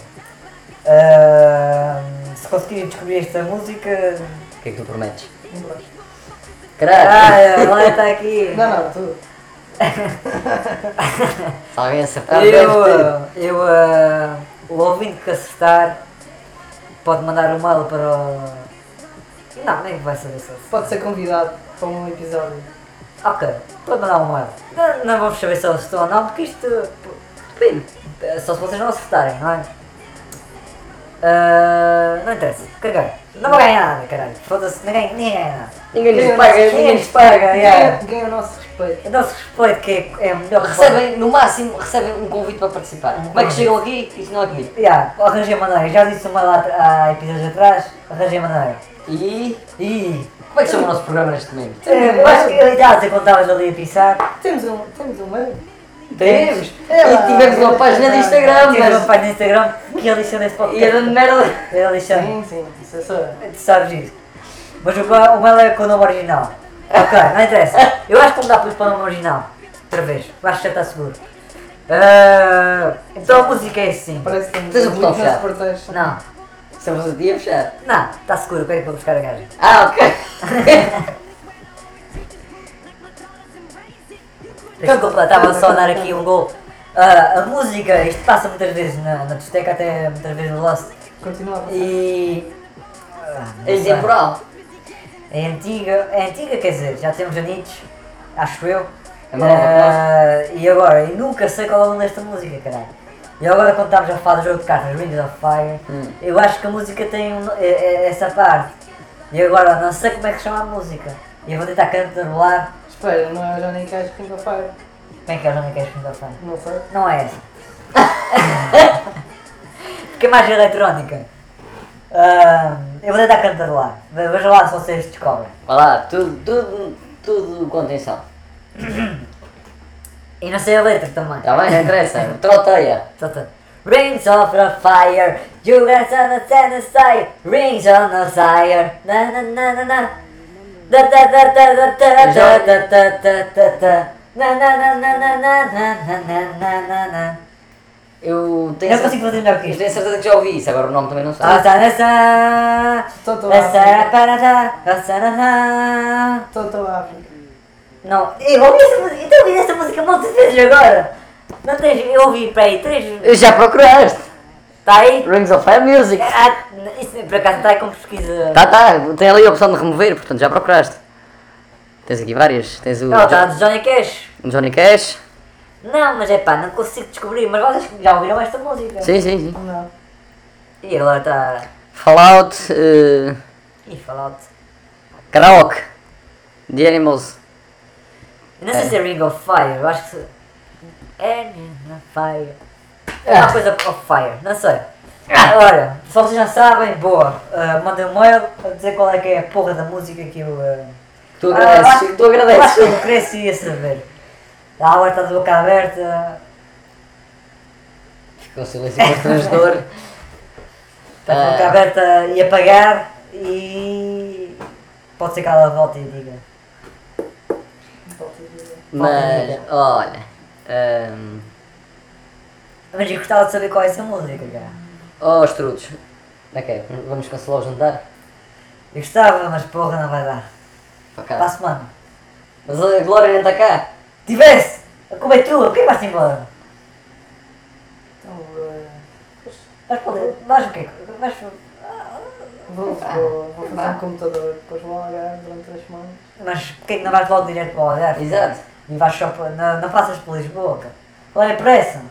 [SPEAKER 2] ah, se conseguirem descobrir esta música...
[SPEAKER 3] O que é que tu prometes?
[SPEAKER 4] Não gosto.
[SPEAKER 3] Caralho!
[SPEAKER 2] Ah, ela está aqui!
[SPEAKER 4] Não, não, tu.
[SPEAKER 3] Se alguém acertar,
[SPEAKER 2] Eu,
[SPEAKER 3] deve ter.
[SPEAKER 2] ah, eu, ah, o ouvinte que acertar pode mandar um mail para o... Não, nem vai saber se
[SPEAKER 4] Pode ser convidado para um episódio.
[SPEAKER 2] Ok, pode mandar um mail. Não, não vamos saber se eles estão ou não, porque isto pô, depende. É, Só se vocês não acertarem, não é? Ah, não interessa, cagar. Não vou ganhar nada, caralho. Foda-se, ninguém, ninguém ganha nada.
[SPEAKER 3] Ninguém nos
[SPEAKER 4] Quem-
[SPEAKER 3] paga,
[SPEAKER 2] quem
[SPEAKER 3] ninguém
[SPEAKER 2] nos
[SPEAKER 3] nos paga.
[SPEAKER 2] paga?
[SPEAKER 4] Ganha,
[SPEAKER 2] Yeah.
[SPEAKER 4] ganha o nosso respeito.
[SPEAKER 2] O nosso respeito que é, é melhor que
[SPEAKER 3] Recebem, no máximo, recebem um convite para participar. Como
[SPEAKER 2] Uhum.
[SPEAKER 3] é que chegam aqui? Isso não é comigo.
[SPEAKER 2] pode. Yeah, arranjei maneira. Já disse uma lá atr- há episódios atrás, arranjei maneira.
[SPEAKER 3] E.
[SPEAKER 2] Ih,
[SPEAKER 3] Como é que chama o nosso programa neste momento?
[SPEAKER 2] é, eu acho que eu já sei quando estavas ali a pensar.
[SPEAKER 4] Temos um, temos um meio.
[SPEAKER 3] Temos!
[SPEAKER 4] É
[SPEAKER 3] e
[SPEAKER 4] lá.
[SPEAKER 3] tivemos uma página de Instagram,
[SPEAKER 2] Tive uma
[SPEAKER 3] mas.
[SPEAKER 2] página no Instagram que ele deixou nesse
[SPEAKER 3] E a
[SPEAKER 2] podcast.
[SPEAKER 3] dando merda.
[SPEAKER 2] Ele deixou.
[SPEAKER 4] Sim, sim, isso é só.
[SPEAKER 2] Tu sabes isso. Mas o, ba- o mail é com o nome original. Ok, não interessa. Eu acho que vou mudar depois para o nome original. Outra vez. Eu Acho que já está seguro. Ah, então a música é assim.
[SPEAKER 4] Parece que temos
[SPEAKER 3] Tens um
[SPEAKER 4] muito
[SPEAKER 3] botão
[SPEAKER 4] nas
[SPEAKER 3] fechado.
[SPEAKER 4] portais.
[SPEAKER 2] Não,
[SPEAKER 3] Estamos a dia fechar.
[SPEAKER 2] não, está seguro. Pega para buscar a gaja.
[SPEAKER 3] Ah, ok.
[SPEAKER 2] Desculpa, estava só a dar aqui um gol. Ah, a música, isto passa muitas vezes na, na discoteca, até muitas vezes no Lost.
[SPEAKER 4] Continua a passar.
[SPEAKER 2] E. ah, não
[SPEAKER 3] É
[SPEAKER 2] sei.
[SPEAKER 3] intemporal.
[SPEAKER 2] É antiga, é antiga, quer dizer, já temos anitos, acho eu.
[SPEAKER 3] É nova
[SPEAKER 2] Ah, e agora, eu nunca sei qual é o nome desta música, caralho. E agora quando estávamos a falar do jogo de cartas, Rings of Fire,
[SPEAKER 3] Hum.
[SPEAKER 2] eu acho que a música tem um no- é- é- essa parte. E agora não sei como é que chama a música. E eu vou tentar cantarolar.
[SPEAKER 4] Espera, não é o Johnny Cash King of Fire?
[SPEAKER 2] Como é que é o nome que é Rings of Fire?
[SPEAKER 4] Não sei.
[SPEAKER 2] Não é essa. Porque é mais eletrónica. Ah, eu vou tentar cantarolar. Ve- Veja lá se vocês descobrem.
[SPEAKER 3] Vá lá, tudo, tudo, tudo com atenção.
[SPEAKER 2] E não sei a letra também.
[SPEAKER 3] Está Tá bem? Não interessa. Troteia.
[SPEAKER 2] Tata. Tota. Rings of the fire, you guys on the tennis side, rings on the fire, na na na na na. Da da da da da da da da da da da da. Na na na na na na na na na na na na.
[SPEAKER 3] Eu tenho,
[SPEAKER 2] Não consigo fazer melhor que
[SPEAKER 3] eu
[SPEAKER 2] isto.
[SPEAKER 3] tenho certeza que já ouvi isso, agora o nome também não sei.
[SPEAKER 2] Ah, tá nessa.
[SPEAKER 4] Toto
[SPEAKER 2] Essa
[SPEAKER 4] África.
[SPEAKER 2] para da, essa na na.
[SPEAKER 4] Toto África.
[SPEAKER 2] Não, eu ouvi essa música, eu ouvi essa música um monte de vezes agora. Não tens, eu ouvi para aí três.
[SPEAKER 3] Ah, já procuraste.
[SPEAKER 2] Tá aí?
[SPEAKER 3] Rings of Fire Music.
[SPEAKER 2] Ah, isso por acaso está aí com pesquisa.
[SPEAKER 3] Tá, tá. Tem ali a opção de remover, portanto já procuraste. Tens aqui várias. Tens o
[SPEAKER 2] Não, tá
[SPEAKER 3] Jo-
[SPEAKER 2] do Johnny Cash.
[SPEAKER 3] Johnny Cash.
[SPEAKER 2] Não, mas é pá, não consigo descobrir. Mas vocês já ouviram esta música?
[SPEAKER 3] Sim, sim, sim.
[SPEAKER 4] Não.
[SPEAKER 2] E agora está.
[SPEAKER 3] Fallout. eh,
[SPEAKER 2] Ih, Fallout.
[SPEAKER 3] Karaoke. The Animals.
[SPEAKER 2] Eu não sei se é Ring of Fire, eu acho que. se- É Ring of Fire. É uma coisa of Fire, não sei. Agora, se vocês não sabem, boa. Uh, mandem um mail a dizer qual é que é a porra da música que eu. Uh...
[SPEAKER 3] Tu
[SPEAKER 2] Ah, acho-
[SPEAKER 3] agradeces, tu
[SPEAKER 2] Acho que
[SPEAKER 3] agradeces.
[SPEAKER 2] eu cresci ia saber. A água está de boca aberta.
[SPEAKER 3] Ficou um silêncio constrangedor.
[SPEAKER 2] Está de boca
[SPEAKER 3] Ah.
[SPEAKER 2] aberta e apagar e. Pode ser que ela volte e diga. é
[SPEAKER 3] Mas, olha. ehm, ahm,
[SPEAKER 2] Mas eu gostava de saber qual é essa música, cara.
[SPEAKER 3] Ó, oh, estrutos. Ok, vamos cancelar o jantar?
[SPEAKER 2] Eu gostava, mas porra não vai dar.
[SPEAKER 3] Para cá.
[SPEAKER 2] Para a semana.
[SPEAKER 3] Mas a Glória não está cá.
[SPEAKER 2] Tivesse! A culpa é tua, porquê vais-te embora?
[SPEAKER 4] Então, eh,
[SPEAKER 2] Vais para o Vais o quê? Vais
[SPEAKER 4] vou, vou, vou fazer um computador, depois vou largar durante as semanas.
[SPEAKER 2] Mas porquê que não vais logo direto para o Algarve?
[SPEAKER 3] Exato.
[SPEAKER 2] E vais só para... Não, não passas por Lisboa, cara. Olha, é pressa.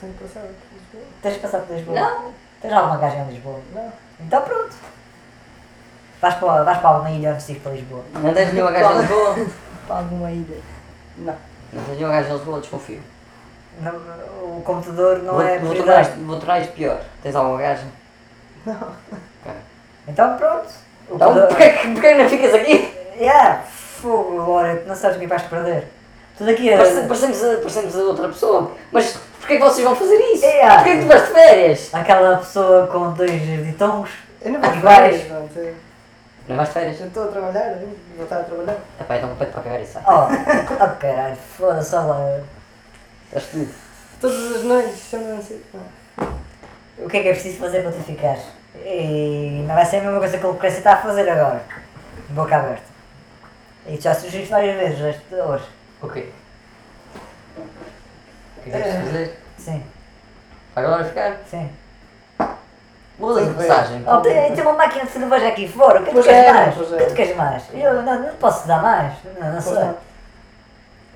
[SPEAKER 4] Tenho que passar por Lisboa.
[SPEAKER 2] Tens de passar por Lisboa.
[SPEAKER 3] Não.
[SPEAKER 2] Tens alguma gaja em Lisboa?
[SPEAKER 4] Não.
[SPEAKER 2] Então pronto. Vais para, vais para alguma ilha antes de ir para Lisboa.
[SPEAKER 3] Não tens nenhuma
[SPEAKER 2] é?
[SPEAKER 3] gaja em Lisboa?
[SPEAKER 4] Para alguma ilha. Não.
[SPEAKER 3] Não tens nenhuma gaja em Lisboa, desconfio.
[SPEAKER 2] Não, o computador não
[SPEAKER 3] vou,
[SPEAKER 2] é
[SPEAKER 3] vou, tornar isto,
[SPEAKER 2] prioridade.
[SPEAKER 3] vou tornar isto pior. Tens alguma gaja?
[SPEAKER 2] Então pronto. O
[SPEAKER 3] Então,
[SPEAKER 2] computador-
[SPEAKER 3] porquê, que- porquê que não ficas aqui?
[SPEAKER 2] Yeah, fogo, Laura, tu não sabes o que vais perder. Tudo aqui é.
[SPEAKER 3] Parece- Parecemos a, parecemos a outra pessoa. Mas porquê que vocês vão fazer isso?
[SPEAKER 2] É, ah.
[SPEAKER 3] Porquê que tu vais de férias?
[SPEAKER 2] Aquela pessoa com dois ditongos.
[SPEAKER 4] Eu não vou
[SPEAKER 2] E
[SPEAKER 4] férias, não sei.
[SPEAKER 3] Não vais de férias?
[SPEAKER 4] Já estou a trabalhar, hein? vou estar a trabalhar.
[SPEAKER 3] Epá, então compete para cagar isso. sai.
[SPEAKER 2] Oh, oh caralho, foda-se, olha
[SPEAKER 3] Estás fodido.
[SPEAKER 4] Todas as noites, sempre assim. Não.
[SPEAKER 2] lá. O que é que é preciso fazer para tu ficares? E não vai ser a mesma coisa que o Lucrécia está a fazer agora. Boca aberta. E tu já sugeriste várias vezes este- hoje.
[SPEAKER 3] O quê? O que é que vais fazer?
[SPEAKER 2] Sim,
[SPEAKER 3] Vai agora ficar?
[SPEAKER 2] sim.
[SPEAKER 3] Boa de passagem.
[SPEAKER 2] Oh, tem, tem uma máquina de cerveja aqui fora, o que é que tu
[SPEAKER 4] Pois
[SPEAKER 2] queres
[SPEAKER 4] é,
[SPEAKER 2] mais?
[SPEAKER 4] pois
[SPEAKER 2] O
[SPEAKER 4] é.
[SPEAKER 2] que é que tu queres mais? Eu não, não posso dar mais, não, não
[SPEAKER 4] Pois
[SPEAKER 2] sei.
[SPEAKER 4] não.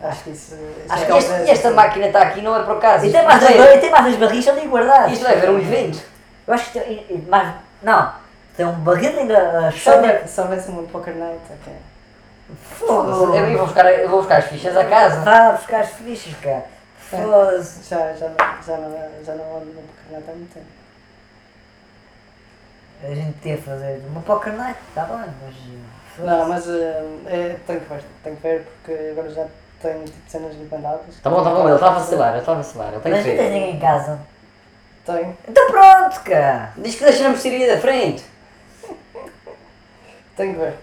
[SPEAKER 4] Acho que isso. isso
[SPEAKER 3] Acho
[SPEAKER 4] é
[SPEAKER 3] que
[SPEAKER 4] uma
[SPEAKER 3] este-
[SPEAKER 4] coisa-
[SPEAKER 3] esta máquina está aqui não é por acaso.
[SPEAKER 2] E
[SPEAKER 3] Isto
[SPEAKER 2] tem mais,
[SPEAKER 3] vai-
[SPEAKER 2] dois, e tem mais dois barris ali guardados.
[SPEAKER 3] Isto vai ver um evento.
[SPEAKER 2] Eu acho que tem. e- e Mais, não, tem um barril ainda. Uh,
[SPEAKER 4] Se
[SPEAKER 3] é-
[SPEAKER 4] houver- se houvesse um poker night, ok.
[SPEAKER 3] Eu
[SPEAKER 2] Fogo!
[SPEAKER 3] eu vou buscar, eu vou buscar as fichas à é casa. É.
[SPEAKER 2] Vá buscar as fichas, cara. Foda-se.
[SPEAKER 4] Já, já, não- já, não, já não ando no poker night há muito tempo.
[SPEAKER 2] A gente tinha a fazer uma poker night, tá bem, mas.
[SPEAKER 4] Não, mas eh, é, tenho que ver, tenho que ver porque agora já tenho tipo cenas encantadas.
[SPEAKER 3] Tá bom, tá bom, ele está a vacilar, ele está a vacilar, ele tem que
[SPEAKER 2] Mas é. não tens
[SPEAKER 3] ver.
[SPEAKER 2] ninguém em casa.
[SPEAKER 4] Tenho,
[SPEAKER 2] Então pronto, cara.
[SPEAKER 3] Diz que deixamos ir aí da frente.
[SPEAKER 4] tenho que ver.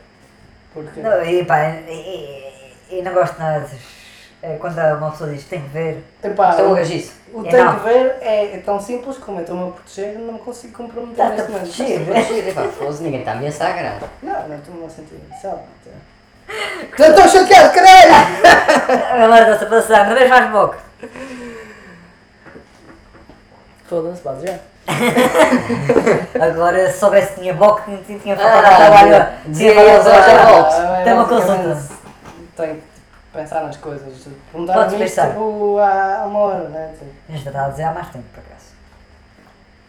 [SPEAKER 4] Porque.
[SPEAKER 2] Não, e pá, e, e- e não gosto nada de. é, Quando uma pessoa diz tem que ver.
[SPEAKER 4] Epá,
[SPEAKER 3] Isto é um
[SPEAKER 4] o,
[SPEAKER 3] gajice.
[SPEAKER 4] o
[SPEAKER 2] É
[SPEAKER 4] tenho
[SPEAKER 2] não.
[SPEAKER 4] que ver é, é tão simples como eu estou-me a proteger, não me consigo comprometer
[SPEAKER 2] Estás-te a
[SPEAKER 4] neste momento.
[SPEAKER 2] proteger?
[SPEAKER 3] Ninguém está a ameaçar, caralho.
[SPEAKER 4] Não, não estou-me a sentir inicial. Já estou chateado, caralho!
[SPEAKER 2] Agora está-se a passar, não vês mais boca.
[SPEAKER 4] Foda-se, base já.
[SPEAKER 2] Agora, se soubesse que tinha boca, tinha, tinha, tinha faltado
[SPEAKER 3] Ah,
[SPEAKER 2] ah, trabalho.
[SPEAKER 3] dizia- dizia eles,
[SPEAKER 2] voltar.
[SPEAKER 3] olha,
[SPEAKER 2] volta.
[SPEAKER 4] Ah, é
[SPEAKER 2] Tem uma
[SPEAKER 4] basicamente,
[SPEAKER 2] consulta.
[SPEAKER 4] Tenho que pensar nas coisas.
[SPEAKER 2] Podes
[SPEAKER 4] Perguntar-me isto
[SPEAKER 2] pensar.
[SPEAKER 4] tipo, há há uma hora, não é? Tipo,
[SPEAKER 2] Mas já está a dizer há mais tempo, por acaso.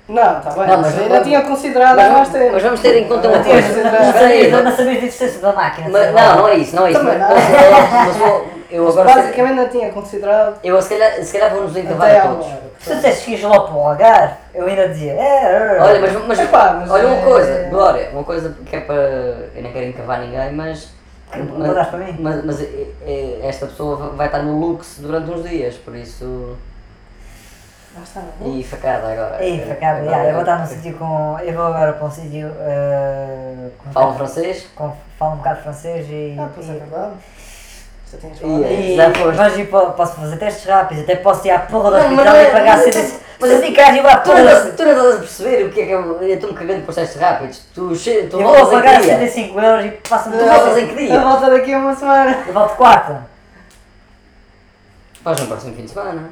[SPEAKER 4] Não, está bem,
[SPEAKER 3] Não, mas
[SPEAKER 4] mas eu
[SPEAKER 3] vamos-
[SPEAKER 4] não tinha considerado
[SPEAKER 3] mas
[SPEAKER 4] há mais
[SPEAKER 3] vamos-
[SPEAKER 4] tempo.
[SPEAKER 3] mas vamos ter em conta uma
[SPEAKER 4] Eu tinha
[SPEAKER 3] coisa.
[SPEAKER 4] considerado.
[SPEAKER 2] Não
[SPEAKER 3] Espera aí,
[SPEAKER 2] sabias,
[SPEAKER 3] mas-
[SPEAKER 2] não sabias da existência da máquina.
[SPEAKER 3] Mas,
[SPEAKER 2] sei lá.
[SPEAKER 3] não, não é isso, não é isso.
[SPEAKER 4] Também
[SPEAKER 3] Mas,
[SPEAKER 4] não.
[SPEAKER 3] mas eu- eu
[SPEAKER 4] Mas
[SPEAKER 3] agora. se-
[SPEAKER 4] basicamente não tinha considerado
[SPEAKER 3] Eu se calhar, se calhar vou nos encavar
[SPEAKER 4] até
[SPEAKER 3] a
[SPEAKER 4] há
[SPEAKER 3] todos.
[SPEAKER 4] uma hora.
[SPEAKER 2] Se tu dissesses que ias logo para o Algarve, eu ainda dizia, é, é, é.
[SPEAKER 3] Olha, mas, mas,
[SPEAKER 4] Epá, mas
[SPEAKER 3] olha uma
[SPEAKER 4] é-
[SPEAKER 3] coisa, Glória, uma coisa que é para. Eu não quero encavar ninguém, mas. mas-
[SPEAKER 2] mandaste para mim?
[SPEAKER 3] Mas, mas, é- é- esta pessoa vai estar no luxo durante uns dias, por isso.
[SPEAKER 4] Lá está, não é?
[SPEAKER 3] E facada agora.
[SPEAKER 2] Ei,
[SPEAKER 3] É,
[SPEAKER 2] facada,
[SPEAKER 3] agora-
[SPEAKER 2] yeah, eu vou estar num sítio com. Eu vou agora para um sítio. eh, com-
[SPEAKER 3] Falam um francês?
[SPEAKER 2] com- Falo um bocado francês e.
[SPEAKER 4] Ah, pois é
[SPEAKER 2] e-
[SPEAKER 4] verdade. Já tinhas
[SPEAKER 3] E-
[SPEAKER 4] falado.
[SPEAKER 2] e-
[SPEAKER 3] Já foste.
[SPEAKER 2] mas eu po- posso fazer testes rápidos, até posso ir à porra do
[SPEAKER 3] Não, mas
[SPEAKER 2] hospital
[SPEAKER 3] não é-
[SPEAKER 2] e pagar
[SPEAKER 3] mas é-
[SPEAKER 2] 100
[SPEAKER 3] mas é-
[SPEAKER 2] 100 caras e vou à
[SPEAKER 3] Tu
[SPEAKER 2] porra
[SPEAKER 3] não,
[SPEAKER 2] do
[SPEAKER 3] estás,
[SPEAKER 2] hospital.
[SPEAKER 3] tu não estás a perceber o que é que eu. Eu estou-me cagando por testes rápidos. Tu, che- tu
[SPEAKER 2] Eu vou
[SPEAKER 3] voltas em
[SPEAKER 2] pagar
[SPEAKER 3] que dia?
[SPEAKER 2] 75 euros e passo-me
[SPEAKER 3] Tu voltas em que
[SPEAKER 4] A
[SPEAKER 3] dia?
[SPEAKER 4] volta daqui a uma semana.
[SPEAKER 2] Eu volto quarta.
[SPEAKER 3] Faz no próximo fim de semana.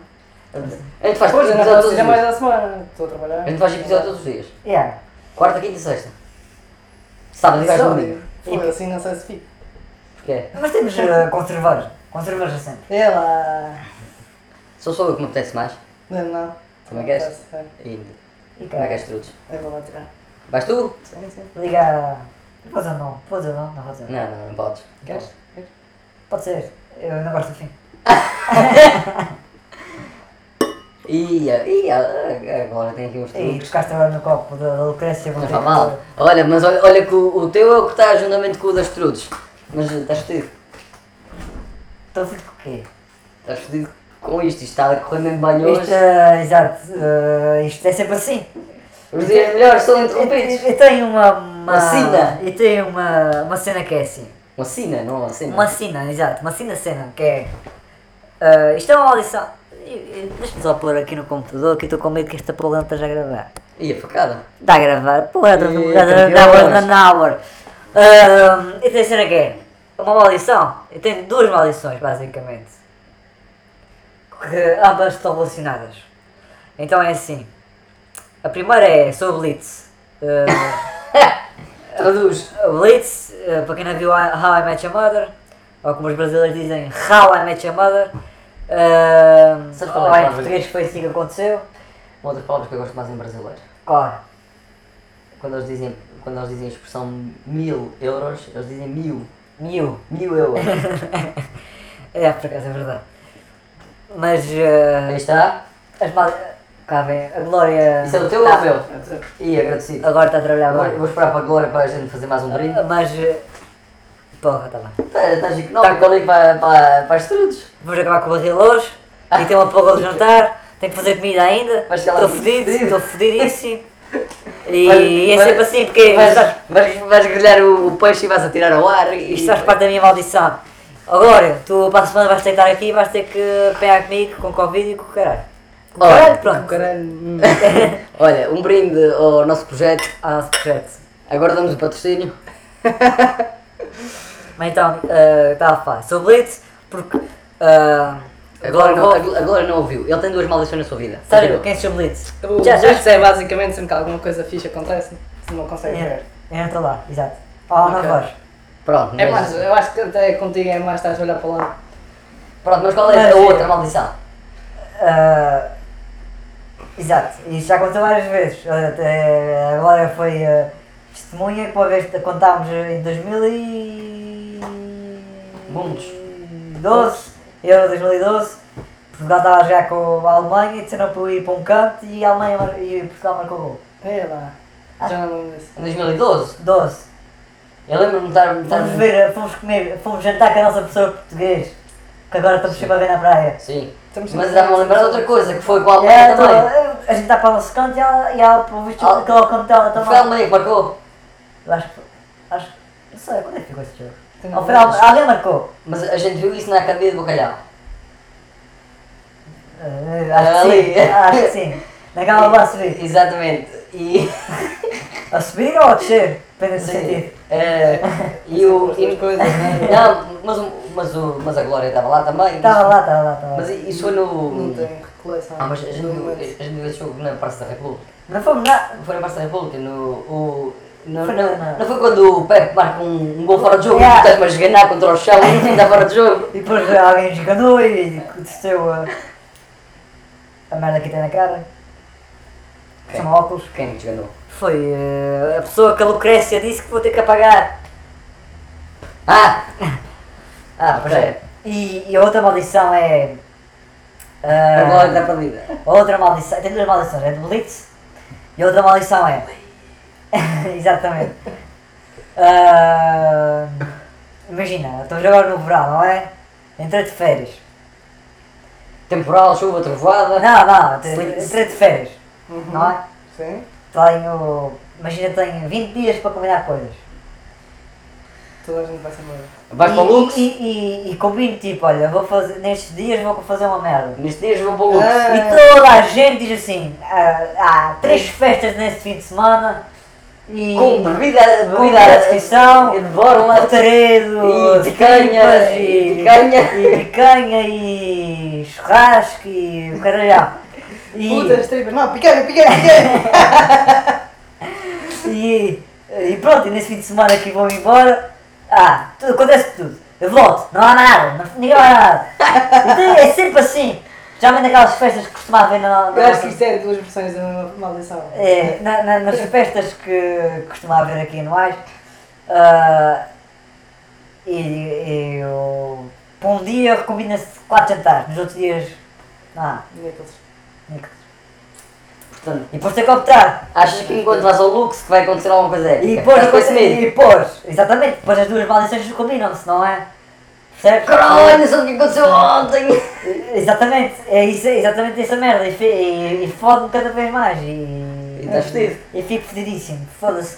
[SPEAKER 3] A gente faz
[SPEAKER 4] Pois, eu não
[SPEAKER 3] episódio
[SPEAKER 4] posso
[SPEAKER 3] todos os
[SPEAKER 4] dizer mais
[SPEAKER 3] dias.
[SPEAKER 4] da semana. Estou a trabalhar.
[SPEAKER 3] A gente faz episódio todos os dias.
[SPEAKER 2] Yeah.
[SPEAKER 3] Quarta, quinta e sexta. Sábado e vais domingo.
[SPEAKER 4] Foi assim, não sei se fico.
[SPEAKER 3] Porquê?
[SPEAKER 2] Mas temos eh, conservar. Conservar já sempre.
[SPEAKER 4] É lá.
[SPEAKER 3] Sou só eu que me apetece mais.
[SPEAKER 4] Não, não.
[SPEAKER 3] Também queres?
[SPEAKER 4] É,
[SPEAKER 3] E
[SPEAKER 2] E
[SPEAKER 3] como é que
[SPEAKER 2] cara,
[SPEAKER 3] és trutos?
[SPEAKER 4] Eu vou lá tirar.
[SPEAKER 3] Vais tu?
[SPEAKER 4] Sim, sim.
[SPEAKER 2] liga. Vou dizer não, vou dizer não, não vou dizer.
[SPEAKER 3] Não, não, não podes.
[SPEAKER 4] Queres?
[SPEAKER 2] Pode ser, eu não gosto do fim.
[SPEAKER 3] Ia, ia, agora tem aqui uns
[SPEAKER 2] E
[SPEAKER 3] truques.
[SPEAKER 2] tocaste agora no copo da, da Lucrécia, vou
[SPEAKER 3] Não
[SPEAKER 2] ter
[SPEAKER 3] faz
[SPEAKER 2] que-
[SPEAKER 3] mal. Olha, mas olha, olha que o, o teu é o que está juntamente com o das trudes. Mas eh, estás fedido.
[SPEAKER 2] Estou fodido com o quê?
[SPEAKER 3] Estás fedido com isto. Isto está a correr mesmo bem hoje.
[SPEAKER 2] Isto, eh, exato, eh, isto é sempre assim.
[SPEAKER 3] Os dias melhores são
[SPEAKER 2] E,
[SPEAKER 3] interrompidos.
[SPEAKER 2] e- e tem uma. uma
[SPEAKER 3] Uma sina.
[SPEAKER 2] E tem uma, uma cena que é assim.
[SPEAKER 3] Uma sina, não uma sina.
[SPEAKER 2] Uma cena, exato, uma cena cena, que é. eh, isto é uma audição. E- e Deixa-me só pôr aqui no computador que eu estou com medo que esta polenta esteja a gravar.
[SPEAKER 3] E a facada?
[SPEAKER 2] Está a gravar. Porra, estamos
[SPEAKER 3] E
[SPEAKER 2] a gravar
[SPEAKER 3] 30
[SPEAKER 2] na hora.
[SPEAKER 3] horas.
[SPEAKER 2] Na hora. Ahm, e tem cena que é uma maldição. Eu tenho duas maldições, basicamente. Que ambas estão relacionadas. Então é assim. A primeira é sobre Blitz. Ahm,
[SPEAKER 3] Traduz.
[SPEAKER 2] A Blitz, eh, para quem não viu How I Met Your Mother, ou como os brasileiros dizem, How I Met Your Mother, eh,
[SPEAKER 3] Sabes qual é
[SPEAKER 2] ou
[SPEAKER 3] a
[SPEAKER 2] em
[SPEAKER 3] palavra?
[SPEAKER 2] português foi assim que aconteceu,
[SPEAKER 3] Uma outra palavra que eu gosto mais em brasileiro.
[SPEAKER 2] claro,
[SPEAKER 3] Quando eles dizem, quando eles dizem a expressão mil euros, eles dizem mil.
[SPEAKER 2] Mew,
[SPEAKER 3] Mil euros.
[SPEAKER 2] é por acaso, é verdade. Mas eh,
[SPEAKER 3] Aí está.
[SPEAKER 2] as mal... cá vem, a Glória
[SPEAKER 3] Isso é o teu ou
[SPEAKER 2] tá-
[SPEAKER 3] o meu? E agradecido.
[SPEAKER 2] agora está a trabalhar
[SPEAKER 3] Agora eu
[SPEAKER 2] bem,
[SPEAKER 3] vou esperar para a Glória para a gente fazer mais um brinde.
[SPEAKER 2] mas, eh, porra, tá está bem.
[SPEAKER 3] Estás económico Tá ali para, para, para as trudes.
[SPEAKER 2] Vamos acabar com o barril hoje, e tem uma pouca de jantar, tenho que fazer comida ainda,
[SPEAKER 3] Vai chegar lá
[SPEAKER 2] estou
[SPEAKER 3] muito
[SPEAKER 2] fodido,
[SPEAKER 3] fedido.
[SPEAKER 2] estou fodidíssimo. E,
[SPEAKER 3] Vai-
[SPEAKER 2] é
[SPEAKER 3] vai-
[SPEAKER 2] sempre assim, porque
[SPEAKER 3] Vais,
[SPEAKER 2] sabes,
[SPEAKER 3] vais, vais grelhar o, o peixe e vais atirar ao ar. E
[SPEAKER 2] Isto faz parte da minha maldição. Agora, tu para a semana vais ter que estar aqui e vais ter que pegar comigo com Covid e com o caralho. Com o
[SPEAKER 3] Olha,
[SPEAKER 2] caralho, pronto.
[SPEAKER 3] Olha, um brinde ao nosso projeto.
[SPEAKER 2] Ao nosso projeto.
[SPEAKER 3] Agora damos o patrocínio.
[SPEAKER 2] Mas então, eh, estava a falar sobre Blitz, porque. eh,
[SPEAKER 3] Agora
[SPEAKER 2] agora
[SPEAKER 3] não, a
[SPEAKER 2] vou.
[SPEAKER 3] Glo- a Glória não ouviu. Ele tem duas maldições na sua vida.
[SPEAKER 2] Sério,
[SPEAKER 3] Continua.
[SPEAKER 2] quem se chama Blitz?
[SPEAKER 4] O
[SPEAKER 2] Já,
[SPEAKER 4] já,
[SPEAKER 2] já.
[SPEAKER 4] é basicamente sempre que alguma coisa fixe acontece, se não consegue
[SPEAKER 2] É,
[SPEAKER 4] ver.
[SPEAKER 2] é, estou lá, exato. Ó, na
[SPEAKER 4] Ok.
[SPEAKER 2] voz.
[SPEAKER 3] Pronto,
[SPEAKER 4] É
[SPEAKER 3] mas-
[SPEAKER 4] mais, eu acho que até contigo é mais estás a olhar para lá.
[SPEAKER 3] Pronto, mas qual é
[SPEAKER 2] Mas-
[SPEAKER 3] a outra maldição?
[SPEAKER 2] Eh, exato, isto já aconteceu várias vezes. Olha, até agora foi eh, testemunha que uma vez contámos em 2000 e...
[SPEAKER 3] Mundos.
[SPEAKER 2] 12, eu 2012, Portugal estava já com a Alemanha e disseram para eu ir para um canto e a Alemanha mar- e Portugal marcou gol.
[SPEAKER 4] É lá.
[SPEAKER 2] Ah.
[SPEAKER 4] Já não lembro disso.
[SPEAKER 3] Em 2012.
[SPEAKER 2] 12.
[SPEAKER 3] Eu lembro-me de estar. de
[SPEAKER 2] Fomos
[SPEAKER 3] estar-
[SPEAKER 2] ver, fomos comer, fomos jantar com a nossa pessoa português, que agora estamos sempre a ver na praia.
[SPEAKER 3] Sim.
[SPEAKER 4] Estamos-
[SPEAKER 3] Mas estava-me a lembrar de outra coisa, que foi com a Alemanha
[SPEAKER 2] É,
[SPEAKER 3] também.
[SPEAKER 2] então, a gente está para o nosso canto e ela, e ela pelo visto,
[SPEAKER 3] Al-
[SPEAKER 2] colocou o canto dela
[SPEAKER 3] Foi a
[SPEAKER 2] também.
[SPEAKER 3] Alemanha que marcou.
[SPEAKER 2] Eu acho que. Acho Não sei, quando é que ficou esse jogo?
[SPEAKER 4] Tem
[SPEAKER 2] Ao final, alguém marcou.
[SPEAKER 3] Mas a gente viu isso na academia de bacalhau.
[SPEAKER 2] Eh, acho que
[SPEAKER 3] Ali.
[SPEAKER 2] sim. Acho que sim. Naquela lá a subir.
[SPEAKER 3] Exatamente. E.
[SPEAKER 2] A subir ou a descer? Depende do
[SPEAKER 3] Sim.
[SPEAKER 2] sentido.
[SPEAKER 3] Eh, e o.
[SPEAKER 4] Tem
[SPEAKER 3] E,
[SPEAKER 4] coisas, né?
[SPEAKER 3] não, mas, o, mas, o, mas a Glória estava lá também.
[SPEAKER 2] Estava lá, estava lá, estava lá.
[SPEAKER 3] Mas isso foi no.
[SPEAKER 4] Não tem recolheção.
[SPEAKER 3] Ah, mas a gente, viu, a
[SPEAKER 4] Não,
[SPEAKER 3] gente viu esse jogo na Praça da República.
[SPEAKER 2] Não fomos lá.
[SPEAKER 3] Foi na Praça da República, no. O, no-
[SPEAKER 2] Foi
[SPEAKER 3] não,
[SPEAKER 2] na- na-
[SPEAKER 3] não foi quando o Pepe marca um, um gol fora de jogo
[SPEAKER 2] Yeah.
[SPEAKER 3] e tu estás a esganar contra o chão e está fora de jogo.
[SPEAKER 2] E depois alguém esganou e desceu a. a merda que tem na cara.
[SPEAKER 3] Quem?
[SPEAKER 2] São óculos.
[SPEAKER 3] Quem é que esganou?
[SPEAKER 2] Foi eh, a pessoa que a Lucrécia disse que vou ter que apagar.
[SPEAKER 3] Ah! Ah, pois é.
[SPEAKER 2] E, e a outra maldição é. eh,
[SPEAKER 3] A Glória está perdida.
[SPEAKER 2] A Outra maldição, tem duas maldições, é de Blitz e a outra maldição é. Exatamente. Ah, imagina, estamos agora no verão, não é? Entrei de férias.
[SPEAKER 3] Temporal, chuva, trovoada.
[SPEAKER 2] Não, não, entrei de férias,
[SPEAKER 3] Uhum.
[SPEAKER 2] não é?
[SPEAKER 4] Uhum. Sim.
[SPEAKER 2] Tenho. Imagina, tenho 20 dias para combinar coisas.
[SPEAKER 4] Toda a gente vai se embora.
[SPEAKER 3] Vais
[SPEAKER 2] e,
[SPEAKER 3] para o Lux.
[SPEAKER 2] E, e, e combino tipo, olha, vou fazer, nestes dias vou fazer uma merda.
[SPEAKER 3] Nestes dias vou para o Lux.
[SPEAKER 2] E toda a gente diz assim, ah, há três festas nesse fim de semana e.
[SPEAKER 3] Com bebida,
[SPEAKER 2] Comida
[SPEAKER 3] bebida
[SPEAKER 2] à descrição,
[SPEAKER 3] e de um borla.
[SPEAKER 2] Altaredo,
[SPEAKER 3] E picanha,
[SPEAKER 2] tripas,
[SPEAKER 3] e picanha.
[SPEAKER 2] e picanha, e churrasco, e o caralhão. E,
[SPEAKER 4] Putas, tripas. Não, picanha, picanha, picanha.
[SPEAKER 2] e, e pronto, e nesse fim de semana que vão embora, ah, tudo, acontece tudo. Eu volto, não há nada, não, ninguém vai nada. Então, é sempre assim. Já vem naquelas festas que costumava ver na, na,
[SPEAKER 4] Eu acho que isto é duas versões da mesma maldição.
[SPEAKER 2] É, na- na- nas festas que costuma haver aqui em Noais, ah, e, e eu, para um dia combina-se quatro jantares, nos outros dias não há.
[SPEAKER 4] Nicholas.
[SPEAKER 3] Portanto,
[SPEAKER 2] E depois tem que optar.
[SPEAKER 3] achas que enquanto vais ao Lux que vai acontecer alguma coisa épica?
[SPEAKER 2] E depois,
[SPEAKER 3] Estás com esse medo?
[SPEAKER 2] e depois, exatamente, depois as duas maldições combinam-se, não é? Percebes?
[SPEAKER 3] Caralho, não sei o que aconteceu ontem!
[SPEAKER 2] Exatamente, é isso, é exatamente essa merda, e, fe- e, e fode-me cada vez mais, e...
[SPEAKER 3] E estás fedido.
[SPEAKER 2] E fico fedidíssimo, foda-se.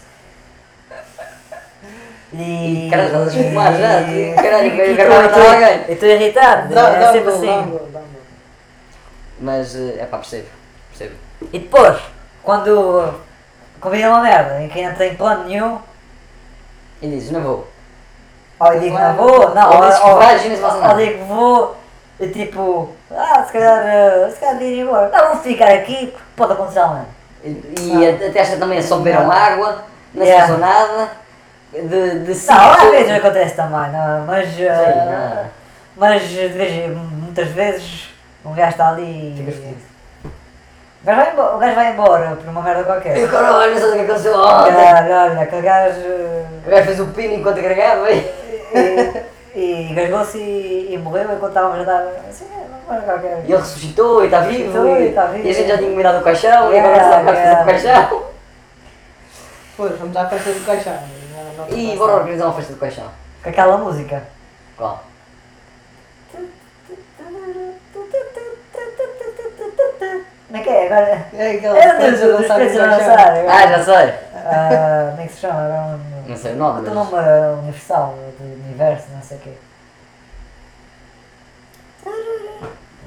[SPEAKER 2] E...
[SPEAKER 3] E, caralho, estás a espumar já, tu- caralho,
[SPEAKER 2] E-
[SPEAKER 3] eu
[SPEAKER 2] e-
[SPEAKER 3] quero
[SPEAKER 2] e-
[SPEAKER 3] matar
[SPEAKER 2] e-
[SPEAKER 3] alguém.
[SPEAKER 2] Eu estou irritado, é sempre assim.
[SPEAKER 4] dá, dá.
[SPEAKER 3] Mas, é pá, eh, percebo. Percebo.
[SPEAKER 2] E depois, quando convida uma merda e que não tem plano nenhum,
[SPEAKER 3] E dizes, não vou.
[SPEAKER 2] ou eu digo não vou, não,
[SPEAKER 3] Ou
[SPEAKER 2] ou,
[SPEAKER 3] dizes que
[SPEAKER 2] ou,
[SPEAKER 3] vais e não se passa
[SPEAKER 2] ou
[SPEAKER 3] nada.
[SPEAKER 2] digo vou, e tipo, ah, se calhar, eh, se calhar devia ir embora. Não, vou ficar aqui, porque pode acontecer amanhã.
[SPEAKER 3] E, e a- a testa também é só beberam água, não se
[SPEAKER 2] Yeah.
[SPEAKER 3] passou nada. De, de cinco
[SPEAKER 2] Não, às
[SPEAKER 3] pessoas-
[SPEAKER 2] vezes acontece também, não, mas, eh,
[SPEAKER 3] nada.
[SPEAKER 2] mas de vez, muitas vezes um gajo está ali e...
[SPEAKER 3] Ficas fodido.
[SPEAKER 2] O gajo vai embora- o gajo vai embora por uma merda qualquer.
[SPEAKER 3] E o caralho, não sei o que aconteceu ontem.
[SPEAKER 2] Caralho, olha, aquele gajo.
[SPEAKER 3] O gajo fez o pino enquanto agregava e...
[SPEAKER 2] E, e gasgou-se e, e morreu enquanto estávamos a dar. Assim, uma merda qualquer.
[SPEAKER 3] E ele ressuscitou e está vivo.
[SPEAKER 2] Ressuscitou e
[SPEAKER 3] e,
[SPEAKER 2] está vivo.
[SPEAKER 3] e a gente já tinha combinado o caixão e agora
[SPEAKER 2] Yeah,
[SPEAKER 3] sabe o que vai fazer
[SPEAKER 2] yeah.
[SPEAKER 3] com o caixão.
[SPEAKER 4] Pois, vamos à festa do caixão. não- não
[SPEAKER 3] E
[SPEAKER 4] acontece
[SPEAKER 3] bora
[SPEAKER 4] nada.
[SPEAKER 3] organizar uma festa do caixão.
[SPEAKER 2] Com aquela música.
[SPEAKER 3] Qual?
[SPEAKER 2] Como é que é? Agora.
[SPEAKER 4] É aquela
[SPEAKER 2] É
[SPEAKER 4] coisa
[SPEAKER 2] dos-
[SPEAKER 4] de
[SPEAKER 2] dos
[SPEAKER 4] dançar
[SPEAKER 2] preços
[SPEAKER 4] no
[SPEAKER 2] a
[SPEAKER 4] caixão.
[SPEAKER 2] dançar.
[SPEAKER 3] Ah, já sei.
[SPEAKER 2] Ah, Como é que se chama? Agora um.
[SPEAKER 3] Não sei o nome,
[SPEAKER 2] Outro
[SPEAKER 3] mas...
[SPEAKER 2] nome eh, universal, do universo, não sei o quê.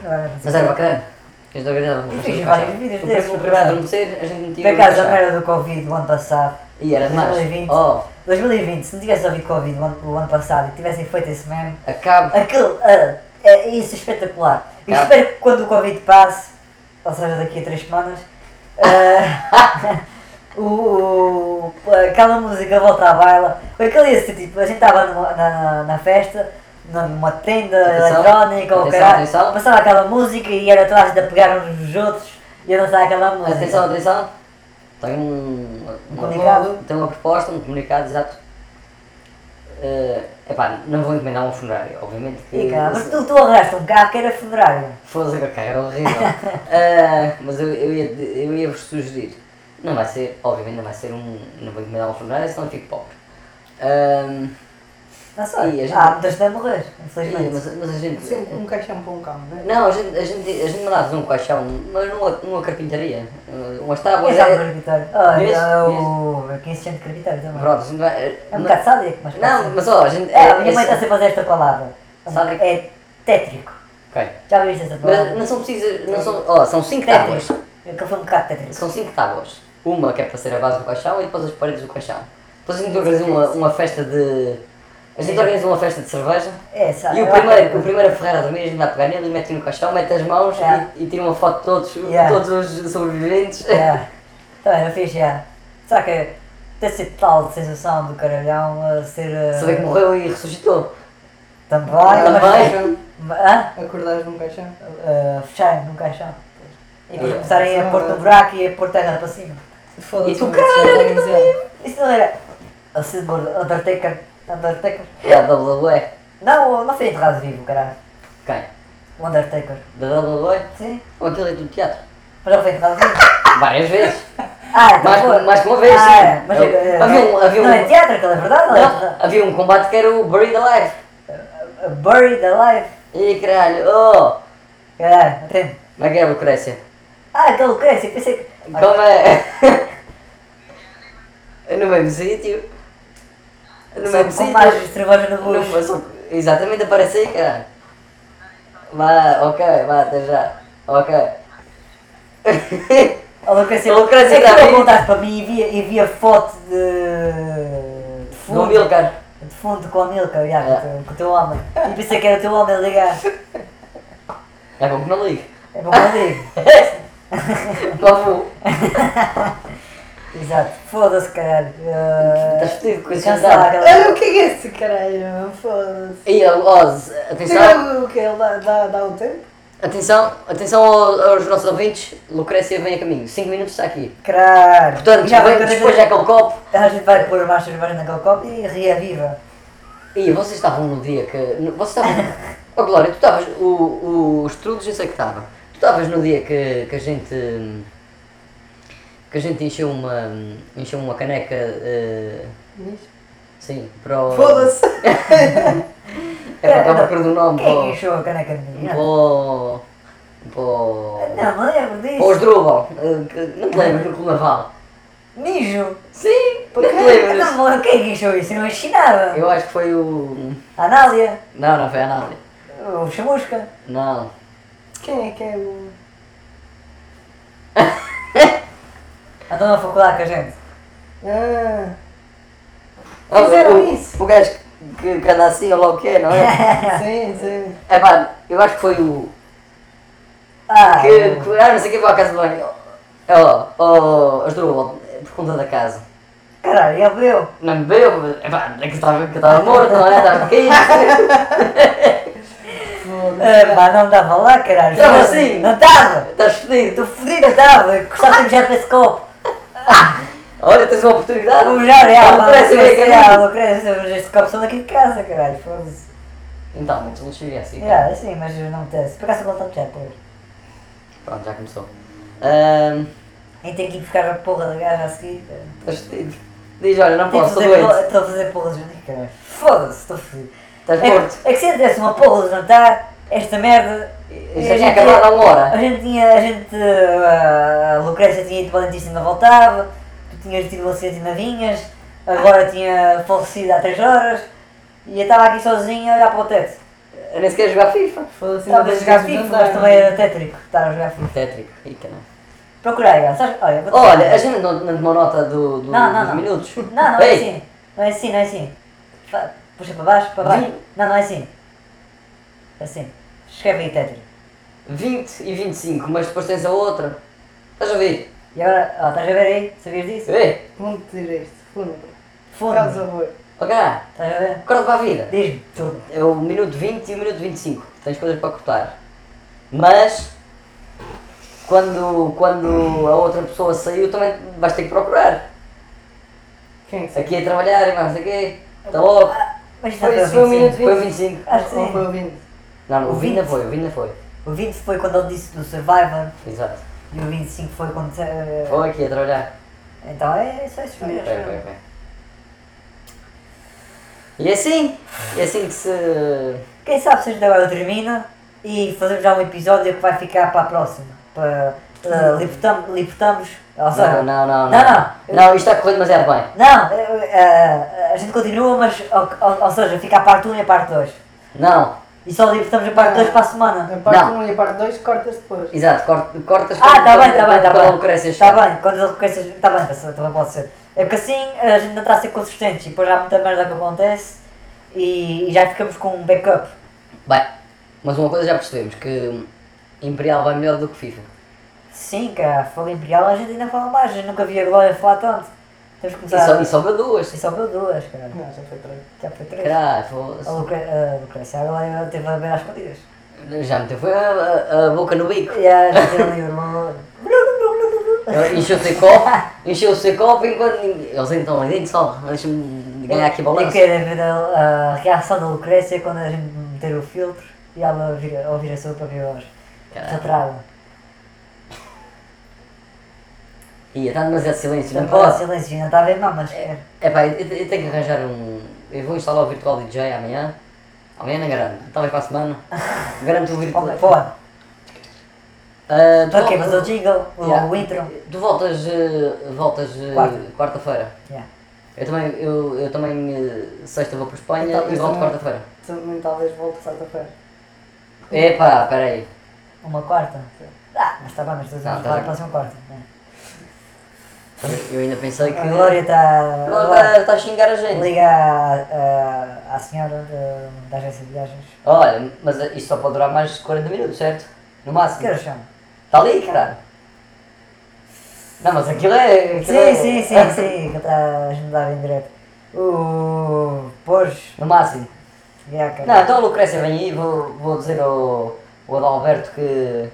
[SPEAKER 2] Agora é não sei.
[SPEAKER 3] Mas era bacana. é A gente organizava uma
[SPEAKER 2] Eu
[SPEAKER 3] festa
[SPEAKER 2] fiz
[SPEAKER 3] do
[SPEAKER 2] vários
[SPEAKER 3] caixão.
[SPEAKER 2] vídeos
[SPEAKER 3] O
[SPEAKER 2] desses,
[SPEAKER 3] primeiro
[SPEAKER 2] por
[SPEAKER 3] primeiro a
[SPEAKER 2] acaso.
[SPEAKER 3] adormecer, a gente
[SPEAKER 2] Por
[SPEAKER 3] metia o
[SPEAKER 2] acaso, a
[SPEAKER 3] caixão.
[SPEAKER 2] merda do Covid do ano passado.
[SPEAKER 3] E era demais.
[SPEAKER 2] 2020.
[SPEAKER 3] Oh,
[SPEAKER 2] 2020, se não tivesse ouvido Covid o ano, o ano passado e tivessem feito esse meme,
[SPEAKER 3] acabo.
[SPEAKER 2] aquilo, ah, é, isso é espetacular. E
[SPEAKER 3] Tá.
[SPEAKER 2] espero que quando o Covid passe, ou seja, daqui a três semanas, ah, o- o- aquela música volta à baila. Aquilo ia ser tipo, a gente estava numa- na, na- na festa, numa- numa tenda
[SPEAKER 3] Atenção,
[SPEAKER 2] eletrónica ou
[SPEAKER 3] atenção,
[SPEAKER 2] caralho,
[SPEAKER 3] atenção.
[SPEAKER 2] passava aquela música e era atrás de pegar uns nos outros e a dançar aquela música.
[SPEAKER 3] Atenção, atenção. Tenho um... uma-
[SPEAKER 2] comunicado.
[SPEAKER 3] Tenho uma proposta, um comunicado, exato. Eh, epá, não vou encomendar um funerário, obviamente que...
[SPEAKER 2] E, cara, mas tu, tu arraste um carro que era funerário.
[SPEAKER 3] Foda-se, ok, era horrível. Ah, mas eu, eu, ia, eu ia vos sugerir. Não vai ser, obviamente, não vai ser um. Não vou encomendar um funerário, senão fico pobre. Ah,
[SPEAKER 2] Não sei.
[SPEAKER 3] E a gente-
[SPEAKER 2] Ah, muitas a morrer,
[SPEAKER 3] e-
[SPEAKER 2] infelizmente.
[SPEAKER 3] mas, mas a gente.
[SPEAKER 4] Sempre um caixão para um cão, não é?
[SPEAKER 3] Não, a gente, a gente, a gente mandava um caixão, mas numa, numa carpintaria. ah, Umas tábuas.
[SPEAKER 2] Quem sabe
[SPEAKER 3] é-
[SPEAKER 2] creditário? Olha,
[SPEAKER 3] Vês?
[SPEAKER 2] o. Quem se sente creditário também.
[SPEAKER 3] Pronto, a gente vai. eh,
[SPEAKER 2] É um bocado sádico, mas. pode
[SPEAKER 3] Não,
[SPEAKER 2] ser.
[SPEAKER 3] mas ó, a gente.
[SPEAKER 2] É, a minha mãe está sempre a fazer esta palavra.
[SPEAKER 3] Sádico.
[SPEAKER 2] É tétrico.
[SPEAKER 3] Ok.
[SPEAKER 2] Já viste essa palavra?
[SPEAKER 3] Mas não são precisas. Não são, ó, são cinco tábuas.
[SPEAKER 2] Tétrico. Aquilo foi um bocado tétrico.
[SPEAKER 3] São cinco tábuas. Uma que é para ser a base do caixão e depois as paredes do caixão. Depois a gente organiza uma, uma festa de. A gente organiza uma festa de cerveja.
[SPEAKER 2] É, sabe?
[SPEAKER 3] E o primeiro, o primeiro a ferrar a dormir, a gente vai pegar nele e mete no caixão, mete as mãos e-
[SPEAKER 2] Yeah.
[SPEAKER 3] e, tira uma foto de todos,
[SPEAKER 2] Yeah.
[SPEAKER 3] todos os sobreviventes.
[SPEAKER 2] É. Também não fiz, já. Só é. que. Deve ser tal sensação do caralhão a ser. eh,
[SPEAKER 3] Saber que morreu e ressuscitou.
[SPEAKER 2] Também.
[SPEAKER 3] Também.
[SPEAKER 2] mas- eh,
[SPEAKER 4] Caixão,
[SPEAKER 2] Hã?
[SPEAKER 4] Acordares num caixão.
[SPEAKER 2] Eh, Fecharem num caixão. E depois
[SPEAKER 3] Ah.
[SPEAKER 2] começarem a pôr no buraco e a pôr terra para cima.
[SPEAKER 4] Foda-se.
[SPEAKER 3] E tu,
[SPEAKER 4] não é que se organiza.
[SPEAKER 2] Isso não era. O Sid Gordo, Undertaker. Undertaker.
[SPEAKER 3] Da WWE.
[SPEAKER 2] Não, não foi enterrado vivo, caralho.
[SPEAKER 3] Quem?
[SPEAKER 2] O Undertaker.
[SPEAKER 3] Da WWE?
[SPEAKER 2] Sim.
[SPEAKER 3] Ou aquilo é do teatro?
[SPEAKER 2] Mas ele foi enterrado vivo.
[SPEAKER 3] Várias vezes.
[SPEAKER 2] Ah, então
[SPEAKER 3] Mais que- um-
[SPEAKER 2] foi.
[SPEAKER 3] mais que uma vez,
[SPEAKER 2] ah,
[SPEAKER 3] sim.
[SPEAKER 2] é, Mas,
[SPEAKER 3] Eu-
[SPEAKER 2] eh,
[SPEAKER 3] havia um- havia
[SPEAKER 2] não
[SPEAKER 3] um-
[SPEAKER 2] é teatro, aquilo é verdade? Não. é
[SPEAKER 3] Não,
[SPEAKER 2] verdade?
[SPEAKER 3] havia um combate que era o Buried Alive.
[SPEAKER 2] Uh, Buried Alive.
[SPEAKER 3] E caralho, oh!
[SPEAKER 2] Caralho, atende.
[SPEAKER 3] Como é que é a Lucrécia?
[SPEAKER 2] Ah, aquele Lucrécia, pensei que...
[SPEAKER 3] Como é? no mesmo sítio. No
[SPEAKER 2] Só
[SPEAKER 3] mesmo
[SPEAKER 2] com
[SPEAKER 3] sítio.
[SPEAKER 2] mais de cerveja no
[SPEAKER 3] Não, mas
[SPEAKER 2] bucho.
[SPEAKER 3] só- Exatamente, aparece aí, caralho. Vá, ok, vá, até já. Ok.
[SPEAKER 2] A Lucrécia...
[SPEAKER 3] A Lucrécia
[SPEAKER 2] é que
[SPEAKER 3] tá
[SPEAKER 2] tu
[SPEAKER 3] viva.
[SPEAKER 2] apontaste para mim e via, e via foto de...
[SPEAKER 3] No
[SPEAKER 2] De fundo.
[SPEAKER 3] Milcar.
[SPEAKER 2] De fundo com a Milka, já,
[SPEAKER 3] É.
[SPEAKER 2] com o teu- com o teu homem. E pensei que era o teu homem a ligar.
[SPEAKER 3] É bom que não ligue.
[SPEAKER 2] É bom que eu digo.
[SPEAKER 3] Lá vou.
[SPEAKER 2] Exato. Foda-se, caralho. Ah,
[SPEAKER 3] Estás fedido com esse
[SPEAKER 2] Cancela
[SPEAKER 3] jantar.
[SPEAKER 2] aquela.
[SPEAKER 4] Ah, o que é que é esse caralho? Foda-se.
[SPEAKER 3] E, ó, ó, z- atenção,
[SPEAKER 4] Será o que? Ele dá, dá, dá um tempo?
[SPEAKER 3] atenção, atenção ao- aos nossos ouvintes. Lucrécia vem a caminho. 5 minutos está aqui.
[SPEAKER 2] Caralho.
[SPEAKER 3] Portanto,
[SPEAKER 2] vai
[SPEAKER 3] vem-
[SPEAKER 2] fazer-
[SPEAKER 3] depois já com o copo.
[SPEAKER 2] A gente vai pôr mais cerveja naquele copo e reaviva.
[SPEAKER 3] E vocês estavam no dia que. no- Vocês estavam. oh, Glória, tu estavas. O, o, os trudos eu sei que estava. Tu estavas no dia que, que a gente. hum, Que a gente encheu uma. Encheu uma caneca. eh,
[SPEAKER 4] Nisto.
[SPEAKER 3] sim, para o.
[SPEAKER 4] Foda-se.
[SPEAKER 3] É para estava a perder o nome para
[SPEAKER 2] Quem
[SPEAKER 3] o.
[SPEAKER 2] encheu a caneca de mim?
[SPEAKER 3] Para o. Para o.
[SPEAKER 2] Não, me
[SPEAKER 3] Para
[SPEAKER 2] lembro
[SPEAKER 3] o
[SPEAKER 2] disso.
[SPEAKER 3] Asdrúbal, eh, é que- Não te lembras do Clube Naval?
[SPEAKER 2] Mijo.
[SPEAKER 3] Sim, não te
[SPEAKER 2] Não
[SPEAKER 3] lembras?
[SPEAKER 2] me lembro. Quem é encheu isso? Eu não enchi nada.
[SPEAKER 3] Eu acho que foi o.
[SPEAKER 2] A Anália.
[SPEAKER 3] Não, não foi a Nádia.
[SPEAKER 2] O Chamusca.
[SPEAKER 3] Não.
[SPEAKER 4] Quem é que é o.
[SPEAKER 2] Então na faculdade com a gente.
[SPEAKER 4] Ah,
[SPEAKER 3] Ah,
[SPEAKER 4] Fizeram
[SPEAKER 3] o-
[SPEAKER 4] isso.
[SPEAKER 3] O gajo que, que anda assim, ou lá o que é, não é?
[SPEAKER 4] sim, sim.
[SPEAKER 3] é pá, eu acho que foi o.
[SPEAKER 2] Ah,
[SPEAKER 3] Que, que- ah, não sei quem vai à casa de banho. Ó, ó, Asdrubal, por conta da casa.
[SPEAKER 2] caralho, ele viu.
[SPEAKER 3] Não me bebeu, é pá, é que estava que eu estava morto, não é? Estava caído.
[SPEAKER 2] Ah, pá, não dava lá, caralho.
[SPEAKER 3] Estava assim.
[SPEAKER 2] Não dava.
[SPEAKER 3] Estás fedido.
[SPEAKER 2] Tu fodido estava. Gostaste de já para esse copo.
[SPEAKER 3] Olha, tens uma oportunidade.
[SPEAKER 2] Vou já, já.
[SPEAKER 3] Não parece bem que é.
[SPEAKER 2] Não parece, mas este copo só daqui de casa, caralho. Foda-se.
[SPEAKER 3] Então, mas não cheguei assim.
[SPEAKER 4] É.
[SPEAKER 2] Já, sim, mas não me desce. Por acaso eu volto já, pô.
[SPEAKER 3] Pronto, já começou. Ahm,
[SPEAKER 2] Aí tenho que ir buscar a porra da gaja a seguir. cara.
[SPEAKER 3] Estás fedido. Diz, olha, não
[SPEAKER 4] Tipo
[SPEAKER 2] Tenho que
[SPEAKER 3] posso, estou
[SPEAKER 2] fazer
[SPEAKER 3] Tá doente.
[SPEAKER 2] porra- Estou a fazer porra de jantar, caralho. Foda-se, estou fodido.
[SPEAKER 3] Estás morto.
[SPEAKER 2] É, é que se eu desse uma porra de jantar, esta merda.
[SPEAKER 3] Isto
[SPEAKER 2] É,
[SPEAKER 3] já tinha acabado há uma
[SPEAKER 2] A
[SPEAKER 3] hora.
[SPEAKER 2] gente tinha. A gente. ah, A Lucrécia tinha ido para o dentista e ainda voltava. Tu tinhas tido um acidente e ainda vinhas. Agora tinha falecido há 3 horas. E eu estava aqui sozinho a olhar para o teto.
[SPEAKER 3] Eu nem sequer jogar FIFA.
[SPEAKER 4] Foda-se, ainda
[SPEAKER 2] Estava a
[SPEAKER 4] bem que
[SPEAKER 2] jogar
[SPEAKER 4] não
[SPEAKER 2] FIFA,
[SPEAKER 4] dá.
[SPEAKER 2] mas também é- era tétrico tá, estar a jogar FIFA.
[SPEAKER 3] Tétrico. Ih, caralho.
[SPEAKER 2] Procurai, cara. Sabes? Olha, vou
[SPEAKER 3] Olha, a gente não, não tomou nota do, do-
[SPEAKER 2] Não, não,
[SPEAKER 3] dos
[SPEAKER 2] não.
[SPEAKER 3] minutos.
[SPEAKER 2] Não, não é
[SPEAKER 3] Ei,
[SPEAKER 2] assim. Não é assim, não é assim. Fa- Puxa para baixo, para baixo.
[SPEAKER 3] Vim.
[SPEAKER 2] Não, não é assim. É assim. Escreve aí tétrico.
[SPEAKER 3] 20 e 25, mas depois tens a outra. Estás a ouvir?
[SPEAKER 2] E agora, ó, estás a ver aí? Sabias disso?
[SPEAKER 3] Ei,
[SPEAKER 4] Vamos dizer isto, fundo.
[SPEAKER 2] Fundo.
[SPEAKER 4] Faz
[SPEAKER 2] Estás
[SPEAKER 4] favor.
[SPEAKER 3] ó cá,
[SPEAKER 2] a ver?
[SPEAKER 3] corta para a vida.
[SPEAKER 2] Diz-me. Tu.
[SPEAKER 3] É o minuto 20 e o minuto 25. Tens coisas para cortar. Mas, quando, quando a outra pessoa saiu, também vais ter que procurar.
[SPEAKER 4] Quem é que
[SPEAKER 3] Aqui a trabalhar e mais não sei o quê. Está logo.
[SPEAKER 2] Ah, Mas está
[SPEAKER 3] Foi,
[SPEAKER 2] para
[SPEAKER 3] isso, foi um o minuto 25. Foi
[SPEAKER 2] 25.
[SPEAKER 3] o 25.
[SPEAKER 2] Acho que
[SPEAKER 4] Ou foi
[SPEAKER 2] sim.
[SPEAKER 4] o Vini?
[SPEAKER 3] Não, não, o
[SPEAKER 2] O
[SPEAKER 3] 20
[SPEAKER 2] 20.
[SPEAKER 3] foi, o 20 foi.
[SPEAKER 2] O 20 foi quando ele disse do Survivor
[SPEAKER 3] Exato.
[SPEAKER 2] e o 25 foi quando. eh,
[SPEAKER 3] Foi aqui a trabalhar.
[SPEAKER 2] Então é isso, é isso
[SPEAKER 3] Foi,
[SPEAKER 2] mesmo.
[SPEAKER 3] foi, foi. E é assim, é assim que se.
[SPEAKER 2] Quem sabe se isto agora termina e fazemos já um episódio que vai ficar para a próxima. Para. Uh, libertamos, libertamos. Ou seja,
[SPEAKER 3] Não, não, não.
[SPEAKER 2] Não, não.
[SPEAKER 3] Não, isto está a correr demasiado bem.
[SPEAKER 2] Não, eh, eh, a gente continua, mas. Ou, ou- ou seja, fica a parte 1 e a parte 2.
[SPEAKER 3] Não,
[SPEAKER 2] E só libertamos a parte 2 para a semana.
[SPEAKER 4] A parte
[SPEAKER 3] Não.
[SPEAKER 4] 1 e a parte 2 cortas depois.
[SPEAKER 3] exato, cort- cortas
[SPEAKER 2] Ah, tá bem, tá bem, tá
[SPEAKER 3] Quando
[SPEAKER 2] bem.
[SPEAKER 3] o Lucrécia
[SPEAKER 2] Tá
[SPEAKER 3] está.
[SPEAKER 2] bem, quando ele cresce. Tá bem, essa também pode ser. É porque assim a gente não está a ser consistente e depois há muita merda que acontece e, e já ficamos com um backup.
[SPEAKER 3] Bem, mas uma coisa já percebemos: que Imperial vai melhor do que FIFA.
[SPEAKER 2] Sim, cara, Fogo Imperial a gente ainda fala mais, eu nunca vi a Glória falar tanto. Temos que
[SPEAKER 3] E só,
[SPEAKER 2] começar.
[SPEAKER 3] e só deu duas.
[SPEAKER 2] E só viu duas, cara.
[SPEAKER 4] Não, já foi três.
[SPEAKER 2] Já foi três.
[SPEAKER 3] Caralho,
[SPEAKER 2] A
[SPEAKER 3] foda-se.
[SPEAKER 2] Lucre- a Lucrécia, a Glória teve a ver às escondidas.
[SPEAKER 3] já meteu foi a, a- a boca no bico.
[SPEAKER 2] E a gente tem ali o Louro.
[SPEAKER 3] Ela Encheu o seu copo, encheu o seu copo enquanto ninguém. Eles então, ninguém só, deixa-me ganhar aqui
[SPEAKER 2] Eu
[SPEAKER 3] balanço.
[SPEAKER 2] quero é, né, ver a, a reação da Lucrécia quando a gente meter o filtro e ela ouvir, ouvir a sua própria voz.
[SPEAKER 3] Caralho.
[SPEAKER 2] Satrada.
[SPEAKER 3] Ia, está demasiado silêncio, não
[SPEAKER 2] Não pode.
[SPEAKER 3] posso.
[SPEAKER 2] Silêncio, ainda está a ver, não, mas quer.
[SPEAKER 3] É pá, eu, eu tenho que arranjar um. Eu vou instalar o Virtual DJ amanhã. Amanhã não garanto, talvez para a semana. Garanto o Virtual.
[SPEAKER 2] Pode. pode.
[SPEAKER 3] Ah, tu
[SPEAKER 2] Ok,
[SPEAKER 3] voltas-
[SPEAKER 2] mas o jingle, o,
[SPEAKER 3] Yeah.
[SPEAKER 2] o intro.
[SPEAKER 3] Tu voltas. eh, voltas eh,
[SPEAKER 2] Quarta.
[SPEAKER 3] quarta-feira.
[SPEAKER 2] Yeah.
[SPEAKER 3] eu também, eu, eu também eh, sexta vou para a Espanha
[SPEAKER 4] Então,
[SPEAKER 3] e
[SPEAKER 4] eu
[SPEAKER 3] volto
[SPEAKER 4] também.
[SPEAKER 3] quarta-feira.
[SPEAKER 4] Também talvez volte quarta-feira.
[SPEAKER 3] Epá, peraí.
[SPEAKER 2] Uma quarta. Ah, mas está bem, mas
[SPEAKER 3] Tá,
[SPEAKER 2] estás
[SPEAKER 3] tá
[SPEAKER 2] a
[SPEAKER 3] bem.
[SPEAKER 2] próxima quarta. né?
[SPEAKER 3] Eu- Eu ainda pensei que.
[SPEAKER 2] A Glória está.
[SPEAKER 3] Agora está a xingar a gente.
[SPEAKER 2] Liga à, à- à senhora de- da agência de viagens.
[SPEAKER 3] Olha, mas isto só pode durar mais 40 minutos, certo? No
[SPEAKER 2] Que
[SPEAKER 3] máximo.
[SPEAKER 2] horas são?
[SPEAKER 3] Está ali, caralho. Não, mas aquilo é. aquilo é-
[SPEAKER 2] Sim, sim, sim, sim, que está a agendar em direto. O. Pois.
[SPEAKER 3] No máximo.
[SPEAKER 2] Yeah, cara.
[SPEAKER 3] Não, então a Lucrécia vem aí, vou, vou dizer ao, ao Adalberto que.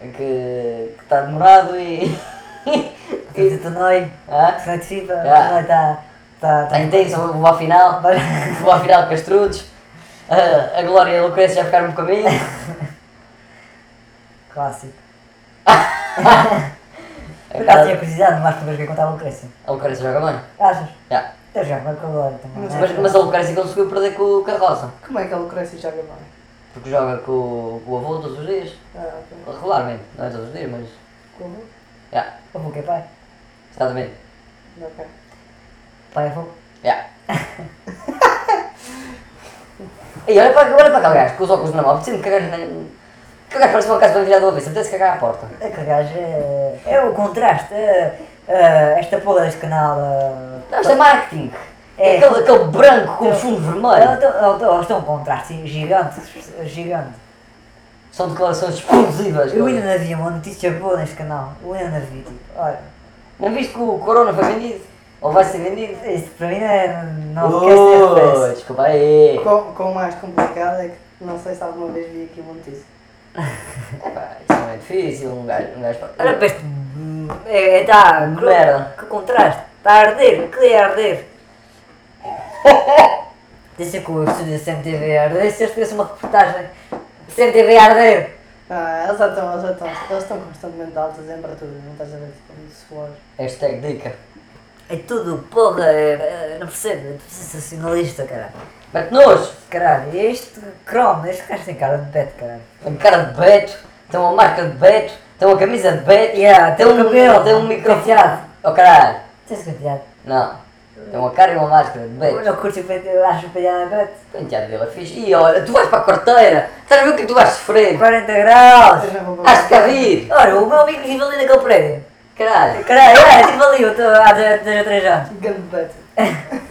[SPEAKER 3] que. que está demorado e.
[SPEAKER 2] Fiz o torneio,
[SPEAKER 3] Está
[SPEAKER 2] torneio de FIFA, o
[SPEAKER 3] Já.
[SPEAKER 2] torneio está. Tá, tá.
[SPEAKER 3] intenso, vou, vou à final. Vou à final com as trudes. Ah, a Glória e a Lucrécia já um ficaram no caminho.
[SPEAKER 2] Clássico.
[SPEAKER 3] É
[SPEAKER 2] Por acaso tinha
[SPEAKER 3] A
[SPEAKER 2] curiosidade, mas tu vês que contar a Lucrécia.
[SPEAKER 3] Lucrécia joga bem.
[SPEAKER 2] Achas?
[SPEAKER 3] Já.
[SPEAKER 2] Eu já vou com a Glória também. né?
[SPEAKER 3] Mas, mas a Lucrécia conseguiu perder com o Carroça.
[SPEAKER 4] Como é que a Lucrécia joga bem?
[SPEAKER 3] Porque joga com, com o avô todos os dias.
[SPEAKER 4] Ah, ok.
[SPEAKER 3] Regularmente. Não é todos os dias, mas.
[SPEAKER 4] Como?
[SPEAKER 3] Já.
[SPEAKER 2] Eu vou que é pai.
[SPEAKER 3] Exatamente.
[SPEAKER 4] Ok.
[SPEAKER 2] Pai, é eu vou.
[SPEAKER 3] Já. E olha para, olha para aquele gajo com os óculos na mão. Apetece-me cagar na. Que o gajo parece uma casa de banho virada do avesso. Apetece cagar à porta.
[SPEAKER 2] É que o gajo é. É o contraste. É, ah, esta porra deste canal. ah,
[SPEAKER 3] Não, isto é marketing.
[SPEAKER 2] É.
[SPEAKER 3] É. Aquele, aquele branco com fundo
[SPEAKER 2] Eles
[SPEAKER 3] vermelho.
[SPEAKER 2] estão- eles estão um contraste gigante, gigante.
[SPEAKER 3] São declarações explosivas.
[SPEAKER 2] Eu ainda
[SPEAKER 3] cara.
[SPEAKER 2] não vi uma notícia boa neste canal. Eu ainda não vi, tipo, olha,
[SPEAKER 3] Não viste que o Corona foi vendido? Ou vai ser vendido?
[SPEAKER 2] isso para mim não é. Não
[SPEAKER 3] Oh,
[SPEAKER 2] quer ser
[SPEAKER 3] desculpa aí.
[SPEAKER 4] Com, com o mais complicado é que não sei se alguma vez vi aqui uma notícia.
[SPEAKER 3] Epá, Isso não é difícil, um gajo, um gajo
[SPEAKER 2] Olha
[SPEAKER 3] pode...
[SPEAKER 2] para este. É, é tá,
[SPEAKER 3] Que
[SPEAKER 2] cru-
[SPEAKER 3] merda.
[SPEAKER 2] Que contraste. Está a arder, que é arder. Disse que o estúdio CMTV a arder, se eles tivessem uma reportagem. CMTV a arder.
[SPEAKER 4] Ah, eles já estão, eles já estão, eles estão constantemente altas em temperatura, não estás a ver tipo um suor.
[SPEAKER 3] Hashtag dica.
[SPEAKER 2] É tudo, porra, é- é- não percebo, é tudo sensacionalista, caralho.
[SPEAKER 3] Mete nojo.
[SPEAKER 2] Caralho, e este Chrome, este gajo tem cara de pet, caralho.
[SPEAKER 3] Tem cara de Beto. Tem uma marca de Beto. Tem uma camisa de Beto.
[SPEAKER 2] Yeah, tem
[SPEAKER 3] tem,
[SPEAKER 2] o cabelo,
[SPEAKER 3] Tem um microfone.
[SPEAKER 2] penteado.
[SPEAKER 3] Oh caralho.
[SPEAKER 2] Tens penteado.
[SPEAKER 3] Não. Tem uma cara e uma máscara de
[SPEAKER 2] Eu
[SPEAKER 3] Beto.
[SPEAKER 2] não curto o penteado, acho o penteado de pet.
[SPEAKER 3] Penteado dele é fixe. E olha, tu vais para a corteira. Estás a ver o que tu vais sofrer?
[SPEAKER 2] 40 graus.
[SPEAKER 4] Eu já vou
[SPEAKER 3] Acho que a vir.
[SPEAKER 2] Olha, o meu amigo vive ali naquele prédio.
[SPEAKER 3] Caralho.
[SPEAKER 2] Caralho, é, vive ali, eu estou há 2 ou 3 anos.
[SPEAKER 4] Grande debate.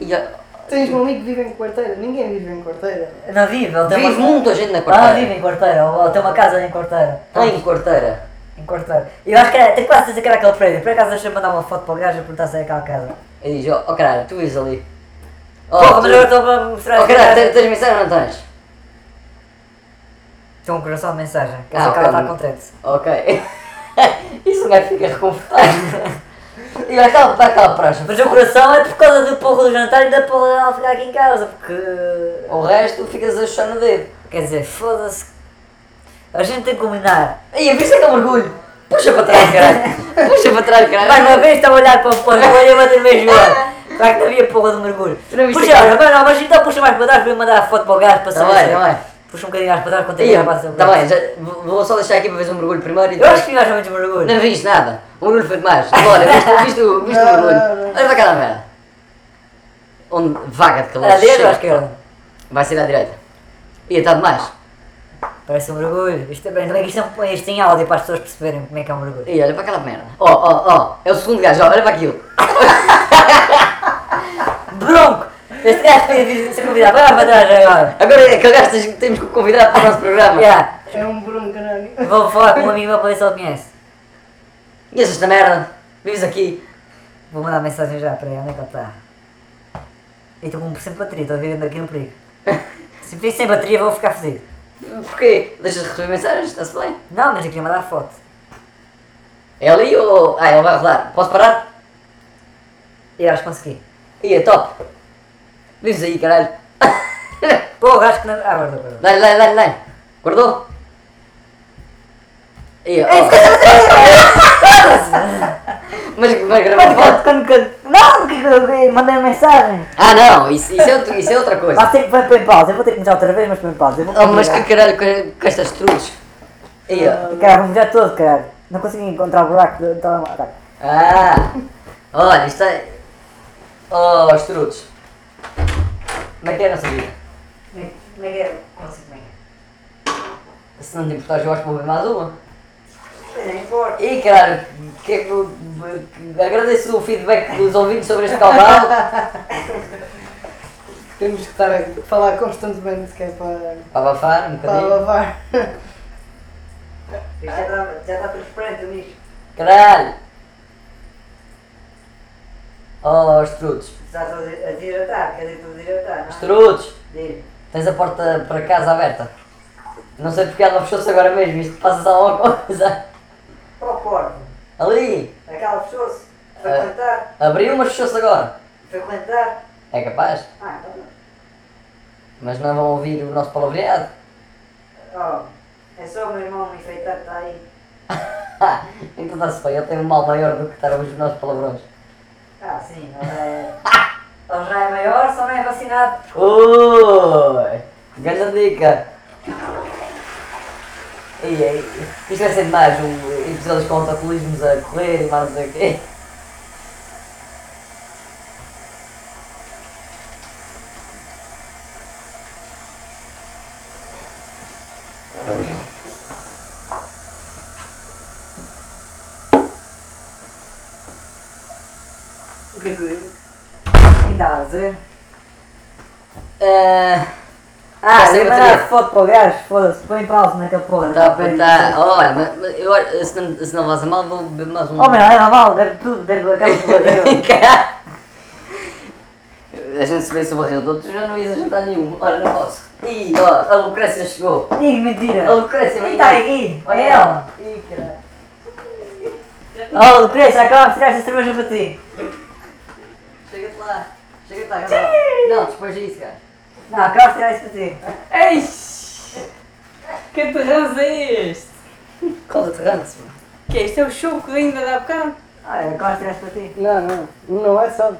[SPEAKER 3] E, ó,
[SPEAKER 4] Tens um amigo que vive em quarteira? Ninguém vive em quarteira.
[SPEAKER 2] Não vive, ele tem
[SPEAKER 3] Vive
[SPEAKER 2] uma...
[SPEAKER 3] muita gente na
[SPEAKER 2] Ah,
[SPEAKER 3] quarteira.
[SPEAKER 2] vive em quarteira, ou ou tem uma casa em quarteira.
[SPEAKER 3] Tem quarteira.
[SPEAKER 2] Em quarteira. Eu acho que era, tenho quase certeza que era aquele prédio. Por acaso deixa eu mandar uma foto para o gajo e perguntar se é aquela casa.
[SPEAKER 3] E diz, ó oh, caralho, tu vês ali. Ó,
[SPEAKER 2] Porra, mas
[SPEAKER 3] tu-
[SPEAKER 2] agora estou para mostrar
[SPEAKER 3] ó,
[SPEAKER 2] esta
[SPEAKER 3] caralho, tens,
[SPEAKER 2] casa.
[SPEAKER 3] tens mensagem ou não tens?
[SPEAKER 2] Tem um coração de mensagem, quer
[SPEAKER 3] Ah,
[SPEAKER 2] dizer que ela
[SPEAKER 3] ok.
[SPEAKER 2] está contente.
[SPEAKER 3] Ok. Isso um gajo fica reconfortado. e vai cá, vai cá para
[SPEAKER 2] Mas o coração é por causa do porro do jantar e da porra dela ficar aqui em casa, porque...
[SPEAKER 3] O resto ficas a chuchar no dedo.
[SPEAKER 2] Quer dizer, foda-se. A gente tem que combinar.
[SPEAKER 3] E a vista que eu mergulho. Puxa para trás, caralho. Puxa para trás, caralho.
[SPEAKER 2] Mais uma vez estava a olhar para o porra, olha eu bater mesmo olho. Claro que não havia porra do mergulho. Puxa, olha, vai lá, mas então puxa mais para trás para eu mandar a foto para o gajo para
[SPEAKER 3] Está
[SPEAKER 2] saber.
[SPEAKER 3] Tá bem,
[SPEAKER 2] se-
[SPEAKER 3] está bem.
[SPEAKER 2] Puxa um bocadinho mais para trás quando tem que rapaz é Ah,
[SPEAKER 3] Está tá bem, já- vou vou só deixar aqui para ver um mergulho primeiro e
[SPEAKER 2] Eu acho
[SPEAKER 3] depois.
[SPEAKER 2] que vi mais ou menos o mergulho.
[SPEAKER 3] Não viste nada. O mergulho foi demais. Agora, viste, viste, o- viste o
[SPEAKER 4] Não,
[SPEAKER 3] mergulho.
[SPEAKER 4] não, não.
[SPEAKER 3] Olha para cá na merda. Onde vaga de calor.
[SPEAKER 2] Era à direita
[SPEAKER 3] chega.
[SPEAKER 2] ou à
[SPEAKER 4] é.
[SPEAKER 2] esquerda?
[SPEAKER 3] Vai ser à direita. Ia estar demais.
[SPEAKER 2] Parece um mergulho. Isto é bem, também que isto, não- isto tem áudio para as pessoas perceberem como é que é um mergulho.
[SPEAKER 3] E olha para aquela merda. Ó, ó, ó. É o segundo gajo, ó, olha para aquilo.
[SPEAKER 2] Bronco! Este gajo podia vir- ser convidado. Vai lá para trás agora.
[SPEAKER 3] Agora é aquele gajo que tens- temos que convidar para o nosso programa.
[SPEAKER 2] Yeah.
[SPEAKER 4] É um Bruno Canani.
[SPEAKER 2] Vou falar com um amigo meu para ver se ele conhece.
[SPEAKER 3] E és esta merda? Vives aqui?
[SPEAKER 2] Vou mandar mensagem já para ele, onde é que ele está? Eu estou com 1% de bateria, estou vivendo aqui no perigo. Se fiz sem bateria vou ficar fodido.
[SPEAKER 3] É. Porquê? Deixas de receber mensagens? Está-se bem?
[SPEAKER 2] Não, mas eu queria mandar foto.
[SPEAKER 3] É ali ou. Ah, ele vai rodar. Posso parar?
[SPEAKER 2] Eu acho que consegui.
[SPEAKER 3] Ia, top. Vives aí, caralho.
[SPEAKER 2] Pô, acho que não. Ah, guarda, guarda.
[SPEAKER 3] Dá-lhe, dá-lhe, dá-lhe, dá-lhe. Guardou? Ia, ó. Mas vai gravar foto?
[SPEAKER 2] quando que. Não, que que- que- mandei mensagem.
[SPEAKER 3] Ah, não, isso, isso, é, outro- isso é outra coisa.
[SPEAKER 2] Vai ter que vai pôr em pausa, eu vou ter que começar outra vez, mas põe em pausa. Eu vou
[SPEAKER 3] Oh, mas que caralho com, com estas truques? Ia.
[SPEAKER 2] Cara, vou mudar todo, caralho. Não consigo encontrar o buraco do do telemóvel.
[SPEAKER 3] Ah! Olha, isto é. Oh, os truques. Como é que é a nossa vida?
[SPEAKER 2] Como é que é? Consigo bem.
[SPEAKER 3] Se não te importares, eu acho que vou ver mais uma.
[SPEAKER 2] Não importa.
[SPEAKER 3] E caralho, que é que eu- que- agradeço o feedback dos ouvintes sobre este cavalo.
[SPEAKER 4] Temos que estar a falar constantemente que é para,
[SPEAKER 3] Para abafar um
[SPEAKER 4] para
[SPEAKER 3] bocadinho.
[SPEAKER 4] lavar.
[SPEAKER 2] Já está já tá está transparente, amigo.
[SPEAKER 3] Caralho! Oh, os truques.
[SPEAKER 2] Estás a a desidratar, quer dizer, tu desidratar,
[SPEAKER 3] Os truques.
[SPEAKER 2] Diz.
[SPEAKER 3] Tens a porta para casa aberta. Não sei porque ela fechou-se agora mesmo, isto passa-se alguma coisa.
[SPEAKER 2] Qual porta?
[SPEAKER 3] Ali!
[SPEAKER 2] Aquela fechou-se.
[SPEAKER 3] Foi Ah.
[SPEAKER 2] cantar?
[SPEAKER 3] Abriu, mas fechou-se agora.
[SPEAKER 2] Foi cantar?
[SPEAKER 3] É capaz?
[SPEAKER 2] Ah, então não.
[SPEAKER 3] Mas não vão ouvir o nosso palavreado.
[SPEAKER 2] Oh, é só o meu irmão enfeitar que está aí.
[SPEAKER 3] Ah, então está-se bem, ele tem um mal maior do que estar a ouvir os nossos palavrões.
[SPEAKER 2] Ah, sim, ele é. Ele já é maior, só não é vacinado.
[SPEAKER 3] Oi! Grande dica! Ei, ei, é isto vai ser mais um episódio com autocolismos a correr e mais não sei o quê. é
[SPEAKER 1] Quer dizer,
[SPEAKER 2] Ainda há a dizer.
[SPEAKER 3] Ah,
[SPEAKER 2] Ah,
[SPEAKER 3] Essa é
[SPEAKER 2] eu
[SPEAKER 3] a
[SPEAKER 2] mandar
[SPEAKER 3] bateria.
[SPEAKER 2] foto para o gajo, foda-se, põe pausa naquela porra.
[SPEAKER 3] tá,
[SPEAKER 2] Põe-
[SPEAKER 3] tá.
[SPEAKER 5] então.
[SPEAKER 3] Olha, mas- mas eu acho- se não, se não vaza mal, vou beber mais um.
[SPEAKER 2] Oh meu, leva mal, deve tudo, deve
[SPEAKER 3] É
[SPEAKER 2] a casa do barril.
[SPEAKER 3] A gente se vê sobre o barril do outro, já não ia jantar nenhum. Olha, não posso. Ih, ó, a Lucrécia chegou.
[SPEAKER 2] Digo
[SPEAKER 3] A
[SPEAKER 2] mentira.
[SPEAKER 3] Lucrécia
[SPEAKER 2] Quem
[SPEAKER 3] vem
[SPEAKER 2] está
[SPEAKER 3] cá.
[SPEAKER 2] aqui? É Olha ela. Oh, Lucrecia, acaba de tirar esta cerveja para ti.
[SPEAKER 3] Chega-te lá. Chega-te lá, cara. Não, depois disso, cara.
[SPEAKER 2] Não, acaba de tirar isto para ti.
[SPEAKER 1] Eish! Que terranço é este?
[SPEAKER 3] Cola de ranço, mano.
[SPEAKER 1] Que este é o show que ainda dá bocado?
[SPEAKER 2] Olha, Ah, é, acaba de tirar isto para ti.
[SPEAKER 3] Não, não. Não é só.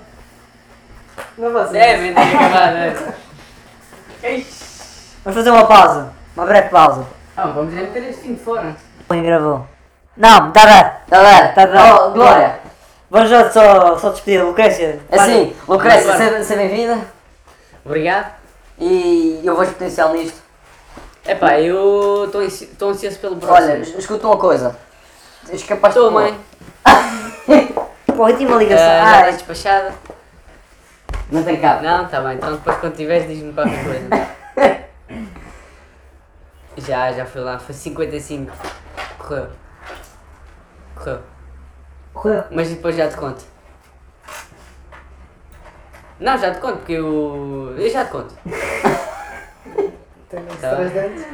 [SPEAKER 1] Não vocês.
[SPEAKER 3] É.
[SPEAKER 1] Devem ter
[SPEAKER 5] é
[SPEAKER 1] acabado. Eish!
[SPEAKER 2] Vamos fazer uma pausa. Uma breve pausa.
[SPEAKER 1] Ah, vamos já meter este fim de fora.
[SPEAKER 2] Põe gravou. Não, tá bem.
[SPEAKER 3] Tá bem,
[SPEAKER 2] Tá bem.
[SPEAKER 3] Oh, Glória.
[SPEAKER 2] Vamos já só, só despedir a Lucrécia.
[SPEAKER 5] Tá
[SPEAKER 3] Assim, Lucrécia,
[SPEAKER 1] Claro.
[SPEAKER 3] seja seja bem-vinda.
[SPEAKER 5] Obrigado.
[SPEAKER 3] E eu vejo potencial nisto.
[SPEAKER 5] Epá, eu estou ansi- estou ansioso pelo próximo.
[SPEAKER 3] Olha, es- escuta uma coisa. És capaz
[SPEAKER 5] estou,
[SPEAKER 3] de.
[SPEAKER 5] mãe.
[SPEAKER 2] Porra, eu tive uma
[SPEAKER 5] Ah,
[SPEAKER 2] ligação.
[SPEAKER 3] Eh,
[SPEAKER 5] já estás
[SPEAKER 2] Ai,
[SPEAKER 5] despachada?
[SPEAKER 3] Não tem cabo.
[SPEAKER 5] Não, tá bem. Então depois quando tiveres diz-me qualquer coisa. já, já fui lá. Foi 55. Correu. Correu.
[SPEAKER 2] correu.
[SPEAKER 5] Mas depois já te conto. Não, já te conto, porque eu. Eu já te conto.
[SPEAKER 4] Também se
[SPEAKER 5] Tá.
[SPEAKER 4] traz dentes.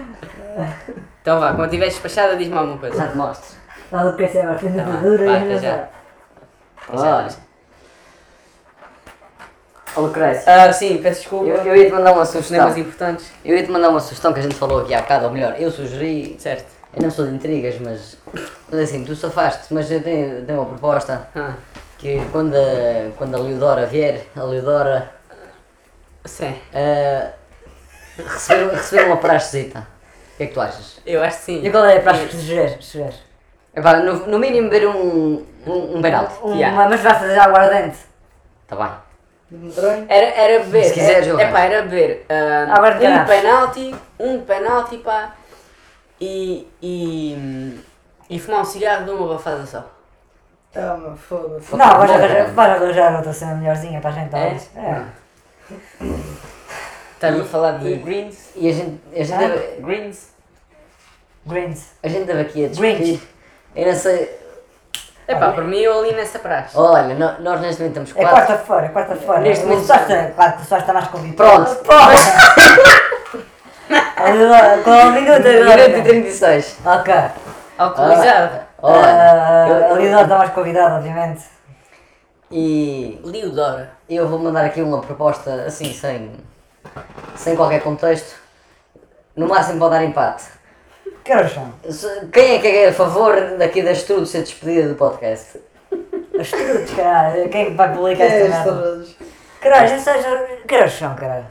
[SPEAKER 5] Então vá, quando tiveres despachada, diz-me alguma coisa.
[SPEAKER 3] Já te mostro.
[SPEAKER 2] A Lucrécia agora fez
[SPEAKER 5] Tá
[SPEAKER 2] uma
[SPEAKER 5] bem,
[SPEAKER 2] dura
[SPEAKER 5] vai,
[SPEAKER 2] e
[SPEAKER 5] até já.
[SPEAKER 2] engraçada.
[SPEAKER 3] Ah.
[SPEAKER 5] Já, já.
[SPEAKER 3] Ó, Lucrécia.
[SPEAKER 5] Ah, sim, peço
[SPEAKER 3] Eu,
[SPEAKER 5] desculpa.
[SPEAKER 3] eu ia te mandar uma sugestão.
[SPEAKER 5] Cinemas importantes.
[SPEAKER 3] Eu ia te mandar uma sugestão que a gente falou aqui há bocado, ou melhor, eu sugeri.
[SPEAKER 5] Certo.
[SPEAKER 3] Eu não sou de intrigas, mas. Mas assim, tu safaste, mas eu tenho, tenho uma proposta.
[SPEAKER 5] Ah,
[SPEAKER 3] Que é quando a, quando a Leodora vier, a Leodora.
[SPEAKER 5] sim.
[SPEAKER 3] ah, receber, receber uma prachezita. O que é que tu achas?
[SPEAKER 5] Eu acho que sim.
[SPEAKER 2] E qual é a praxe que sugeres? sugeres?
[SPEAKER 3] Epá, no, no mínimo ver um. um, um penalti.
[SPEAKER 2] Um-
[SPEAKER 5] Yeah.
[SPEAKER 2] uma- Mas vais fazer já aguardente.
[SPEAKER 3] Tá bem.
[SPEAKER 4] De medronho.
[SPEAKER 5] Era, era beber.
[SPEAKER 3] Se quiseres, eu
[SPEAKER 5] é, epá, era beber. ah,
[SPEAKER 2] Agora de
[SPEAKER 5] um
[SPEAKER 2] garagem.
[SPEAKER 5] penalti, um penalti, pá. E. e. e fumar um cigarro de uma bafada só.
[SPEAKER 4] Toma, foda-se.
[SPEAKER 2] Não, vais
[SPEAKER 3] bom,
[SPEAKER 2] arranjar,
[SPEAKER 3] cara.
[SPEAKER 2] vais arranjar outra cena melhorzinha para a gente, talvez.
[SPEAKER 5] É?
[SPEAKER 2] É.
[SPEAKER 5] Estás a falar de greens?
[SPEAKER 3] E a gente. A gente
[SPEAKER 2] Ah.
[SPEAKER 3] deve-
[SPEAKER 5] Greens?
[SPEAKER 2] Greens.
[SPEAKER 3] A gente estava aqui a discutir. Eu não sei.
[SPEAKER 5] Epá, para mim eu ali nessa praxe.
[SPEAKER 3] Olha, no- nós neste momento estamos
[SPEAKER 2] É
[SPEAKER 3] quatro.
[SPEAKER 2] quarta-feira, é quarta-feira.
[SPEAKER 3] Neste momento-
[SPEAKER 2] Começaste, claro que começaste a mais convite.
[SPEAKER 3] Pronto.
[SPEAKER 2] Qual é o minuto
[SPEAKER 3] Minuto e
[SPEAKER 2] agora?
[SPEAKER 3] 36.
[SPEAKER 2] Ok.
[SPEAKER 5] Alcoolizado.
[SPEAKER 2] Ah,
[SPEAKER 3] Olha,
[SPEAKER 2] A
[SPEAKER 3] eu- eu-
[SPEAKER 2] Lidl está mais convidada, obviamente.
[SPEAKER 3] E
[SPEAKER 5] Leodora.
[SPEAKER 3] eu vou mandar aqui uma proposta assim, sem, sem qualquer contexto. No máximo pode dar empate.
[SPEAKER 2] Que horas são?
[SPEAKER 3] Se- Quem é que é a favor daqui da Estrudo ser despedida do podcast?
[SPEAKER 2] Os trutos, caralho. Quem é que vai publicar
[SPEAKER 4] É,
[SPEAKER 2] esta merda?
[SPEAKER 4] estas
[SPEAKER 2] Caralho, já sabes. Que horas são, caralho?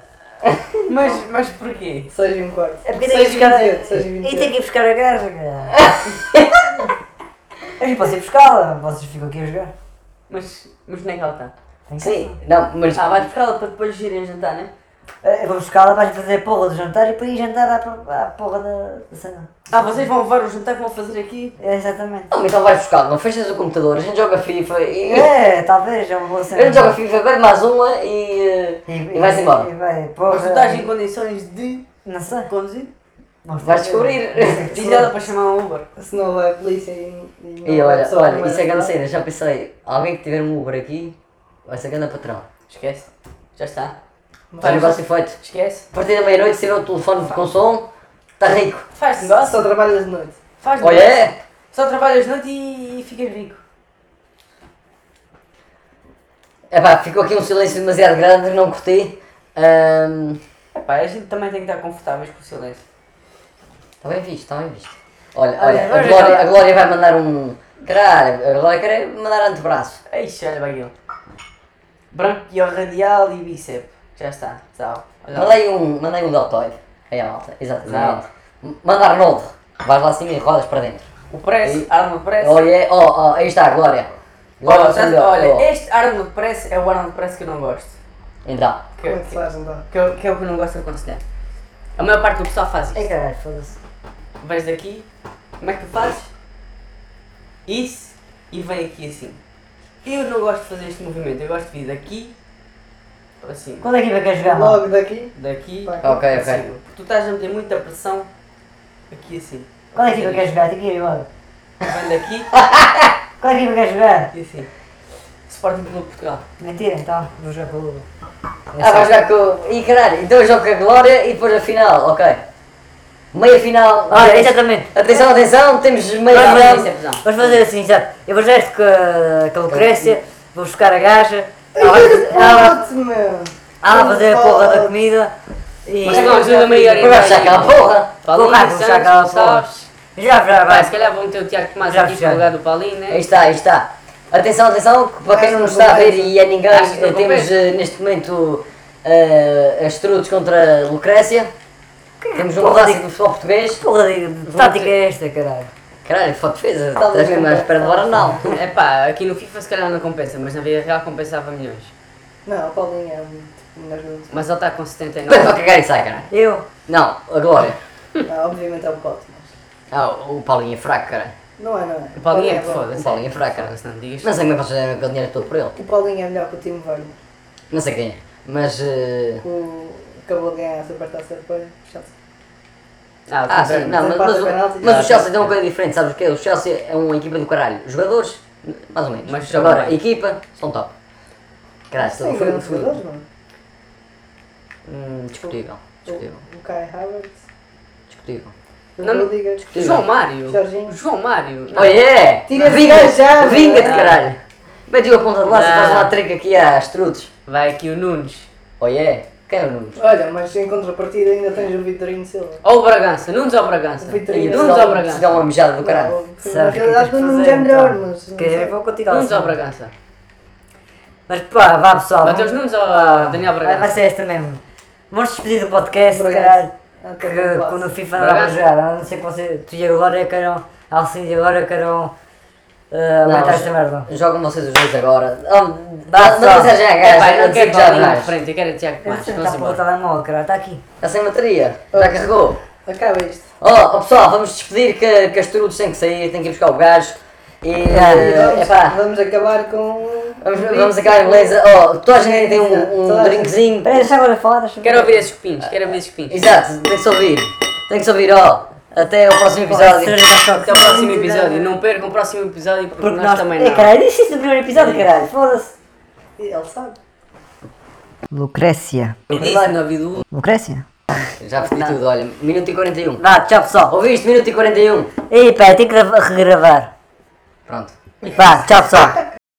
[SPEAKER 1] Mas, mas porquê?
[SPEAKER 4] 6 e um quarto.
[SPEAKER 2] É porque tem que
[SPEAKER 4] Seis e
[SPEAKER 2] buscar.
[SPEAKER 4] vinte e oito, seis e
[SPEAKER 2] E
[SPEAKER 4] vinte e
[SPEAKER 3] é
[SPEAKER 2] tem
[SPEAKER 4] oito.
[SPEAKER 2] que ir buscar a gaja, caralho. Mas eu posso ir buscá-la, vocês ficam aqui a jogar.
[SPEAKER 1] Mas, mas nem ela está.
[SPEAKER 2] Tem que-
[SPEAKER 3] Sim, não, mas.
[SPEAKER 1] Ah, vai buscar ela para depois irem jantar, né?
[SPEAKER 2] Eh, Eu vou buscá-la para a gente fazer a porra do jantar e para ir jantar à, por- à porra da, da cena.
[SPEAKER 1] Ah, vocês vão levar o jantar que vão fazer aqui?
[SPEAKER 2] É, exatamente.
[SPEAKER 3] Não, então vais buscar, não fechas o computador, a gente joga FIFA e.
[SPEAKER 2] É, talvez, é uma boa cena.
[SPEAKER 3] A gente joga FIFA, bebe mais uma e. eh, E, vai-se embora.
[SPEAKER 2] E vai,
[SPEAKER 1] Mas tu estás em
[SPEAKER 2] porra.
[SPEAKER 1] condições de
[SPEAKER 2] Não sei.
[SPEAKER 1] conduzir?
[SPEAKER 2] Não
[SPEAKER 3] Vais descobrir.
[SPEAKER 1] Diz ela para chamar um Uber.
[SPEAKER 4] Se não vai a polícia e. E,
[SPEAKER 3] E
[SPEAKER 4] não vai
[SPEAKER 3] olha,
[SPEAKER 4] pessoal, não
[SPEAKER 3] olha,
[SPEAKER 4] vai
[SPEAKER 3] isso é grande
[SPEAKER 4] nada.
[SPEAKER 3] cena, já pensei, alguém que tiver um Uber aqui vai ser grande patrão.
[SPEAKER 5] Esquece. Já está.
[SPEAKER 3] Está negócio feito.
[SPEAKER 5] Esquece.
[SPEAKER 3] A partir da meia-noite, se tiver o telefone com som, está rico.
[SPEAKER 5] Faz negócio.
[SPEAKER 4] Só trabalhas de noite.
[SPEAKER 1] Faz
[SPEAKER 3] Olha, é?
[SPEAKER 1] Só trabalhas noite e, e ficas rico.
[SPEAKER 3] Epá, ficou aqui um silêncio demasiado grande, não curti. Ahm,
[SPEAKER 1] Epá, a gente também tem que estar confortáveis com o silêncio.
[SPEAKER 3] Está tá bem visto, está bem visto. Olha,
[SPEAKER 2] Olha,
[SPEAKER 3] olha, a
[SPEAKER 2] vamos
[SPEAKER 3] Glória,
[SPEAKER 2] lá.
[SPEAKER 3] a Glória vai mandar um. Caralho, a Glória quer mandar antebraço.
[SPEAKER 1] Eixe, olha bem ele. Branco e radial e bíceps. Já está, tchau. Olha lá.
[SPEAKER 3] Mandei um, mandei um deltoide. É a malta, exatamente. Manda Arnoldo. Vais lá acima e rodas para dentro.
[SPEAKER 1] O press, Arnold Press. Olha,
[SPEAKER 3] Olha, oh, oh, aí está a Glória. Glória,
[SPEAKER 1] É. olha,
[SPEAKER 3] sou melhor, oh.
[SPEAKER 1] este Arnold Press é o Arnold Press que eu não gosto.
[SPEAKER 3] Então.
[SPEAKER 1] Que,
[SPEAKER 4] Como é que se
[SPEAKER 1] que,
[SPEAKER 4] faz, então?
[SPEAKER 1] que eu- que é o que eu não gosto de aconselhar. A maior parte do pessoal faz
[SPEAKER 2] Ai
[SPEAKER 1] isto.
[SPEAKER 2] caralho, foda-se.
[SPEAKER 1] Vais daqui, como é que tu fazes? Isso e vem aqui assim. Eu não gosto de fazer este movimento, eu gosto de vir daqui para cima.
[SPEAKER 2] Qual é que vai querer jogar mal?
[SPEAKER 4] Logo daqui.
[SPEAKER 1] Daqui
[SPEAKER 4] Vai.
[SPEAKER 1] para
[SPEAKER 3] Ok, ok.
[SPEAKER 1] cima. Porque tu estás a meter muita pressão aqui assim.
[SPEAKER 2] Qual é que vai querer jogar? Tem que ir logo.
[SPEAKER 1] Vem daqui
[SPEAKER 2] Qual é que vai querer jogar?
[SPEAKER 1] e assim. Sporting Clube de Portugal.
[SPEAKER 2] Mentira, então. Vou jogar com o Lula.
[SPEAKER 3] Ah, vai jogar com. Ih, caralho, então eu jogo com a Glória e depois a final, ok. Meia final.
[SPEAKER 2] Olha, exatamente.
[SPEAKER 3] Atenção, atenção, temos meia
[SPEAKER 2] Vamos,
[SPEAKER 3] final.
[SPEAKER 2] vamos.
[SPEAKER 3] Isso é pesado.
[SPEAKER 2] Vamos fazer assim, já. Eu vou jogar isto com a, com a Lucrécia, vou buscar a gaja, ela vai fazer, ela vai-
[SPEAKER 4] Pronto, meu.
[SPEAKER 2] ela vai fazer a porra da comida e.
[SPEAKER 1] Mas não ajuda meio
[SPEAKER 3] Depois vai fechar aquela porra.
[SPEAKER 2] Vou lá, vou
[SPEAKER 1] Paulinho,
[SPEAKER 2] buscar aquela
[SPEAKER 1] Santos,
[SPEAKER 2] porra.
[SPEAKER 1] Gonçalves.
[SPEAKER 2] Já, já,
[SPEAKER 1] Pá, se
[SPEAKER 2] vai.
[SPEAKER 1] calhar vão meter o Tiago Tomás
[SPEAKER 2] Já
[SPEAKER 1] aqui
[SPEAKER 2] fechei.
[SPEAKER 1] para o lugar do Paulinho,
[SPEAKER 3] Aí
[SPEAKER 1] né?
[SPEAKER 3] está, aí está. Atenção, atenção, que para quem não está a ver e é ninguém,
[SPEAKER 1] Acho que não
[SPEAKER 3] eh, temos eh, neste momento eh, Astrudos contra Lucrécia. Temos um
[SPEAKER 2] porra
[SPEAKER 3] clássico
[SPEAKER 2] de-
[SPEAKER 3] do futebol português.
[SPEAKER 2] Que porra de de tática é esta, caralho?
[SPEAKER 3] Caralho, fuck defesa, estás mesmo à espera do Arnaldo.
[SPEAKER 1] É pá, aqui no FIFA se calhar não compensa, mas na vida real compensava milhões.
[SPEAKER 4] Não, o Paulinho é muito melhor do
[SPEAKER 1] Mas ele está com
[SPEAKER 3] Depois vou
[SPEAKER 1] 79.
[SPEAKER 3] cagar e sai, caralho.
[SPEAKER 2] Eu?
[SPEAKER 3] Não, a Glória.
[SPEAKER 4] Não, obviamente é o Pote, mas.
[SPEAKER 3] Ah, o Paulinho é fraco, caralho.
[SPEAKER 4] Não é, não é.
[SPEAKER 1] O Paulinho é que
[SPEAKER 4] bom.
[SPEAKER 1] foda-se.
[SPEAKER 3] O Paulinho é fraco, caralho.
[SPEAKER 1] Foda-se, não digas.
[SPEAKER 3] Não sei como é que vocês deram aquele dinheiro todo por ele.
[SPEAKER 4] O Paulinho é melhor que o Timo Werner.
[SPEAKER 3] Não sei quem é. Mas. eh,
[SPEAKER 4] O... Acabou de ganhar a supertaça depois. Chelsea.
[SPEAKER 3] Ah,
[SPEAKER 1] Ah,
[SPEAKER 3] sim,
[SPEAKER 1] sim.
[SPEAKER 3] não, mas, mas, o, mas o Chelsea tem uma coisa diferente, sabes o quê? O Chelsea é uma equipa do caralho. Jogadores, mais ou menos.
[SPEAKER 1] Mas jogam
[SPEAKER 3] Agora,
[SPEAKER 1] bem.
[SPEAKER 3] equipa, são top. Caralho,
[SPEAKER 4] Tem
[SPEAKER 3] são
[SPEAKER 4] grandes jogadores, é? mano.
[SPEAKER 3] Hum, discutível,
[SPEAKER 4] Oh.
[SPEAKER 3] discutível,
[SPEAKER 4] O, o Kai Havertz.
[SPEAKER 3] discutível.
[SPEAKER 4] O
[SPEAKER 1] Não, não.
[SPEAKER 4] Rodrigues.
[SPEAKER 1] João Mário.
[SPEAKER 4] Jorginho.
[SPEAKER 1] João Mário.
[SPEAKER 3] Oh yeah!
[SPEAKER 4] Tira-se
[SPEAKER 3] Vinga-te,
[SPEAKER 4] já,
[SPEAKER 3] vinga-te
[SPEAKER 4] já.
[SPEAKER 3] caralho! Mete a ponta de laço e faz
[SPEAKER 1] Não.
[SPEAKER 3] uma trica aqui às trudes.
[SPEAKER 1] Vai aqui o Nunes.
[SPEAKER 3] Oh yeah! Quem é o Nunes?
[SPEAKER 4] Olha, mas em contrapartida ainda tens o Vitorino Silva.
[SPEAKER 1] Ou o Bragança. Nunes ou o Bragança?
[SPEAKER 4] O Vitor
[SPEAKER 3] Aí,
[SPEAKER 4] Nunes
[SPEAKER 1] Nunes
[SPEAKER 3] se
[SPEAKER 1] ou o
[SPEAKER 3] dá- um- Se dá
[SPEAKER 1] Bragança?
[SPEAKER 3] uma mijada do caralho.
[SPEAKER 4] Não, Na
[SPEAKER 2] Sabe o que é que tens
[SPEAKER 4] realidade, o
[SPEAKER 2] de
[SPEAKER 4] Nunes
[SPEAKER 2] fazer,
[SPEAKER 4] é melhor,
[SPEAKER 2] então?
[SPEAKER 4] mas. não
[SPEAKER 2] Quer dizer,
[SPEAKER 4] sei.
[SPEAKER 2] vou continuar
[SPEAKER 1] Nunes ou
[SPEAKER 2] assim.
[SPEAKER 1] Bragança?
[SPEAKER 2] Mas pá, vá pessoal.
[SPEAKER 1] Mateus
[SPEAKER 2] vamos-
[SPEAKER 1] Nunes ou Daniel
[SPEAKER 2] Vai, vai
[SPEAKER 1] Bragança?
[SPEAKER 2] ser esta mesmo. Vamos despedir do podcast,
[SPEAKER 4] Bragança.
[SPEAKER 2] caralho.
[SPEAKER 4] Ah, tá bom,
[SPEAKER 2] Que
[SPEAKER 4] classe.
[SPEAKER 2] quando o FIFA não dá para
[SPEAKER 1] Bragança.
[SPEAKER 2] jogar, a não ser que você, tu e agora queiram, Alcinde e agora queiram uh,
[SPEAKER 3] Não,
[SPEAKER 2] matar
[SPEAKER 3] mas-
[SPEAKER 2] esta merda.
[SPEAKER 3] Jogam vocês os dois agora. Oh,
[SPEAKER 2] Dá
[SPEAKER 3] Dá uma
[SPEAKER 2] só.
[SPEAKER 3] mensagem à
[SPEAKER 1] É pá,
[SPEAKER 3] gaja,
[SPEAKER 1] eu não
[SPEAKER 3] a dizer
[SPEAKER 1] quero
[SPEAKER 3] que já
[SPEAKER 1] Paulinho à
[SPEAKER 3] demais.
[SPEAKER 1] frente, eu tá quero Tiago Tomás. Vamos
[SPEAKER 2] Está para o
[SPEAKER 1] embora.
[SPEAKER 2] telemóvel, caralho, está aqui.
[SPEAKER 3] Está Tá sem bateria,
[SPEAKER 4] Ah.
[SPEAKER 3] já carregou.
[SPEAKER 4] Acaba isto.
[SPEAKER 3] Ó oh, pessoal, vamos despedir que, que as trudes têm que sair, têm que ir buscar o gajo. E eh,
[SPEAKER 4] Vamos,
[SPEAKER 3] epá,
[SPEAKER 4] vamos acabar com.
[SPEAKER 3] vamos, vamos acabar em beleza. Ó, toda a gente tem um, um
[SPEAKER 4] Toda a gente.
[SPEAKER 3] drinkzinho.
[SPEAKER 2] Espera, deixa agora falar, deixa
[SPEAKER 1] Quero ouvir esses copinhos, quero ouvir esses copinhos.
[SPEAKER 3] Exato, tem que se ouvir. Tem que se ouvir, ó. Até ao próximo episódio.
[SPEAKER 2] é
[SPEAKER 1] Até o próximo episódio. Não percam o próximo episódio porque,
[SPEAKER 2] Porque
[SPEAKER 1] nós,
[SPEAKER 2] nós...
[SPEAKER 1] também
[SPEAKER 2] É,
[SPEAKER 1] não.
[SPEAKER 2] caralho, disse isso no primeiro episódio, caralho, É. foda-se.
[SPEAKER 4] Ele sabe.
[SPEAKER 2] Lucrécia.
[SPEAKER 1] Eu disse na vida do-
[SPEAKER 2] Lucrécia?
[SPEAKER 3] Já pedi tudo, olha. Minuto e 41.
[SPEAKER 2] Vá, tchau pessoal.
[SPEAKER 3] Ouviste? Minuto e 41.
[SPEAKER 2] Ei, pá, eu tenho que grava- regravar.
[SPEAKER 3] Pronto.
[SPEAKER 2] Vá, tchau pessoal.